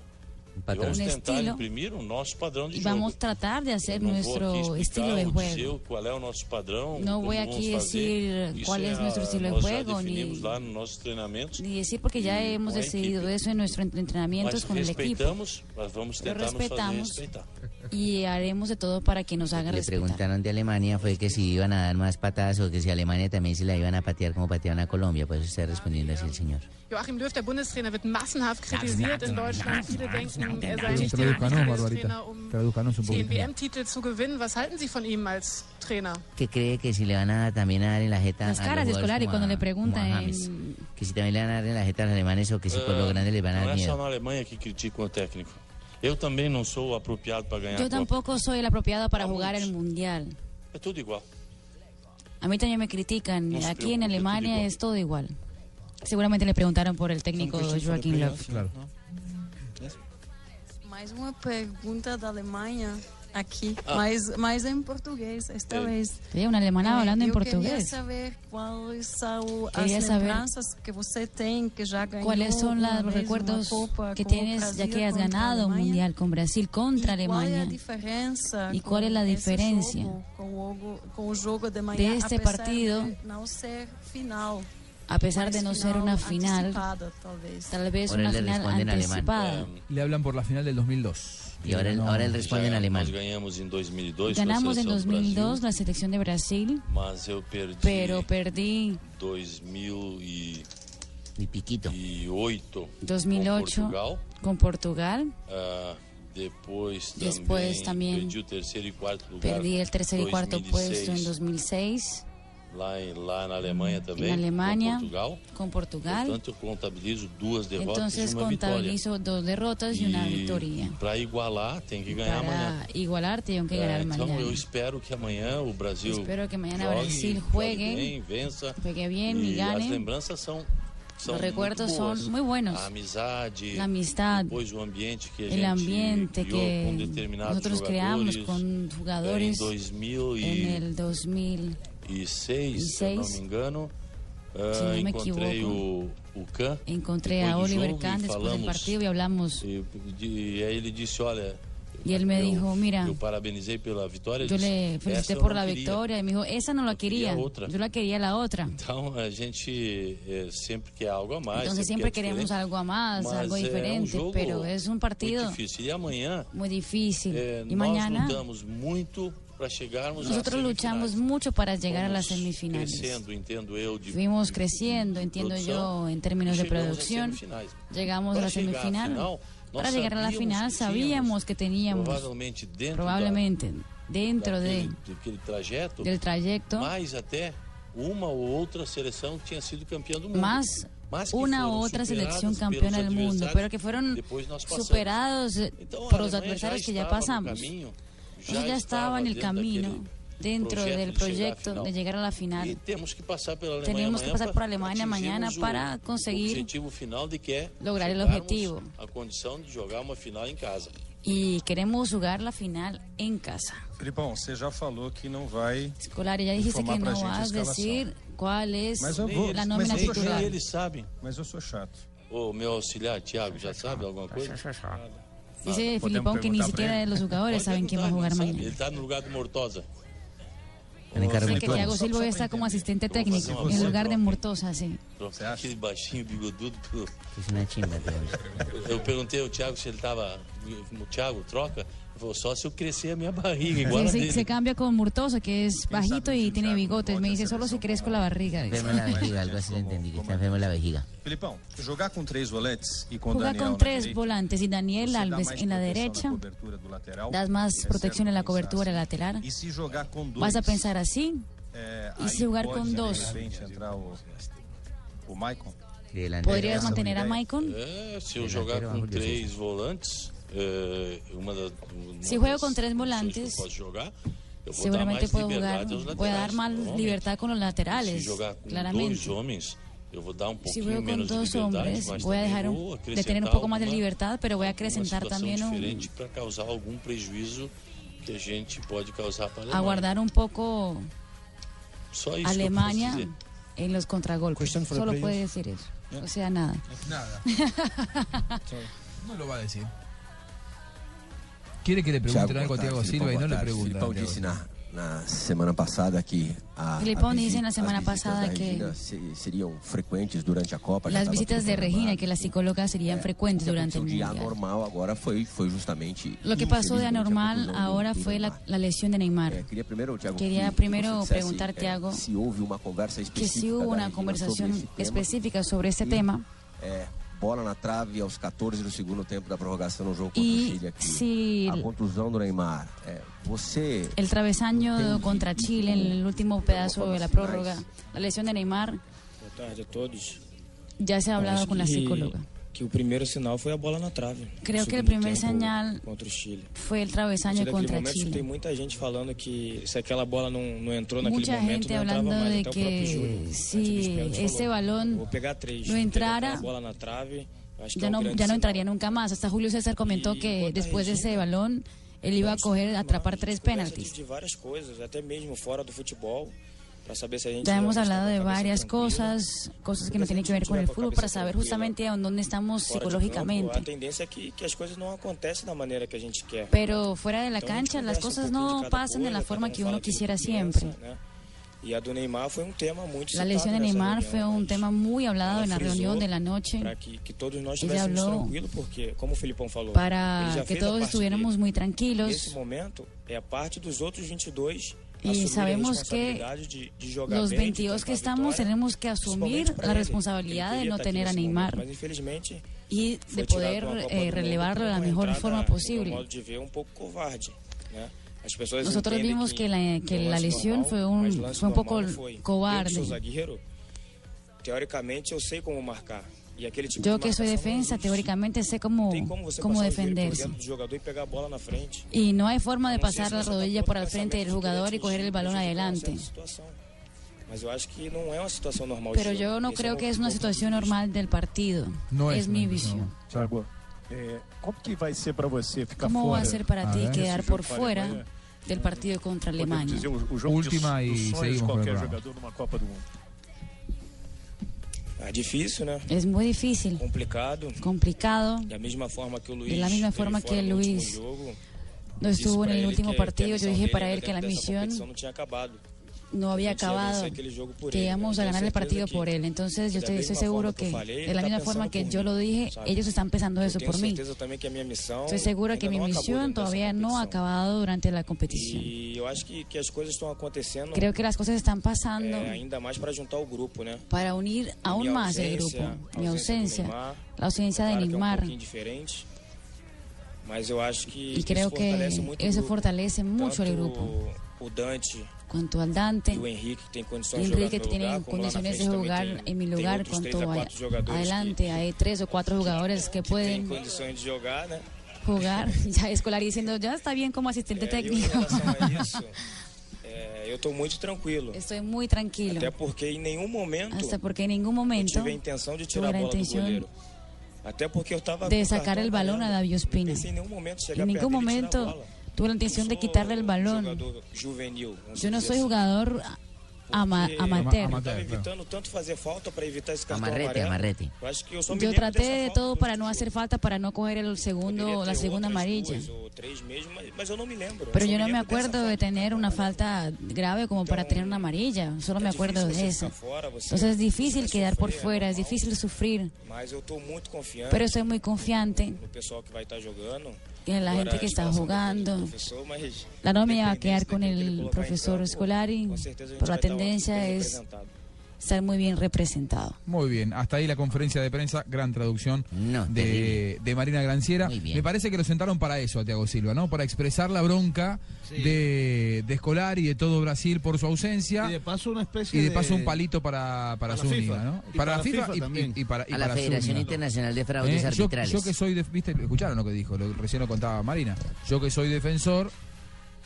Speaker 41: e vamos
Speaker 5: Um
Speaker 41: tentar
Speaker 5: estilo.
Speaker 41: imprimir o nosso padrão de
Speaker 5: y
Speaker 41: jogo.
Speaker 5: vamos a tratar de hacer
Speaker 41: Não vou aqui
Speaker 5: nuestro
Speaker 41: explicar
Speaker 5: estilo de
Speaker 41: ou dizer
Speaker 5: juego.
Speaker 41: qual é o nosso padrão,
Speaker 5: No
Speaker 41: como
Speaker 5: voy
Speaker 41: vamos
Speaker 5: aquí a
Speaker 41: fazer.
Speaker 5: decir
Speaker 41: Isso
Speaker 5: cuál
Speaker 41: é
Speaker 5: es nuestro
Speaker 41: a-
Speaker 5: estilo de
Speaker 41: nós já
Speaker 5: juego, ni-
Speaker 41: definimos lá nos nossos treinamentos.
Speaker 5: Ni decir porque ya
Speaker 41: Y
Speaker 5: hemos
Speaker 41: con la
Speaker 5: decidido eso en nuestros entre- entrenamientos
Speaker 41: Mas
Speaker 5: con el equipo
Speaker 41: respeitamos, mas vamos
Speaker 5: Lo
Speaker 41: tentar nos fazer
Speaker 5: respetamos.
Speaker 41: respeitar.
Speaker 5: y haremos de todo para que nos hagan
Speaker 19: Le
Speaker 5: respetar.
Speaker 19: preguntaron de Alemania fue que si iban a dar más patadas o que si Alemania también se la iban a patear como pateaban a Colombia. Por eso está respondiendo así el señor.
Speaker 13: Joachim Löw, der Bundestrainer, wird massenhaft kritisiert in Deutschland. Viele denken, er sei nicht der richtige
Speaker 4: Traduzcanos, Barbarita.
Speaker 13: Bundestrainer, um
Speaker 4: Traduzcanos un
Speaker 19: poquito.
Speaker 13: den WM-Titel zu gewinnen. Was halten Sie von ihm als Trainer?
Speaker 19: Que cree que si le van a dar también a dar en la jeta
Speaker 5: Las
Speaker 19: a los
Speaker 5: caras de Scolari
Speaker 19: jugadores como
Speaker 5: cuando
Speaker 19: a-
Speaker 5: le preguntan
Speaker 19: como a
Speaker 5: en-
Speaker 19: James. Que si también le van a dar en la jeta a los alemanes o que si
Speaker 10: Eh,
Speaker 19: por lo grande les van a
Speaker 41: não é
Speaker 19: dar
Speaker 41: só
Speaker 19: miedo.
Speaker 41: na Alemanha que criticam o técnico. Eu também não sou o apropriado para ganhar a
Speaker 5: Yo
Speaker 41: Copa.
Speaker 5: tampoco soy el apropiado para jugar el mundial.
Speaker 41: É tudo igual.
Speaker 5: A mí también me critican.
Speaker 41: No se
Speaker 5: Aquí en
Speaker 41: preocupe, todo
Speaker 5: Alemania
Speaker 41: igual.
Speaker 5: es todo igual. Seguramente le preguntaron por el técnico
Speaker 41: questões para
Speaker 5: Joaquín Löw.
Speaker 41: criança,
Speaker 4: né?
Speaker 16: Mais uma pergunta da Alemanha aqui,
Speaker 5: Ah.
Speaker 16: mas, mas em português, esta
Speaker 5: É.
Speaker 16: vez.
Speaker 5: Sí, una alemana hablando
Speaker 16: Eh,
Speaker 5: en
Speaker 16: eu queria
Speaker 5: portugués.
Speaker 16: saber quais são as
Speaker 5: Queria saber
Speaker 16: lembranças que você tem que já ganhou
Speaker 5: ¿Cuáles son
Speaker 16: uma
Speaker 5: los
Speaker 16: vez
Speaker 5: recuerdos
Speaker 16: uma Copa
Speaker 5: que
Speaker 16: com o
Speaker 5: tienes ya
Speaker 16: Brasil
Speaker 5: que has
Speaker 16: contra a
Speaker 5: ganado un
Speaker 16: Alemanha?
Speaker 5: mundial con Brasil contra
Speaker 16: E Qual é a
Speaker 5: Alemania?
Speaker 16: diferença?
Speaker 5: E qual é
Speaker 16: com
Speaker 5: a
Speaker 16: esse
Speaker 5: diferença
Speaker 16: jogo, com, o, jogo- com o jogo de manhã,
Speaker 5: deste este
Speaker 16: apesar
Speaker 5: partido
Speaker 16: de não ser final,
Speaker 5: A pesar de
Speaker 16: mas
Speaker 5: no ser una final,
Speaker 16: antecipada, talvez.
Speaker 5: tal vez
Speaker 19: Ahora
Speaker 5: una
Speaker 19: le
Speaker 5: final
Speaker 19: responden en alemán.
Speaker 5: anticipada.
Speaker 4: Le hablan por la final del 2002.
Speaker 19: Y ahora él-
Speaker 4: No.
Speaker 19: ahora él responde en alemán.
Speaker 41: Nós ganhamos em 2002
Speaker 5: Ganamos
Speaker 41: com a
Speaker 5: en
Speaker 41: seleção do Brasil,
Speaker 5: 2002 la selección de Brasil,
Speaker 41: mas eu perdi
Speaker 5: pero perdí
Speaker 41: 2000 e
Speaker 19: e piquito.
Speaker 41: E 8 com
Speaker 5: 2008
Speaker 41: Portugal.
Speaker 5: con Portugal.
Speaker 41: Ah, depois
Speaker 5: Después
Speaker 41: também
Speaker 5: también
Speaker 41: perdi o terceiro e quarto lugar.
Speaker 5: Perdí el tercer y cuarto
Speaker 41: 2006,
Speaker 5: puesto en 2006
Speaker 41: lá, em- lá na Alemanha também.
Speaker 5: en Alemania
Speaker 41: Com Portugal.
Speaker 5: con Portugal.
Speaker 41: Portanto, eu contabilizo duas derrotas
Speaker 5: Entonces
Speaker 41: e uma vitória.
Speaker 5: contabilizo dos derrotas y una victoria.
Speaker 41: Para igualar, tem que ganhar amanhã.
Speaker 5: Para igualarte, aunque ganar
Speaker 41: É, então
Speaker 5: mañana.
Speaker 41: eu espero que amanhã o Brasil
Speaker 5: Espero que mañana
Speaker 41: jogue,
Speaker 5: Brasil
Speaker 41: jogue
Speaker 5: juegue,
Speaker 41: bem, vença.
Speaker 5: juegue bien y
Speaker 41: E
Speaker 5: gane.
Speaker 41: As lembranças são, são
Speaker 5: Los recuerdos
Speaker 41: muito boas.
Speaker 5: son muy buenos.
Speaker 41: A amizade,
Speaker 5: La amistad,
Speaker 41: depois o ambiente que a gente
Speaker 5: el ambiente
Speaker 41: criou com
Speaker 5: que
Speaker 41: determinados
Speaker 5: nosotros
Speaker 41: jogadores.
Speaker 5: creamos con
Speaker 41: É, em
Speaker 5: jugadores
Speaker 41: 2000
Speaker 5: en
Speaker 41: e
Speaker 5: el 2000.
Speaker 41: e seis, se eu não me engano, ah,
Speaker 5: Se não me
Speaker 41: encontrei o, o Kahn.
Speaker 5: Encontré
Speaker 41: depois
Speaker 5: a
Speaker 41: do
Speaker 5: Oliver
Speaker 41: jogo
Speaker 5: Kahn
Speaker 41: e
Speaker 5: después del
Speaker 41: falamos,
Speaker 5: partido y hablamos.
Speaker 41: E, de- e aí ele disse, olha,
Speaker 5: Y él me dijo, mira,
Speaker 41: eu parabenizei pela vitória.
Speaker 5: Ah. yo
Speaker 41: disse,
Speaker 5: le
Speaker 41: "Essa
Speaker 5: felicité
Speaker 41: eu
Speaker 5: por
Speaker 41: não
Speaker 5: la
Speaker 41: queria."
Speaker 5: victoria. Y me dijo, esa no la quería, Ah,
Speaker 41: otra.
Speaker 5: yo la quería la otra.
Speaker 41: Então a gente eh, sempre quer algo a mais.
Speaker 5: Entonces
Speaker 41: sempre
Speaker 5: siempre
Speaker 41: quer
Speaker 5: Então, queremos
Speaker 41: diferente.
Speaker 5: algo más, eh,
Speaker 41: Mas
Speaker 5: algo
Speaker 41: é um
Speaker 5: diferente,
Speaker 41: jogo
Speaker 5: pero es un partido
Speaker 41: Muito difícil. E amanhã
Speaker 5: muy difícil.
Speaker 41: eh,
Speaker 5: Y
Speaker 41: nós
Speaker 5: mañana
Speaker 41: lutamos muito para chegarmos às
Speaker 5: né? nosotros
Speaker 41: semifinais.
Speaker 5: luchamos mucho para llegar a las
Speaker 41: Fomos
Speaker 5: semifinales.
Speaker 41: Crescendo, entendo eu, de
Speaker 5: Fuimos creciendo, entiendo yo, en términos de
Speaker 41: Chegamos às
Speaker 5: producción.
Speaker 41: semifinais.
Speaker 5: Llegamos a
Speaker 41: Para
Speaker 5: la
Speaker 41: chegar à
Speaker 5: semifinal.
Speaker 41: final,
Speaker 5: Para
Speaker 41: nós
Speaker 5: llegar a la
Speaker 41: sabíamos
Speaker 5: final
Speaker 41: que
Speaker 5: sabíamos que teníamos
Speaker 41: Provavelmente dentro
Speaker 5: probablemente dentro de,
Speaker 41: daquele, daquele trajeto,
Speaker 5: del trayecto
Speaker 41: mais até uma ou outra seleção que tinha sido campeã do mundo.
Speaker 5: más
Speaker 41: Mas que
Speaker 5: una
Speaker 41: foram
Speaker 5: u otra
Speaker 41: superadas
Speaker 5: selección
Speaker 41: pelos
Speaker 5: campeona del mundo,
Speaker 41: adversários,
Speaker 5: pero que fueron
Speaker 41: depois nós passamos.
Speaker 5: superados eh,
Speaker 41: Então, a
Speaker 5: por los
Speaker 41: Alemanha
Speaker 5: adversarios
Speaker 41: já
Speaker 5: que ya
Speaker 41: estava no
Speaker 5: pasamos.
Speaker 41: caminho, já
Speaker 5: Entonces ya estaba
Speaker 41: estava
Speaker 5: en el
Speaker 41: dentro
Speaker 5: camino,
Speaker 41: daquele
Speaker 5: dentro
Speaker 41: projeto
Speaker 5: del
Speaker 41: de chegar à
Speaker 5: proyecto
Speaker 41: final.
Speaker 5: de llegar a la
Speaker 41: E
Speaker 5: final.
Speaker 41: temos que passar pela Alemanha
Speaker 5: Tenemos que
Speaker 41: amanhã
Speaker 5: pasar
Speaker 41: pra
Speaker 5: por Alemania mañana
Speaker 41: atingirmos o-
Speaker 5: para
Speaker 41: o
Speaker 5: conseguir
Speaker 41: objetivo final de que é
Speaker 5: lograr el
Speaker 41: chegarmos
Speaker 5: objetivo.
Speaker 41: A condição de jogar uma final em casa.
Speaker 5: y queremos jugar la final en casa.
Speaker 10: Filipão, você já falou que não vai.
Speaker 5: Colari, ya dijiste
Speaker 10: informar
Speaker 5: que
Speaker 10: pra
Speaker 5: no
Speaker 10: gente a
Speaker 5: vas a
Speaker 10: escalação.
Speaker 5: decir cuál es
Speaker 10: Mas eu vou.
Speaker 5: la nómina
Speaker 10: mas eu sou
Speaker 5: titular.
Speaker 10: chato.
Speaker 41: Eles sabem.
Speaker 10: Mas eu sou chato.
Speaker 41: O meu auxiliar, Thiago, já sabe alguma coisa?
Speaker 5: Dice
Speaker 41: Podemos
Speaker 5: Filipón que ni
Speaker 41: preguntar
Speaker 5: siquiera
Speaker 41: pra ele.
Speaker 5: de los jugadores saben quién va a jugar mañana.
Speaker 41: Tá Ele está no lugar do Mortosa. um
Speaker 5: O sea que Thiago Silva hoy está como asistente técnico en lugar de Murtosa, sí.
Speaker 41: Você acha? Aquele baixinho bigodudo. pelo-
Speaker 19: Es una chimba,
Speaker 10: (laughs)
Speaker 19: tío.
Speaker 41: Eu perguntei ao Thiago se ele estava. Thiago, troca? Ele falou, só se eu crescer a minha barriga, igual a
Speaker 5: Sí,
Speaker 41: dele.
Speaker 5: se, se cambia con Murtosa, que es bajito y tiene bigotes. Me dice, solo si crezco la barriga. dice.
Speaker 19: Enfermo en la vejiga, algo así le entendí, que está enfermo en la vejiga.
Speaker 10: Filipão, jogar com três volantes e com o
Speaker 5: Juega
Speaker 10: Daniel
Speaker 5: con
Speaker 10: na
Speaker 5: tres
Speaker 10: direita,
Speaker 5: volantes y Daniel
Speaker 10: você dá
Speaker 5: Alves
Speaker 10: mais
Speaker 5: en la
Speaker 10: proteção na
Speaker 5: derecha.
Speaker 10: cobertura do lateral,
Speaker 5: Das más
Speaker 10: é
Speaker 5: protección
Speaker 10: certo
Speaker 5: en la
Speaker 10: pensar
Speaker 5: cobertura
Speaker 10: assim.
Speaker 5: lateral.
Speaker 10: E se jogar com dois.
Speaker 5: Vas a pensar así.
Speaker 10: é,
Speaker 5: e
Speaker 10: aí
Speaker 5: se jogar
Speaker 10: pode,
Speaker 5: com
Speaker 10: de
Speaker 5: dois?
Speaker 10: repente, entrar o, o Maicon?
Speaker 19: Crivelando.
Speaker 5: ¿Podrías mantener a Maicon?
Speaker 41: É, se eu jogar com três volantes, é, uma das. uma
Speaker 5: Si juego
Speaker 41: das
Speaker 5: con
Speaker 41: opções que
Speaker 5: tres
Speaker 41: eu
Speaker 5: volantes,
Speaker 41: posso jogar, eu vou dar
Speaker 5: Seguramente
Speaker 41: mais
Speaker 5: puedo
Speaker 41: liberdade
Speaker 5: jugar,
Speaker 41: aos laterais.
Speaker 5: voy a dar más
Speaker 41: normalmente.
Speaker 5: libertad con los
Speaker 41: Se
Speaker 5: laterales,
Speaker 41: jogar com dois
Speaker 5: claramente.
Speaker 41: homens, eu vou dar um
Speaker 5: Si
Speaker 41: pouquinho
Speaker 5: juego con
Speaker 41: menos de
Speaker 5: dos
Speaker 41: liberdade,
Speaker 5: hombres,
Speaker 41: mas
Speaker 5: voy a
Speaker 41: também
Speaker 5: dejar un-
Speaker 41: vou
Speaker 5: de tener un
Speaker 41: acrescentar
Speaker 5: poco más de
Speaker 41: alguma-
Speaker 5: libertad, pero voy a
Speaker 41: uma
Speaker 5: acrecentar
Speaker 41: situação
Speaker 5: también un,
Speaker 41: diferente para causar algum prejuízo que a gente pode causar para a Alemanha.
Speaker 5: aguardar un poco
Speaker 41: Só isso que eu posso
Speaker 5: Alemania
Speaker 41: dizer.
Speaker 5: en los contragolpes.
Speaker 41: Question for the
Speaker 5: Solo
Speaker 41: players.
Speaker 5: puede decir eso. O sea,
Speaker 41: (laughs)
Speaker 5: nada.
Speaker 4: Nada. No lo va a decir. Quiere que le
Speaker 7: Thiago
Speaker 4: pregunten algo a
Speaker 7: Cortaz,
Speaker 4: Thiago
Speaker 7: Filipão
Speaker 4: Silva e no le
Speaker 7: Cortaz.
Speaker 4: preguntan.
Speaker 7: Filipão disse na, na semana passada que a,
Speaker 5: Filipão
Speaker 7: a
Speaker 5: disse
Speaker 7: visi-
Speaker 5: na semana
Speaker 7: as visitas
Speaker 5: passada
Speaker 7: da
Speaker 5: que-
Speaker 7: Regina se- seriam frequentes durante a Copa. já
Speaker 5: Las
Speaker 7: tava
Speaker 5: visitas
Speaker 7: tudo
Speaker 5: de Regina, que la psicóloga serían frecuentes durante el
Speaker 7: O dia
Speaker 5: mundial.
Speaker 7: anormal agora foi, foi justamente.
Speaker 5: Lo que pasó de
Speaker 7: infelizmente, a
Speaker 5: anormal
Speaker 7: conclusão do-
Speaker 5: ahora
Speaker 7: do
Speaker 5: fue
Speaker 7: Neymar.
Speaker 5: la, la lesión de Neymar.
Speaker 7: É, queria primeiro, Thiago,
Speaker 5: Queria
Speaker 7: que- que
Speaker 5: primeiro
Speaker 7: você dissesse,
Speaker 5: perguntar,
Speaker 7: é,
Speaker 5: Thiago,
Speaker 7: se houve uma conversa
Speaker 5: Que
Speaker 7: específica.
Speaker 5: sí hubo
Speaker 7: da
Speaker 5: una
Speaker 7: Regina sobre esse
Speaker 5: conversación
Speaker 7: tema.
Speaker 5: específica sobre este tema.
Speaker 7: É, bola na trave aos 14 do segundo tempo da prorrogação no jogo contra o
Speaker 5: Y
Speaker 7: Chile aqui.
Speaker 5: si
Speaker 7: A contusão do Neymar. É, você
Speaker 5: el travesaño contra Chile en el último pedazo de la prórroga, la lesión de Neymar,
Speaker 42: Boa tarde a todos.
Speaker 5: ya se ha hablado
Speaker 42: Acho
Speaker 5: con la
Speaker 42: que-
Speaker 5: psicóloga.
Speaker 42: Que o primeiro sinal foi a bola na trave.
Speaker 5: Creo
Speaker 42: No
Speaker 5: que el
Speaker 42: segundo
Speaker 5: primer
Speaker 42: tempo
Speaker 5: señal
Speaker 42: Contra o Chile.
Speaker 5: fue el
Speaker 42: A partir
Speaker 5: travesaño
Speaker 42: daquele
Speaker 5: contra
Speaker 42: momento,
Speaker 5: Chile.
Speaker 42: Tem muita gente falando que se aquela bola não, não entrou naquele
Speaker 5: Mucha
Speaker 42: momento,
Speaker 5: gente
Speaker 42: não entrava mais.
Speaker 5: hablando de
Speaker 42: Até o próprio
Speaker 5: que este
Speaker 42: Júlio, antes dos
Speaker 5: si
Speaker 42: pênaltis,
Speaker 5: esse
Speaker 42: falou,
Speaker 5: balão
Speaker 42: Vou pegar três.
Speaker 5: no
Speaker 42: pegar
Speaker 5: entrara,
Speaker 42: aquela bola na trave. Acho que
Speaker 5: ya
Speaker 42: é um
Speaker 5: no,
Speaker 42: grande
Speaker 5: ya no
Speaker 42: sinal.
Speaker 5: entraría nunca más. Hasta Julio César comentó que después de ese balón, él iba a coger, a atrapar tres
Speaker 42: Conversa
Speaker 5: penaltis.
Speaker 42: De, de várias coisas, até mesmo fora do futebol, para saber se a gente
Speaker 5: Ya
Speaker 42: realmente
Speaker 5: hemos
Speaker 42: tá
Speaker 5: hablado
Speaker 42: com a
Speaker 5: de
Speaker 42: cabeça
Speaker 5: varias
Speaker 42: tranquila.
Speaker 5: cosas, cosas que no tienen que ver con el fútbol, para saber justamente a dónde estamos
Speaker 42: Fora de campo,
Speaker 5: psicológicamente.
Speaker 42: a tendência é que, que as coisas não acontecem da maneira que a gente quer.
Speaker 5: Pero fuera de la
Speaker 42: Então, a gente
Speaker 5: cancha las
Speaker 42: conversa
Speaker 5: cosas
Speaker 42: um pouquinho de
Speaker 5: no
Speaker 42: cada
Speaker 5: pasan de
Speaker 42: coisa,
Speaker 5: la
Speaker 42: cada
Speaker 5: forma
Speaker 42: um
Speaker 5: que
Speaker 42: fala
Speaker 5: uno
Speaker 42: aquilo que
Speaker 5: quisiera
Speaker 42: pensa,
Speaker 5: siempre.
Speaker 42: né? E a do Neymar foi um tema muito
Speaker 5: La
Speaker 42: citado
Speaker 5: lesión de
Speaker 42: nessa
Speaker 5: Neymar
Speaker 42: reunião,
Speaker 5: fue
Speaker 42: né?
Speaker 5: un tema muy hablado en la reunión de la noche
Speaker 42: Para que, que todos nós
Speaker 5: Ele
Speaker 42: estivéssemos
Speaker 5: hablou
Speaker 42: tranquilos, porque, como o Felipão falou, ele
Speaker 5: para
Speaker 42: já
Speaker 5: que
Speaker 42: fez a
Speaker 5: todos
Speaker 42: parte
Speaker 5: estuviéramos muy
Speaker 42: dele. Nesse
Speaker 5: tranquilos.
Speaker 42: momento, é a parte dos outros 22
Speaker 5: E
Speaker 42: assumirem
Speaker 5: sabemos
Speaker 42: a responsabilidade de, de jogar
Speaker 5: Los
Speaker 42: bem, de
Speaker 5: 22
Speaker 42: tentar
Speaker 5: que
Speaker 42: a
Speaker 5: estamos
Speaker 42: vitória,
Speaker 5: tenemos que asumir
Speaker 42: principalmente pra
Speaker 5: la
Speaker 42: ele,
Speaker 5: responsabilidad
Speaker 42: que
Speaker 5: de
Speaker 42: ele
Speaker 5: no
Speaker 42: queria
Speaker 5: tener
Speaker 42: tá
Speaker 5: a
Speaker 42: aqui nesse momento,
Speaker 5: Neymar
Speaker 42: Mas, infelizmente,
Speaker 5: y de
Speaker 42: foi tirado
Speaker 5: poder
Speaker 42: uma Copa
Speaker 5: eh,
Speaker 42: do Mundo
Speaker 5: relevarlo de la
Speaker 42: com uma
Speaker 5: mejor
Speaker 42: entrada,
Speaker 5: forma
Speaker 42: no meu
Speaker 5: posible.
Speaker 42: modo de ver, um pouco covarde. Né? As pessoas
Speaker 5: Nosotros
Speaker 42: entendem
Speaker 5: vimos que la, que
Speaker 42: no
Speaker 5: la
Speaker 42: lance
Speaker 5: lesión
Speaker 42: normal,
Speaker 5: fue
Speaker 42: mas
Speaker 5: un,
Speaker 42: lance
Speaker 5: fue un
Speaker 42: normal
Speaker 5: poco
Speaker 42: não foi. Eu que sou
Speaker 5: cobarde.
Speaker 42: zagueiro, teoricamente eu sei como marcar. E aquele tipo
Speaker 5: Yo
Speaker 42: de
Speaker 5: que
Speaker 42: marcação
Speaker 5: soy
Speaker 42: não
Speaker 5: defensa,
Speaker 42: existe.
Speaker 5: teóricamente sé cómo,
Speaker 42: Como você passar o joelho
Speaker 5: cómo
Speaker 42: por
Speaker 5: defenderse.
Speaker 42: dentro do jogador e pegar a bola na frente.
Speaker 5: Y no hay forma de
Speaker 42: Não sei se
Speaker 5: pasar la
Speaker 42: você tá
Speaker 5: rodilla
Speaker 42: todo
Speaker 5: por al
Speaker 42: pensamento
Speaker 5: frente del
Speaker 42: que
Speaker 5: jugador
Speaker 42: queria
Speaker 5: y coger el
Speaker 42: atingir, prejudicou
Speaker 5: balón
Speaker 42: uma certa
Speaker 5: adelante.
Speaker 42: situação. Mas eu acho que não é uma situação normal. de
Speaker 5: Pero
Speaker 42: jogo.
Speaker 5: yo no
Speaker 42: Esse é
Speaker 5: creo
Speaker 42: o
Speaker 5: que es una situación normal del partido. es mi visión.
Speaker 20: Thiago, é, como Eh, que vai ser para você ficar
Speaker 5: ¿Cómo
Speaker 20: fora?
Speaker 5: va a ser para ti
Speaker 20: desse
Speaker 5: quedar
Speaker 20: jogo
Speaker 5: por
Speaker 20: com a
Speaker 5: fuera
Speaker 20: Alemanha?
Speaker 5: del partido contra
Speaker 20: Podemos
Speaker 5: Alemania?
Speaker 20: dizer, o, o jogo
Speaker 4: Última
Speaker 20: de,
Speaker 4: e
Speaker 20: dos sonhos de
Speaker 4: seguimos com o
Speaker 20: qualquer
Speaker 4: programa.
Speaker 20: jogador numa Copa do Mundo.
Speaker 42: É difícil, né?
Speaker 5: Es muy difícil,
Speaker 42: Complicado.
Speaker 5: complicado.
Speaker 42: Da mesma forma que o Luiz.
Speaker 5: De la misma
Speaker 42: teve
Speaker 5: forma
Speaker 42: fora
Speaker 5: que
Speaker 42: no último
Speaker 5: Luiz
Speaker 42: jogo,
Speaker 5: No
Speaker 42: disse
Speaker 5: estuvo en
Speaker 42: pra
Speaker 5: el
Speaker 42: ele
Speaker 5: último
Speaker 42: que- que a
Speaker 5: partido. Yo
Speaker 42: missão
Speaker 5: dije
Speaker 42: dele
Speaker 5: para él
Speaker 42: dentro
Speaker 5: que la
Speaker 42: dessa competição
Speaker 5: misión
Speaker 42: não tinha acabado.
Speaker 5: no había acabado, que íbamos a ganar el partido por él. Entonces yo estoy, estoy seguro que de la misma forma que yo lo dije, ellos están pensando eso
Speaker 42: Tenho
Speaker 5: por mí.
Speaker 42: certeza também que a minha missão.
Speaker 5: Estoy segura
Speaker 42: ainda
Speaker 5: que mi
Speaker 42: não acabou
Speaker 5: misión
Speaker 42: dentro dessa
Speaker 5: todavía no ha acabado durante la competición.
Speaker 42: E eu acho que, que as coisas estão acontecendo.
Speaker 5: Creo que las cosas están pasando
Speaker 42: é, Eh, ainda mais para juntar o grupo, né?
Speaker 5: para unir aún
Speaker 42: Minha
Speaker 5: más el
Speaker 42: ausência,
Speaker 5: grupo. Mi
Speaker 42: a ausência do
Speaker 5: ausencia,
Speaker 42: Neymar,
Speaker 5: la ausencia de
Speaker 42: claro que é um
Speaker 5: Neymar.
Speaker 42: pouquinho diferente, mas eu acho que
Speaker 5: Y creo
Speaker 42: isso
Speaker 5: que
Speaker 42: fortalece muito
Speaker 5: eso
Speaker 42: o grupo.
Speaker 5: fortalece mucho al
Speaker 42: Tanto
Speaker 5: grupo.
Speaker 42: O Dante
Speaker 5: Cuanto al Dante,
Speaker 42: e o Henrique que tem condições de jogar
Speaker 5: Enrique
Speaker 42: no meu
Speaker 5: que tiene
Speaker 42: lugar, como lá na
Speaker 5: condiciones de
Speaker 42: frente
Speaker 5: jugar
Speaker 42: também tem,
Speaker 5: en mi
Speaker 42: tem
Speaker 5: lugar,
Speaker 42: outros três
Speaker 5: cuanto
Speaker 42: a
Speaker 5: a-
Speaker 42: quatro jogadores
Speaker 5: adelante hay tres o cuatro jugadores que
Speaker 42: que tem
Speaker 5: pueden
Speaker 42: condições de jogar, né? (laughs)
Speaker 5: jugar. (laughs) Ya escolar diciendo, ya está bien como asistente
Speaker 42: É, eu, em
Speaker 5: técnico.
Speaker 42: relação
Speaker 5: (laughs)
Speaker 42: a eh, isso, é, eu estou muito tranquilo.
Speaker 5: Estoy muy tranquilo.
Speaker 42: Até porque em nenhum momento
Speaker 5: Hasta porque en ningún
Speaker 42: eu
Speaker 5: momento
Speaker 42: tive a intenção de
Speaker 5: tuve
Speaker 42: tirar a
Speaker 5: la
Speaker 42: bola do
Speaker 5: intención
Speaker 42: goleiro. Até porque eu estava
Speaker 5: de sacar el balón a David Ospina.
Speaker 42: Em nenhum momento chegar
Speaker 5: En
Speaker 42: perto dele e tirar a
Speaker 5: ningún momento
Speaker 42: bola.
Speaker 5: tuve la intención de quitarle el balón.
Speaker 42: Jogador juvenil. vamos
Speaker 5: Yo no
Speaker 42: dizer
Speaker 5: soy
Speaker 42: assim.
Speaker 5: jugador ama-
Speaker 42: Porque
Speaker 5: amateur.
Speaker 42: Eu estava evitando tanto fazer falta para evitar esse cartão
Speaker 19: Amarrete,
Speaker 42: amarelo.
Speaker 19: amarrete.
Speaker 42: Eu acho que eu só me
Speaker 5: Yo
Speaker 42: lembro
Speaker 5: traté
Speaker 42: dessa
Speaker 5: de todo para no hacer falta, para no coger el segundo, la segunda amarilla.
Speaker 42: falta, ou três mesmo, mas, mas eu não me lembro.
Speaker 5: Pero
Speaker 42: só
Speaker 5: yo no me
Speaker 42: lembro dessa
Speaker 5: acuerdo de tener una falta grave como para tener una amarilla, solo me acuerdo de eso. Entonces es difícil quedar por fuera, es difícil sufrir,
Speaker 42: Mas eu estou muito confiante
Speaker 5: pero estoy muy confiante
Speaker 42: no pessoal que vai estar jogando.
Speaker 5: en la
Speaker 42: Agora,
Speaker 5: gente que
Speaker 42: a
Speaker 5: está
Speaker 42: escalação do
Speaker 5: jugando.
Speaker 42: professor, mas
Speaker 5: La nómina va a
Speaker 42: independente
Speaker 5: quedar con
Speaker 42: daquilo que ele
Speaker 5: el
Speaker 42: colocar em
Speaker 5: profesor
Speaker 42: campo,
Speaker 5: Scolari,
Speaker 42: com certeza a gente
Speaker 5: pero la
Speaker 42: vai estar bem
Speaker 5: tendencia es
Speaker 42: representado.
Speaker 5: estar muy bien representado.
Speaker 4: Muy bien, hasta ahí la conferencia de prensa, gran traducción de, de Marina Granciera. Me parece que lo sentaron para eso a Tiago Silva, ¿no? Para expresar la bronca de, de Escolar y de todo Brasil por su ausencia.
Speaker 12: Y de paso una especie
Speaker 4: Y de paso
Speaker 12: de-
Speaker 4: un palito para, para,
Speaker 12: para
Speaker 4: Zúñiga,
Speaker 12: FIFA.
Speaker 4: ¿no?
Speaker 12: Y para
Speaker 4: la
Speaker 12: FIFA
Speaker 4: y-
Speaker 12: también.
Speaker 4: y, y para y
Speaker 43: A la
Speaker 4: para
Speaker 43: Federación
Speaker 4: Zúñiga.
Speaker 43: Internacional de Fraudes
Speaker 4: Eh, yo-
Speaker 43: Arbitrales.
Speaker 4: Yo, que soy, de- viste, escucharon lo que dijo, lo, recién lo contaba Marina. Yo que soy defensor,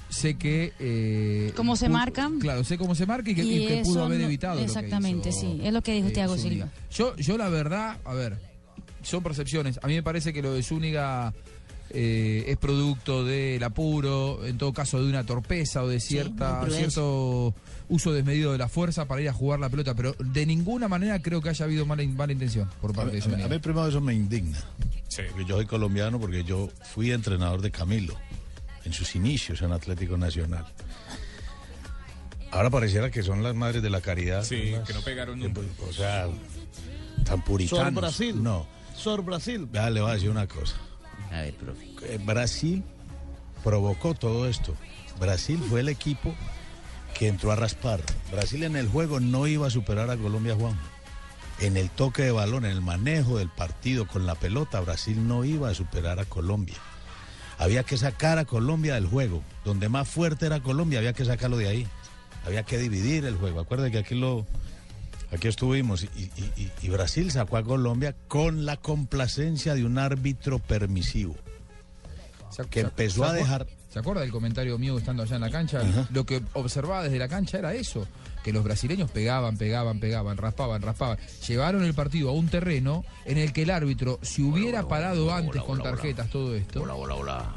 Speaker 4: sé que... eh,
Speaker 5: Cómo se
Speaker 4: pu-
Speaker 5: marca.
Speaker 4: Claro, sé cómo se marca y que, y que
Speaker 5: eso
Speaker 4: pudo haber
Speaker 5: no-
Speaker 4: evitado. lo que
Speaker 5: Exactamente,
Speaker 4: hizo.
Speaker 5: sí. Es lo que dijo
Speaker 4: eh,
Speaker 5: Tiago
Speaker 4: Zúñiga.
Speaker 5: Silva.
Speaker 4: Yo, yo la verdad, a ver, son percepciones. A mí me parece que lo de Zúñiga eh, es producto del apuro, en todo caso de una torpeza o de cierta,
Speaker 43: imprudencia.
Speaker 4: cierto uso desmedido de la fuerza para ir a jugar la pelota, pero de ninguna manera creo que haya habido mala, in- mala intención por
Speaker 10: A
Speaker 4: parte
Speaker 10: mí,
Speaker 4: de
Speaker 10: a mí-
Speaker 4: Zúñiga.
Speaker 10: a mí primero eso me indigna. Porque Yo soy colombiano porque yo fui entrenador de Camilo en sus inicios en Atlético Nacional. Ahora pareciera que son las madres de la caridad.
Speaker 6: Sí,
Speaker 10: son las-
Speaker 6: que no pegaron nunca.
Speaker 10: O sea, tan puritanos.
Speaker 12: Sor Brasil.
Speaker 10: No.
Speaker 12: Sor Brasil.
Speaker 10: Vea, le voy a decir una cosa.
Speaker 43: A ver, profe.
Speaker 10: Eh, Brasil provocó todo esto. Brasil fue el equipo que entró a raspar. Brasil en el juego no iba a superar a Colombia, Juan. En el toque de balón, en el manejo del partido con la pelota, Brasil no iba a superar a Colombia. Había que sacar a Colombia del juego. Donde más fuerte era Colombia, había que sacarlo de ahí. Había que dividir el juego. Acuérdate que aquí lo, Aquí estuvimos y, y- y- y Brasil sacó a Colombia con la complacencia de un árbitro permisivo. Que empezó a
Speaker 4: ¿Se acuer-
Speaker 10: dejar.
Speaker 4: ¿Se acuerda del comentario mío estando allá en la cancha? Lo que observaba desde la cancha era eso, que los brasileños pegaban, pegaban, pegaban, raspaban, raspaban. Llevaron el partido a un terreno en el que el árbitro, si hubiera parado antes con tarjetas todo esto,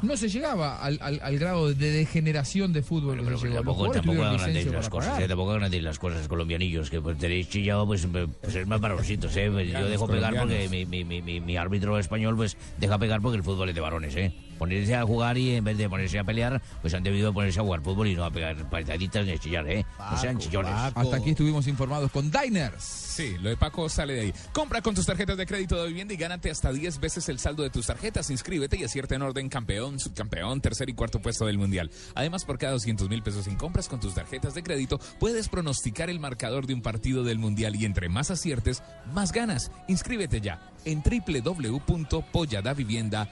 Speaker 4: no se llegaba al, al- al grado de degeneración de fútbol que se llegó. Los
Speaker 16: Tampoco,
Speaker 4: jugadores
Speaker 16: tampoco
Speaker 4: tuvieron
Speaker 16: hagan
Speaker 4: licencia
Speaker 16: las
Speaker 4: para
Speaker 16: cosas,
Speaker 4: pagar.
Speaker 16: eh, tampoco hagan las cosas, colombianillos, que pues, tenéis chillado, pues, eh, pues es más varoncitos, eh. Pues, yo Claro, dejo los pegar porque colombianos. mi, mi- mi- mi- mi árbitro español, pues, deja pegar porque el fútbol es de varones, eh. Ponerse a jugar y en vez de ponerse a pelear, pues han debido ponerse a jugar fútbol y no a pegar pataditas ni a chillar, eh. no sean chillones.
Speaker 4: Hasta aquí estuvimos informados con Diners.
Speaker 6: Sí, lo de Paco sale de ahí. Compra con tus tarjetas de crédito de vivienda y gánate hasta 10 veces el saldo de tus tarjetas. Inscríbete y acierta en orden campeón, subcampeón, tercer y cuarto puesto del Mundial. Además, por cada 200 mil pesos en compras con tus tarjetas de crédito, puedes pronosticar el marcador de un partido del Mundial y entre más aciertes, más ganas. Inscríbete ya en www.polladavivienda.com.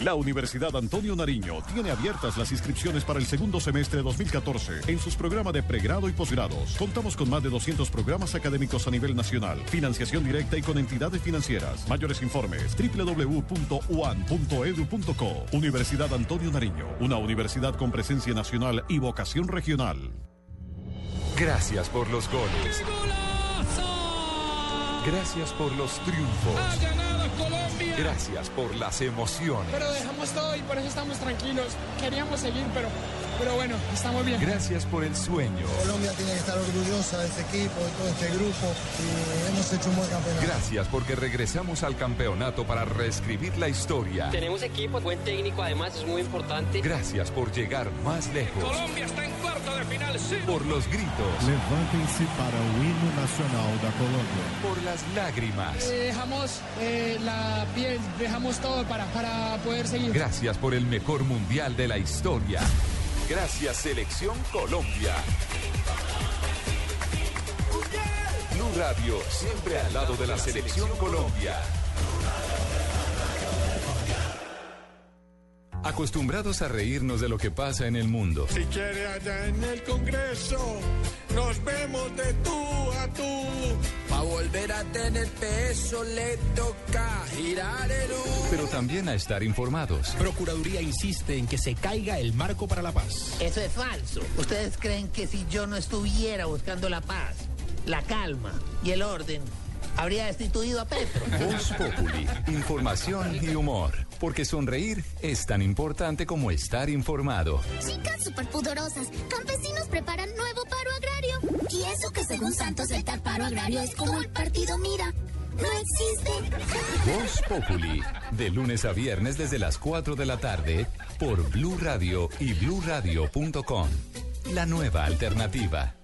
Speaker 36: La Universidad Antonio Nariño tiene abiertas las inscripciones para el segundo semestre 2014 en sus programas de pregrado y posgrados. Contamos con más de 200 programas académicos a nivel nacional, financiación directa y con entidades financieras. Mayores informes www.uan.edu.co. Universidad Antonio Nariño, una universidad con presencia nacional y vocación regional.
Speaker 17: Gracias por los goles. Gracias por los triunfos.
Speaker 2: Colombia.
Speaker 17: Gracias por las emociones.
Speaker 2: Pero dejamos todo y por eso estamos tranquilos. Queríamos seguir, pero, pero bueno, estamos bien.
Speaker 17: Gracias por el sueño.
Speaker 23: Colombia tiene que estar orgullosa de este equipo, de todo este grupo y hemos hecho un buen campeonato.
Speaker 17: Gracias porque regresamos al campeonato para reescribir la historia.
Speaker 24: Tenemos equipo, buen técnico, además es muy importante.
Speaker 17: Gracias por llegar más lejos.
Speaker 24: Colombia está en cuarto de final, sí.
Speaker 17: Por los gritos,
Speaker 32: Levantem-se para o hino nacional da Colômbia.
Speaker 17: por las lágrimas.
Speaker 2: Eh, dejamos eh, la piel, dejamos todo para, para poder seguir.
Speaker 17: Gracias por el mejor mundial de la historia. Gracias Selección Colombia. Blue Radio, siempre al lado de la Selección Colombia. Acostumbrados a reírnos de lo que pasa en el mundo.
Speaker 33: Si quiere allá en el Congreso, nos vemos de tú a tú.
Speaker 32: Para volver a tener peso le toca girar el U.
Speaker 17: Pero también a estar informados.
Speaker 32: Procuraduría insiste en que se caiga el marco para la paz.
Speaker 7: Eso es falso. Ustedes creen que si yo no estuviera buscando la paz, la calma y el orden, habría destituido a Petro.
Speaker 17: Voz Populi, información y humor. Porque sonreír es tan importante como estar informado.
Speaker 35: Chicas superpudorosas, campesinos preparan nuevo paro agrario. Y eso que según Santos el tal paro agrario es como el partido Mira. no existe.
Speaker 17: Voz Populi, de lunes a viernes desde las 4 de la tarde por Blue Radio y bluradio.com. La nueva alternativa.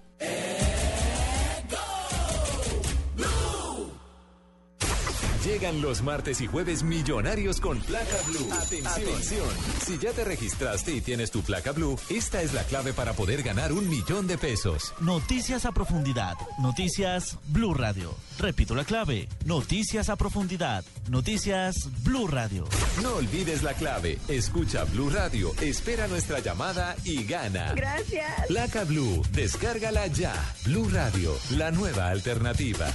Speaker 17: Llegan los martes y jueves millonarios con placa blue. Atención. Si ya te registraste y tienes tu placa blue, esta es la clave para poder ganar un millón de pesos.
Speaker 14: Noticias a profundidad. Noticias Blue Radio. Repito la clave. Noticias a profundidad. Noticias Blue Radio.
Speaker 17: No olvides la clave. Escucha Blue Radio, espera nuestra llamada y gana.
Speaker 13: Gracias.
Speaker 17: Placa Blue, descárgala ya. Blue Radio, la nueva alternativa.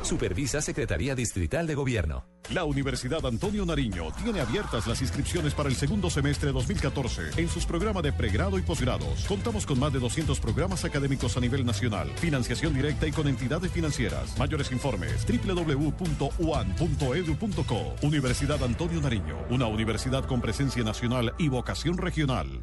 Speaker 17: Supervisa Secretaría Distrital de Gobierno.
Speaker 36: La Universidad Antonio Nariño tiene abiertas las inscripciones para el segundo semestre 2014 en sus programas de pregrado y posgrados. Contamos con más de 200 programas académicos a nivel nacional, financiación directa y con entidades financieras. Mayores informes www.uan.edu.co. Universidad Antonio Nariño, una universidad con presencia nacional y vocación regional.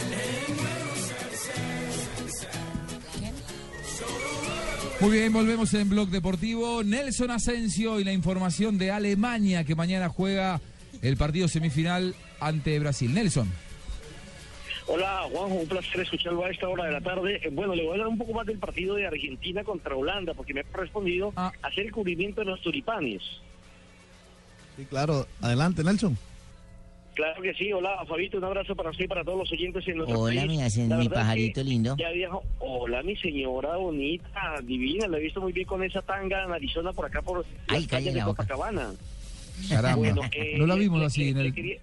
Speaker 9: And wave, sky to sky, sky to sky.
Speaker 4: Muy bien, volvemos en Blog Deportivo. Nelson Asensio y la información de Alemania que mañana juega el partido semifinal ante Brasil. Nelson.
Speaker 40: Hola Juanjo, un placer escucharlo a esta hora de la tarde. Eh, Bueno, le voy a hablar un poco más del partido de Argentina contra Holanda, porque me ha correspondido hacer el cubrimiento de los tulipanes.
Speaker 12: Sí, claro. Adelante, Nelson.
Speaker 40: Claro que sí, hola Fabito, un abrazo para usted y para todos los oyentes en nuestro
Speaker 19: Hola,
Speaker 40: país.
Speaker 19: mi Asen-
Speaker 40: La
Speaker 19: mi
Speaker 40: verdad es
Speaker 19: pajarito
Speaker 40: que
Speaker 19: lindo.
Speaker 40: Ya viajó. Hola, mi señora bonita, divina, la he visto muy bien con esa tanga en Arizona por acá por
Speaker 19: Ay,
Speaker 40: las calles
Speaker 19: cállate
Speaker 40: de
Speaker 19: la boca.
Speaker 40: Copacabana.
Speaker 4: Caramba.
Speaker 40: Bueno, eh,
Speaker 4: no la vimos
Speaker 40: le-
Speaker 4: así en
Speaker 40: le
Speaker 4: el.
Speaker 40: quería-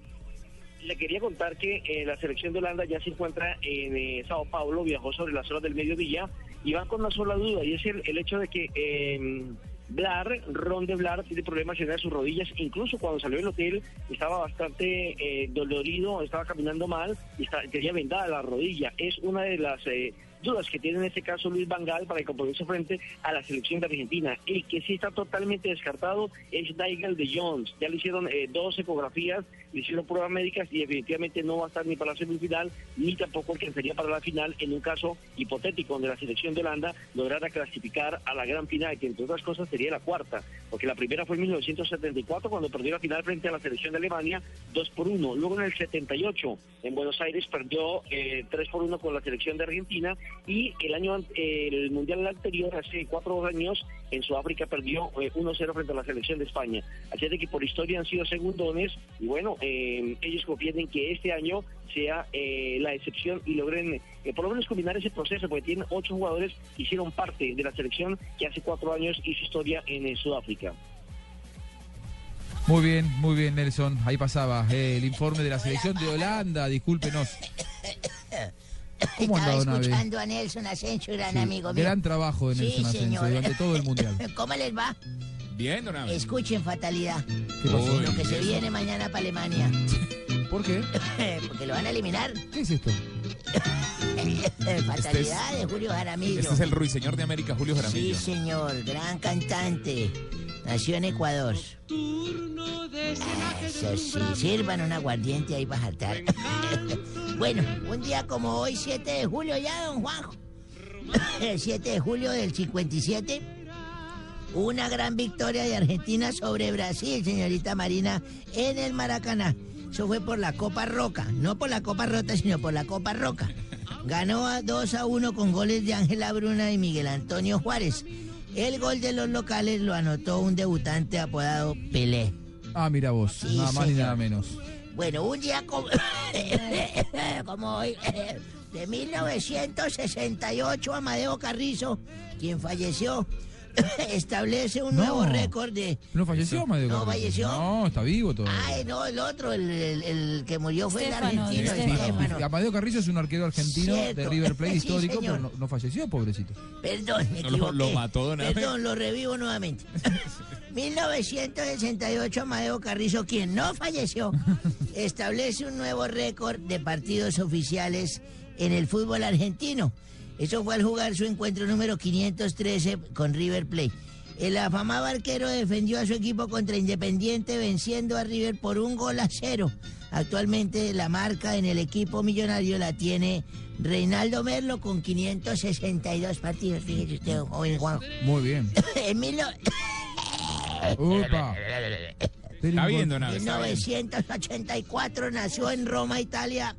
Speaker 40: le quería contar que eh, la selección de Holanda ya se encuentra en eh, Sao Paulo, viajó sobre las horas del mediodía y va con una sola duda y es el, el hecho de que eh, Blar, Ron de Blar, tiene problemas en una de sus rodillas, incluso cuando salió del hotel estaba bastante eh, dolorido, estaba caminando mal y está- tenía vendada la rodilla. Es una de las eh, dudas que tiene en este caso Luis Vangal para el compromiso frente a la selección de Argentina. El que sí está totalmente descartado es Nigel de Jones. Ya le hicieron eh, dos ecografías, le hicieron pruebas médicas y definitivamente no va a estar ni para la semifinal ni tampoco alcanzaría para la final en un caso hipotético donde la selección de Holanda lograra clasificar a la gran final, que entre otras cosas sería la cuarta, porque la primera fue en 1974 cuando perdió la final frente a la selección de Alemania 2 por 1. Luego en el 78 en Buenos Aires perdió eh, 3 por 1 con la selección de Argentina y el año an- eh, el mundial anterior hace cuatro años en Sudáfrica perdió eh, 1-0 frente a la selección de España. Así es de que por historia han sido segundones y bueno, eh, ellos confían en que este año sea eh, la excepción y logren eh, por lo menos combinar ese proceso, porque tienen ocho jugadores que hicieron parte de la selección que hace cuatro años hizo historia en eh, Sudáfrica.
Speaker 4: Muy bien, muy bien, Nelson. Ahí pasaba eh, el informe de la selección de Holanda. Discúlpenos. ¿Cómo
Speaker 44: Estaba
Speaker 4: andaba Nave?
Speaker 44: escuchando a Nelson Asensio, gran
Speaker 4: Sí,
Speaker 44: amigo mío.
Speaker 4: Gran trabajo de
Speaker 44: Sí,
Speaker 4: Nelson Asensio
Speaker 44: señor.
Speaker 4: durante todo el mundial.
Speaker 44: ¿Cómo les va?
Speaker 6: Bien, don Abel.
Speaker 44: Escuchen fatalidad.
Speaker 4: ¿Qué pasó?
Speaker 44: Lo que se viene mañana para Alemania.
Speaker 4: ¿Por qué?
Speaker 44: (laughs) Porque lo van a eliminar.
Speaker 4: ¿Qué es esto?
Speaker 44: (laughs) fatalidad
Speaker 6: Este es-
Speaker 44: de Julio Jaramillo.
Speaker 6: Este es el ruiseñor de América, Julio
Speaker 44: Sí,
Speaker 6: Jaramillo.
Speaker 44: señor, gran cantante. Nació en Ecuador. Eso sí, sirvan un aguardiente ahí para saltar. (laughs) bueno, un día como hoy, 7 de julio ya, don Juanjo. (laughs) El 7 de julio del 57, hubo una gran victoria de Argentina sobre Brasil, señorita Marina, en el Maracaná. Eso fue por la Copa Roca, no por la Copa Rota, sino por la Copa Roca. Ganó a 2 a 1 con goles de Ángela Bruna y Miguel Antonio Juárez. El gol de los locales lo anotó un debutante apodado Pelé.
Speaker 4: Ah, mira vos,
Speaker 44: Sí,
Speaker 4: nada más ni
Speaker 44: señor.
Speaker 4: nada menos.
Speaker 44: Bueno, un día como, (coughs) como hoy, (coughs) de 1968, Amadeo Carrizo, quien falleció, (coughs) establece un
Speaker 4: No.
Speaker 44: nuevo récord de...
Speaker 4: ¿No falleció, Amadeo
Speaker 44: No
Speaker 4: Carrizo?
Speaker 44: falleció.
Speaker 4: No, está vivo todavía.
Speaker 44: Ay, no, el otro, el, el- el que murió fue el
Speaker 4: Sí,
Speaker 44: argentino, Estefano.
Speaker 4: sí, Amadeo Carrillo es un arquero argentino de
Speaker 44: Cierto.
Speaker 4: River Plate
Speaker 44: Sí,
Speaker 4: histórico, pero
Speaker 44: señor.
Speaker 4: no, no falleció, pobrecito.
Speaker 44: Perdón, me
Speaker 4: Lo-
Speaker 44: equivoqué.
Speaker 4: lo mató de una vez.
Speaker 44: Perdón, lo revivo nuevamente. 1968, Amadeo Carrizo, quien no falleció, establece un nuevo récord de partidos oficiales en el fútbol argentino. Eso fue al jugar su encuentro número 513 con River Plate. El afamado arquero defendió a su equipo contra Independiente venciendo a River por un gol a cero. Actualmente la marca en el equipo millonario la tiene Reinaldo Merlo con 562 partidos. Fíjese usted, joven Juan.
Speaker 4: Muy bien.
Speaker 44: (coughs) En mil no-
Speaker 4: Upa.
Speaker 6: Está bien, don Abe, está bien.
Speaker 44: 1984 nació en Roma, Italia,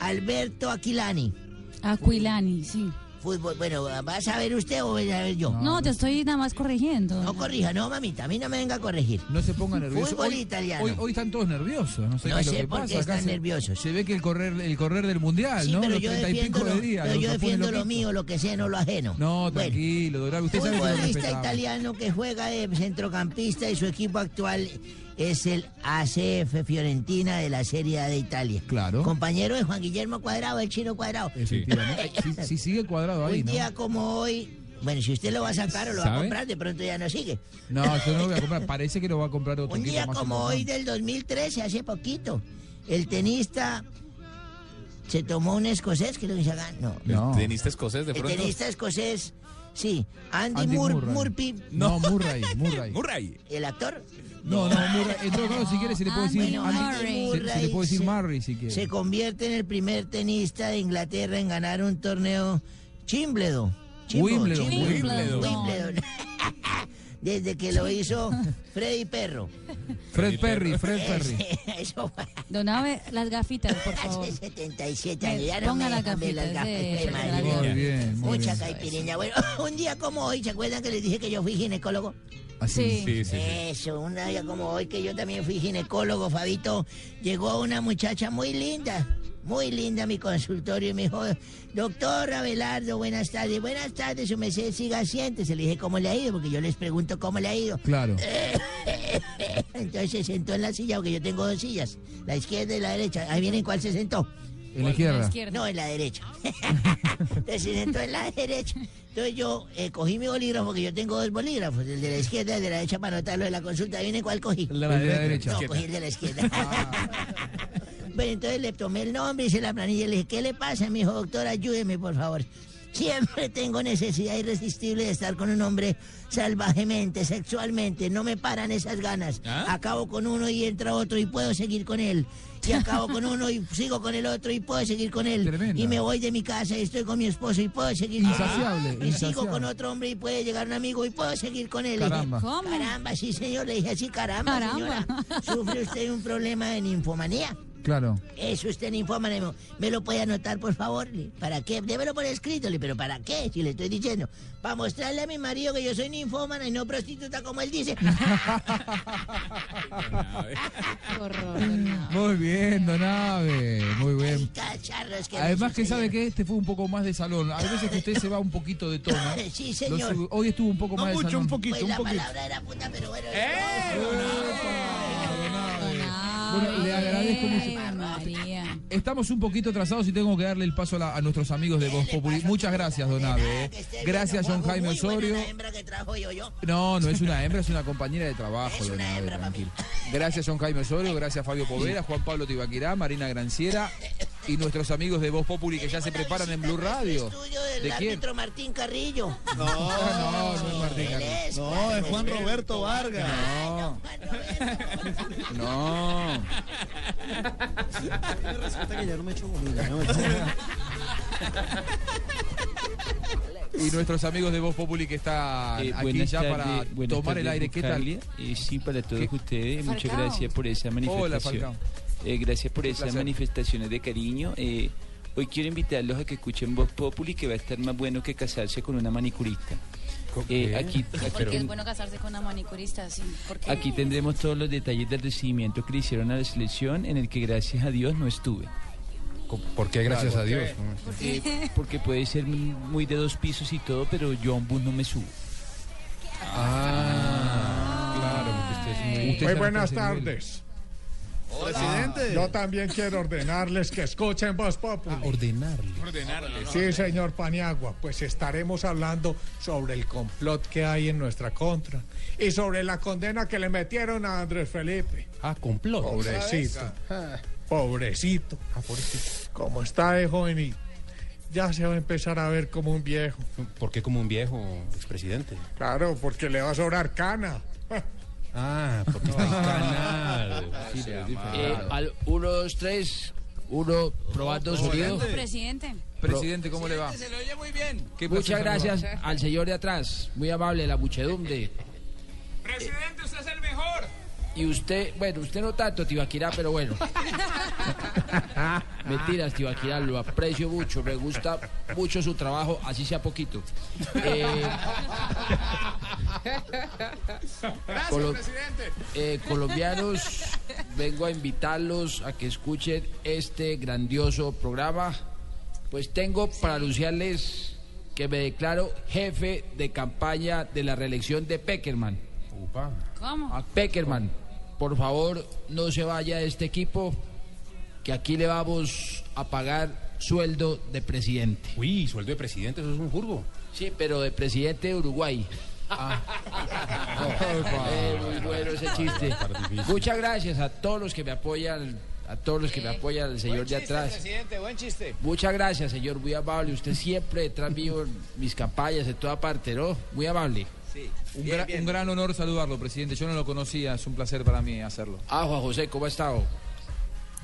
Speaker 44: Alberto Aquilani. Aquilani, sí. Fútbol, bueno, ¿va a saber usted o voy a saber yo?
Speaker 41: No, te estoy nada más corrigiendo.
Speaker 44: No corrija, no, mamita, a mí no me venga a corregir.
Speaker 4: No se ponga nervioso.
Speaker 44: Fútbol
Speaker 4: Hoy-
Speaker 44: italiano.
Speaker 4: Hoy, hoy están todos nerviosos. No sé,
Speaker 44: No
Speaker 4: qué es lo
Speaker 44: sé
Speaker 4: que
Speaker 44: por qué
Speaker 4: pasa. Acá
Speaker 44: están
Speaker 4: se-
Speaker 44: nerviosos.
Speaker 4: Se ve que el correr, el correr del mundial,
Speaker 44: sí,
Speaker 4: ¿no?
Speaker 44: pero
Speaker 4: Los
Speaker 44: yo
Speaker 4: treinta y
Speaker 44: defiendo,
Speaker 4: pico
Speaker 44: lo,
Speaker 4: de días.
Speaker 44: pero
Speaker 4: los
Speaker 44: yo
Speaker 4: japoneses
Speaker 44: defiendo lo
Speaker 4: pican.
Speaker 44: mío, lo que sé, no lo ajeno.
Speaker 4: No, tranquilo, don Abe, Usted sabe que lo
Speaker 44: Futbolista
Speaker 4: respetamos.
Speaker 44: italiano que juega de centrocampista y su equipo actual es el ACF Fiorentina de la Serie A de Italia.
Speaker 4: Claro.
Speaker 44: Compañero de Juan Guillermo Cuadrado, el chino Cuadrado.
Speaker 4: Efectivamente. Sí, sí sigue cuadrado ahí,
Speaker 44: Un
Speaker 4: ¿no?
Speaker 44: día como hoy, bueno, si usted lo va a sacar o lo va a
Speaker 4: ¿Sabe?
Speaker 44: comprar, de pronto ya no sigue.
Speaker 4: No, yo no lo voy a comprar. Parece que lo va a comprar otro
Speaker 44: Un
Speaker 4: equipo
Speaker 44: día
Speaker 4: más
Speaker 44: como hoy
Speaker 4: importante.
Speaker 44: del 2013, hace poquito, el tenista se tomó un escocés, creo que se haga- no.
Speaker 6: El tenista escocés de
Speaker 44: El
Speaker 6: pronto.
Speaker 44: tenista escocés, sí, Andy,
Speaker 4: Andy
Speaker 44: Mur-
Speaker 4: Murray.
Speaker 44: Murphy. (laughs)
Speaker 4: No, Murray, Murray.
Speaker 6: Murray.
Speaker 44: ¿El actor?
Speaker 4: No, no, Murray. En todo caso, si quiere, se le puede
Speaker 44: Andy
Speaker 4: decir.
Speaker 44: Murray.
Speaker 4: se- se ah, le puede decir
Speaker 44: Se-
Speaker 4: Murray si quiere.
Speaker 44: Se convierte en el primer tenista de Inglaterra en ganar un torneo Chimbledon. Chimbo-
Speaker 4: Wimbledon,
Speaker 44: Chimbo-
Speaker 4: Wimbledon.
Speaker 44: Wimbledon. (laughs) Desde que lo hizo Freddy Perro.
Speaker 4: Fred Perry, Fred Perry.
Speaker 44: (laughs) Eso fue
Speaker 41: Don Abe, las gafitas, por favor.
Speaker 44: (laughs) hace 77 años. Ya no me
Speaker 41: Ponga las
Speaker 44: dejan ver las
Speaker 41: gafitas,
Speaker 44: gafas.
Speaker 41: eh,
Speaker 44: qué
Speaker 41: las
Speaker 44: mal.
Speaker 4: Muy Ah, bien, muy
Speaker 44: Mucha
Speaker 4: bien.
Speaker 44: caipiriña. Bueno, (laughs) un día como hoy, ¿se acuerdan que les dije que yo fui ginecólogo?
Speaker 4: Así.
Speaker 6: Sí, sí, sí.
Speaker 44: Eso, un día como hoy que yo también fui ginecólogo, Fabito, llegó una muchacha muy linda, muy linda a mi consultorio y me dijo, doctor Abelardo, buenas tardes, buenas tardes, su merced siga siéntese. Le dije, ¿cómo le ha ido? Porque yo les pregunto cómo le ha ido. (laughs)
Speaker 4: Claro.
Speaker 44: Eh, Entonces se sentó en la silla, porque yo tengo dos sillas, la izquierda y la derecha. Ahí vienen cuál se sentó.
Speaker 4: En la izquierda.
Speaker 44: No, en la derecha. (laughs) Entonces se sentó en la derecha. Entonces yo eh, cogí mi bolígrafo, que yo tengo dos bolígrafos, el de la izquierda y el de la derecha para anotarlo de la consulta. ¿Viene cuál cogí?
Speaker 4: El de la El de la derecha.
Speaker 44: No,
Speaker 4: derecha.
Speaker 44: cogí el de la izquierda. Bueno, entonces le tomé el nombre, hice la planilla y le dije, ¿qué le pasa? Me dijo, doctor, ayúdeme, por favor. (laughs) Siempre tengo necesidad irresistible de estar con un hombre salvajemente, sexualmente. No me paran esas ganas.
Speaker 4: ¿Ah?
Speaker 44: Acabo con uno y entra otro y puedo seguir con él. Y acabo con uno y sigo con el otro y puedo seguir con él. Y me voy de mi casa y estoy con mi esposo y puedo seguir con
Speaker 4: Insaciable,
Speaker 44: él. Y sigo
Speaker 4: insaciable.
Speaker 44: con otro hombre y puede llegar un amigo y puedo seguir con él.
Speaker 4: Caramba.
Speaker 44: Le dije, Caramba, sí, señor. Le dije así, caramba, señora. Sufre usted un problema de ninfomanía.
Speaker 4: Claro.
Speaker 44: Eso usted en infórmale, me, me lo puede anotar, por favor. le. ¿Para qué? Débelo por escrito, le, pero ¿para qué? Si le estoy diciendo. Para mostrarle a mi marido que yo soy ninfómana y no prostituta, como
Speaker 4: (laughs)
Speaker 44: él dice. (laughs)
Speaker 4: Muy bien, don Abe. Muy bien.
Speaker 44: Cacharros que me
Speaker 4: Además que sabe
Speaker 44: sucedieron.
Speaker 4: que este fue un poco más de salón. A veces que usted se va un poquito de tono.
Speaker 44: (laughs) Sí,
Speaker 4: Lo
Speaker 44: señor.
Speaker 4: sube- Hoy estuvo un poco más de salón.
Speaker 44: Pues la palabra era puta, pero bueno.
Speaker 4: Bueno, le agradezco mucho. Estamos un poquito atrasados y tengo que darle el paso a, la- a nuestros amigos de Voz Populi. Muchas gracias, don Abe. eh.
Speaker 44: este
Speaker 4: Gracias, John Jaime Osorio. No, no es una hembra, es una compañera de trabajo, don Abe, tranquilo. Gracias, John Jaime Osorio. Gracias, Fabio Povera, Juan Pablo Tibaquirá, Marina Granciera y nuestros amigos de Voz Populi que ya se preparan en Blue
Speaker 44: (laughs)
Speaker 4: Radio.
Speaker 44: Yo del
Speaker 4: ¿De quién?
Speaker 44: árbitro Martín Carrillo.
Speaker 4: No, no, no es Martín
Speaker 44: Él es
Speaker 4: Carrillo.
Speaker 44: Juan Roberto.
Speaker 4: Vargas. No. No.
Speaker 45: (laughs)
Speaker 40: (laughs)
Speaker 45: Resulta que ya no me echo comida.
Speaker 4: Y nuestros amigos de Voz Populi que están
Speaker 26: Eh,
Speaker 4: aquí
Speaker 26: buenas
Speaker 4: ya para
Speaker 26: tardes, buenas
Speaker 4: tomar el
Speaker 26: tardes,
Speaker 4: aire. ¿Qué tal?
Speaker 26: Buscalia. Eh, sí, para todos ustedes, muchas
Speaker 4: Falcao.
Speaker 26: gracias por esa
Speaker 4: Hola,
Speaker 26: manifestación.
Speaker 4: Falcao.
Speaker 26: Eh, gracias por
Speaker 4: Un
Speaker 26: esas
Speaker 4: placer.
Speaker 26: manifestaciones de cariño. Eh, hoy quiero invitarlos a que escuchen Voz Populi, que va a estar más bueno que casarse con una manicurista.
Speaker 46: Eh, aquí,
Speaker 5: Porque es bueno casarse con una manicurista, sí. Porque
Speaker 46: Aquí tendremos todos los detalles del recibimiento que le hicieron a la selección, en el que gracias a Dios no estuve.
Speaker 34: ¿Por qué gracias a Dios?
Speaker 46: Eh, porque puede ser muy de dos pisos y todo, pero yo a un bus no me subo.
Speaker 34: Usted Ah,
Speaker 33: Muy
Speaker 26: Este
Speaker 34: sabe
Speaker 33: buenas
Speaker 34: que hace
Speaker 33: tardes. Presidente. Yo también quiero ordenarles que escuchen Voz
Speaker 34: Ah,
Speaker 33: Popular. ordenarles. Sí, señor Paniagua, pues estaremos hablando sobre el complot que hay en nuestra contra y sobre la condena que le metieron a Andrés Felipe.
Speaker 34: Ah, complot.
Speaker 33: Pobrecito.
Speaker 34: Ah.
Speaker 33: Pobrecito. Como está de joven y ya se va a empezar a ver como un viejo.
Speaker 34: ¿Por qué como un viejo expresidente?
Speaker 33: Claro, porque le va a sobrar cana.
Speaker 34: Ah, porque está encanado. Sí, es
Speaker 32: Eh,
Speaker 34: diferente.
Speaker 32: al 1, 2, 3, 1, probando sonido.
Speaker 5: Como presidente.
Speaker 32: Presidente,
Speaker 4: ¿cómo le va?
Speaker 32: Se lo oye muy bien.
Speaker 4: ¿Qué pasó,
Speaker 32: Muchas
Speaker 4: señor?
Speaker 32: gracias al señor de atrás. Muy amable, la muchedumbre.
Speaker 9: Presidente, usted es el mejor.
Speaker 32: Y usted, bueno, usted no tanto, Tibaquirá, pero bueno. Mentiras, Tibaquirá, lo aprecio mucho. Me gusta mucho su trabajo, así sea poquito. Eh,
Speaker 9: Gracias,
Speaker 32: Colo-
Speaker 9: presidente.
Speaker 32: eh, colombianos, vengo a invitarlos a que escuchen este grandioso programa. Pues tengo para anunciarles que me declaro jefe de campaña de la reelección de Peckerman.
Speaker 5: ¿Cómo?
Speaker 32: A Peckerman, por favor, no se vaya de este equipo, que aquí le vamos a pagar sueldo de presidente.
Speaker 34: Uy, sueldo de presidente, eso es un jurgo.
Speaker 32: Sí, pero de presidente de Uruguay. Ah.
Speaker 34: (laughs)
Speaker 32: Eh, muy bueno ese chiste. Muchas gracias a todos los que me apoyan, a todos los que me apoyan, al señor de atrás.
Speaker 9: presidente, buen chiste.
Speaker 32: Muchas gracias, señor, muy amable. Usted siempre detrás mío en mis campañas, en toda parte, ¿no? Muy amable.
Speaker 4: Un, gra- un gran honor saludarlo, presidente. Yo no lo conocía, es un placer para mí hacerlo.
Speaker 32: Ah, Juan José, ¿cómo ha estado?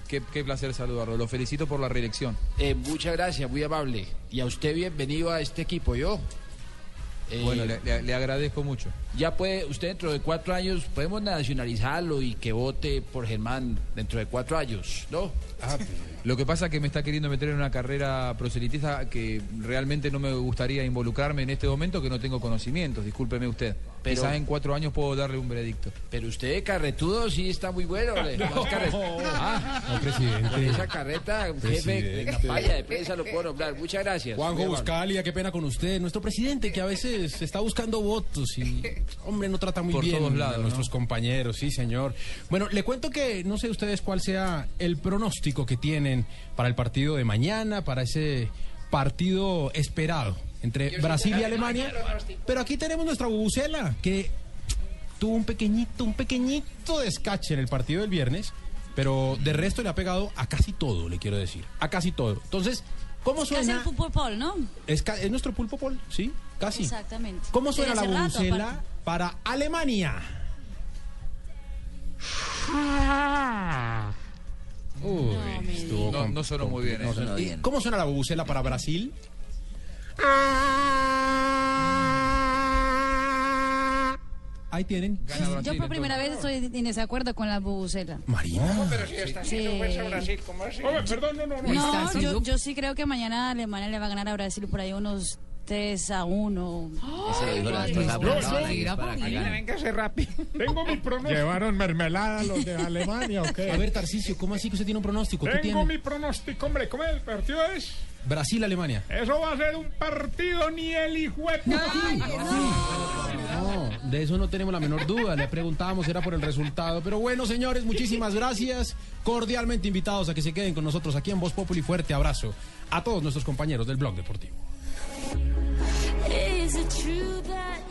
Speaker 4: Qué, qué placer saludarlo. Lo felicito por la reelección.
Speaker 32: Eh, muchas gracias, muy amable. Y a usted bienvenido a este equipo, yo. Eh,
Speaker 4: Bueno, le- le- le agradezco mucho.
Speaker 32: Ya puede, usted dentro de cuatro años, podemos nacionalizarlo y que vote por Germán dentro de cuatro años, ¿no?
Speaker 4: Ah, Lo que pasa es que me está queriendo meter en una carrera proselitista que realmente no me gustaría involucrarme en este momento, que no tengo conocimientos, discúlpeme usted.
Speaker 32: Pero-
Speaker 4: Quizás en cuatro años puedo darle un veredicto.
Speaker 32: Pero usted de carretudo sí está muy bueno.
Speaker 4: (laughs)
Speaker 32: le- más carre- Ah,
Speaker 34: No, presidente.
Speaker 32: con esa carreta, un jefe de
Speaker 34: Presidente.
Speaker 32: campaña de prensa lo puedo nombrar. Muchas gracias.
Speaker 34: Juanjo
Speaker 32: Muy amable.
Speaker 34: Buscalia, qué pena con usted. Nuestro presidente que a veces está buscando votos
Speaker 33: (laughs)
Speaker 34: y, hombre, no trata muy
Speaker 33: Por
Speaker 34: bien
Speaker 33: todos
Speaker 34: a
Speaker 33: lados,
Speaker 34: nuestros compañeros, sí, señor. Bueno, le cuento que no sé ustedes cuál sea el pronóstico que tienen para el partido de mañana, para ese partido esperado
Speaker 13: Eh,
Speaker 34: entre Brasil y Alemania. Pero aquí tenemos nuestra bubucela, Ah, que tuvo un pequeñito, un pequeñito descache en el partido del viernes, pero de resto le ha pegado a casi todo, le quiero decir. A casi todo. Entonces, ¿cómo
Speaker 5: Es casi el
Speaker 34: suena?
Speaker 5: fútbol pol, ¿no?
Speaker 34: Es, ca- es nuestro pulpo Paul, ¿sí? Casi.
Speaker 5: Exactamente.
Speaker 34: ¿Cómo suena la
Speaker 5: Desde hace rato,
Speaker 34: bubucela
Speaker 5: aparte.
Speaker 34: para Alemania? Uy, estuvo
Speaker 4: No,
Speaker 34: con-
Speaker 4: no sonó
Speaker 34: con-
Speaker 4: muy bien,
Speaker 34: no
Speaker 4: eh.
Speaker 34: sonó-
Speaker 4: Sonó
Speaker 34: ¿Y
Speaker 4: bien.
Speaker 34: ¿Cómo suena la bubucela para Brasil? Ahí tienen.
Speaker 5: Yo por primera vez estoy en desacuerdo con la bubucela.
Speaker 34: Marina.
Speaker 33: Pero si está haciendo
Speaker 5: Sí.
Speaker 33: fuerza Brasil, ¿cómo así? perdón, no, no,
Speaker 5: No, yo, yo sí creo que mañana Alemania le va a ganar a Brasil por ahí unos 3 a 1.
Speaker 6: Eso lo dijo la
Speaker 33: Ay,
Speaker 6: esposa
Speaker 33: no,
Speaker 6: Blanca
Speaker 33: no,
Speaker 6: Balaguer
Speaker 33: no,
Speaker 6: para que gane.
Speaker 33: rápido. Tengo mi pronóstico. ¿Llevaron mermelada los
Speaker 34: (laughs)
Speaker 33: de Alemania o qué?
Speaker 34: A ver, Tarcicio, ¿cómo así que usted tiene un pronóstico? ¿Qué
Speaker 33: Tengo
Speaker 34: tiene?
Speaker 33: mi pronóstico, hombre. ¿Cómo el partido es?
Speaker 34: Brasil-Alemania.
Speaker 33: Eso va a ser un partido ni el hijo de- Ah.
Speaker 34: No, de eso no tenemos la menor duda. Le preguntábamos, era por el resultado. Pero bueno, señores, muchísimas gracias. Cordialmente invitados a que se queden con nosotros aquí en Voz Populi. Fuerte abrazo a todos nuestros compañeros del blog deportivo.
Speaker 32: Is it true that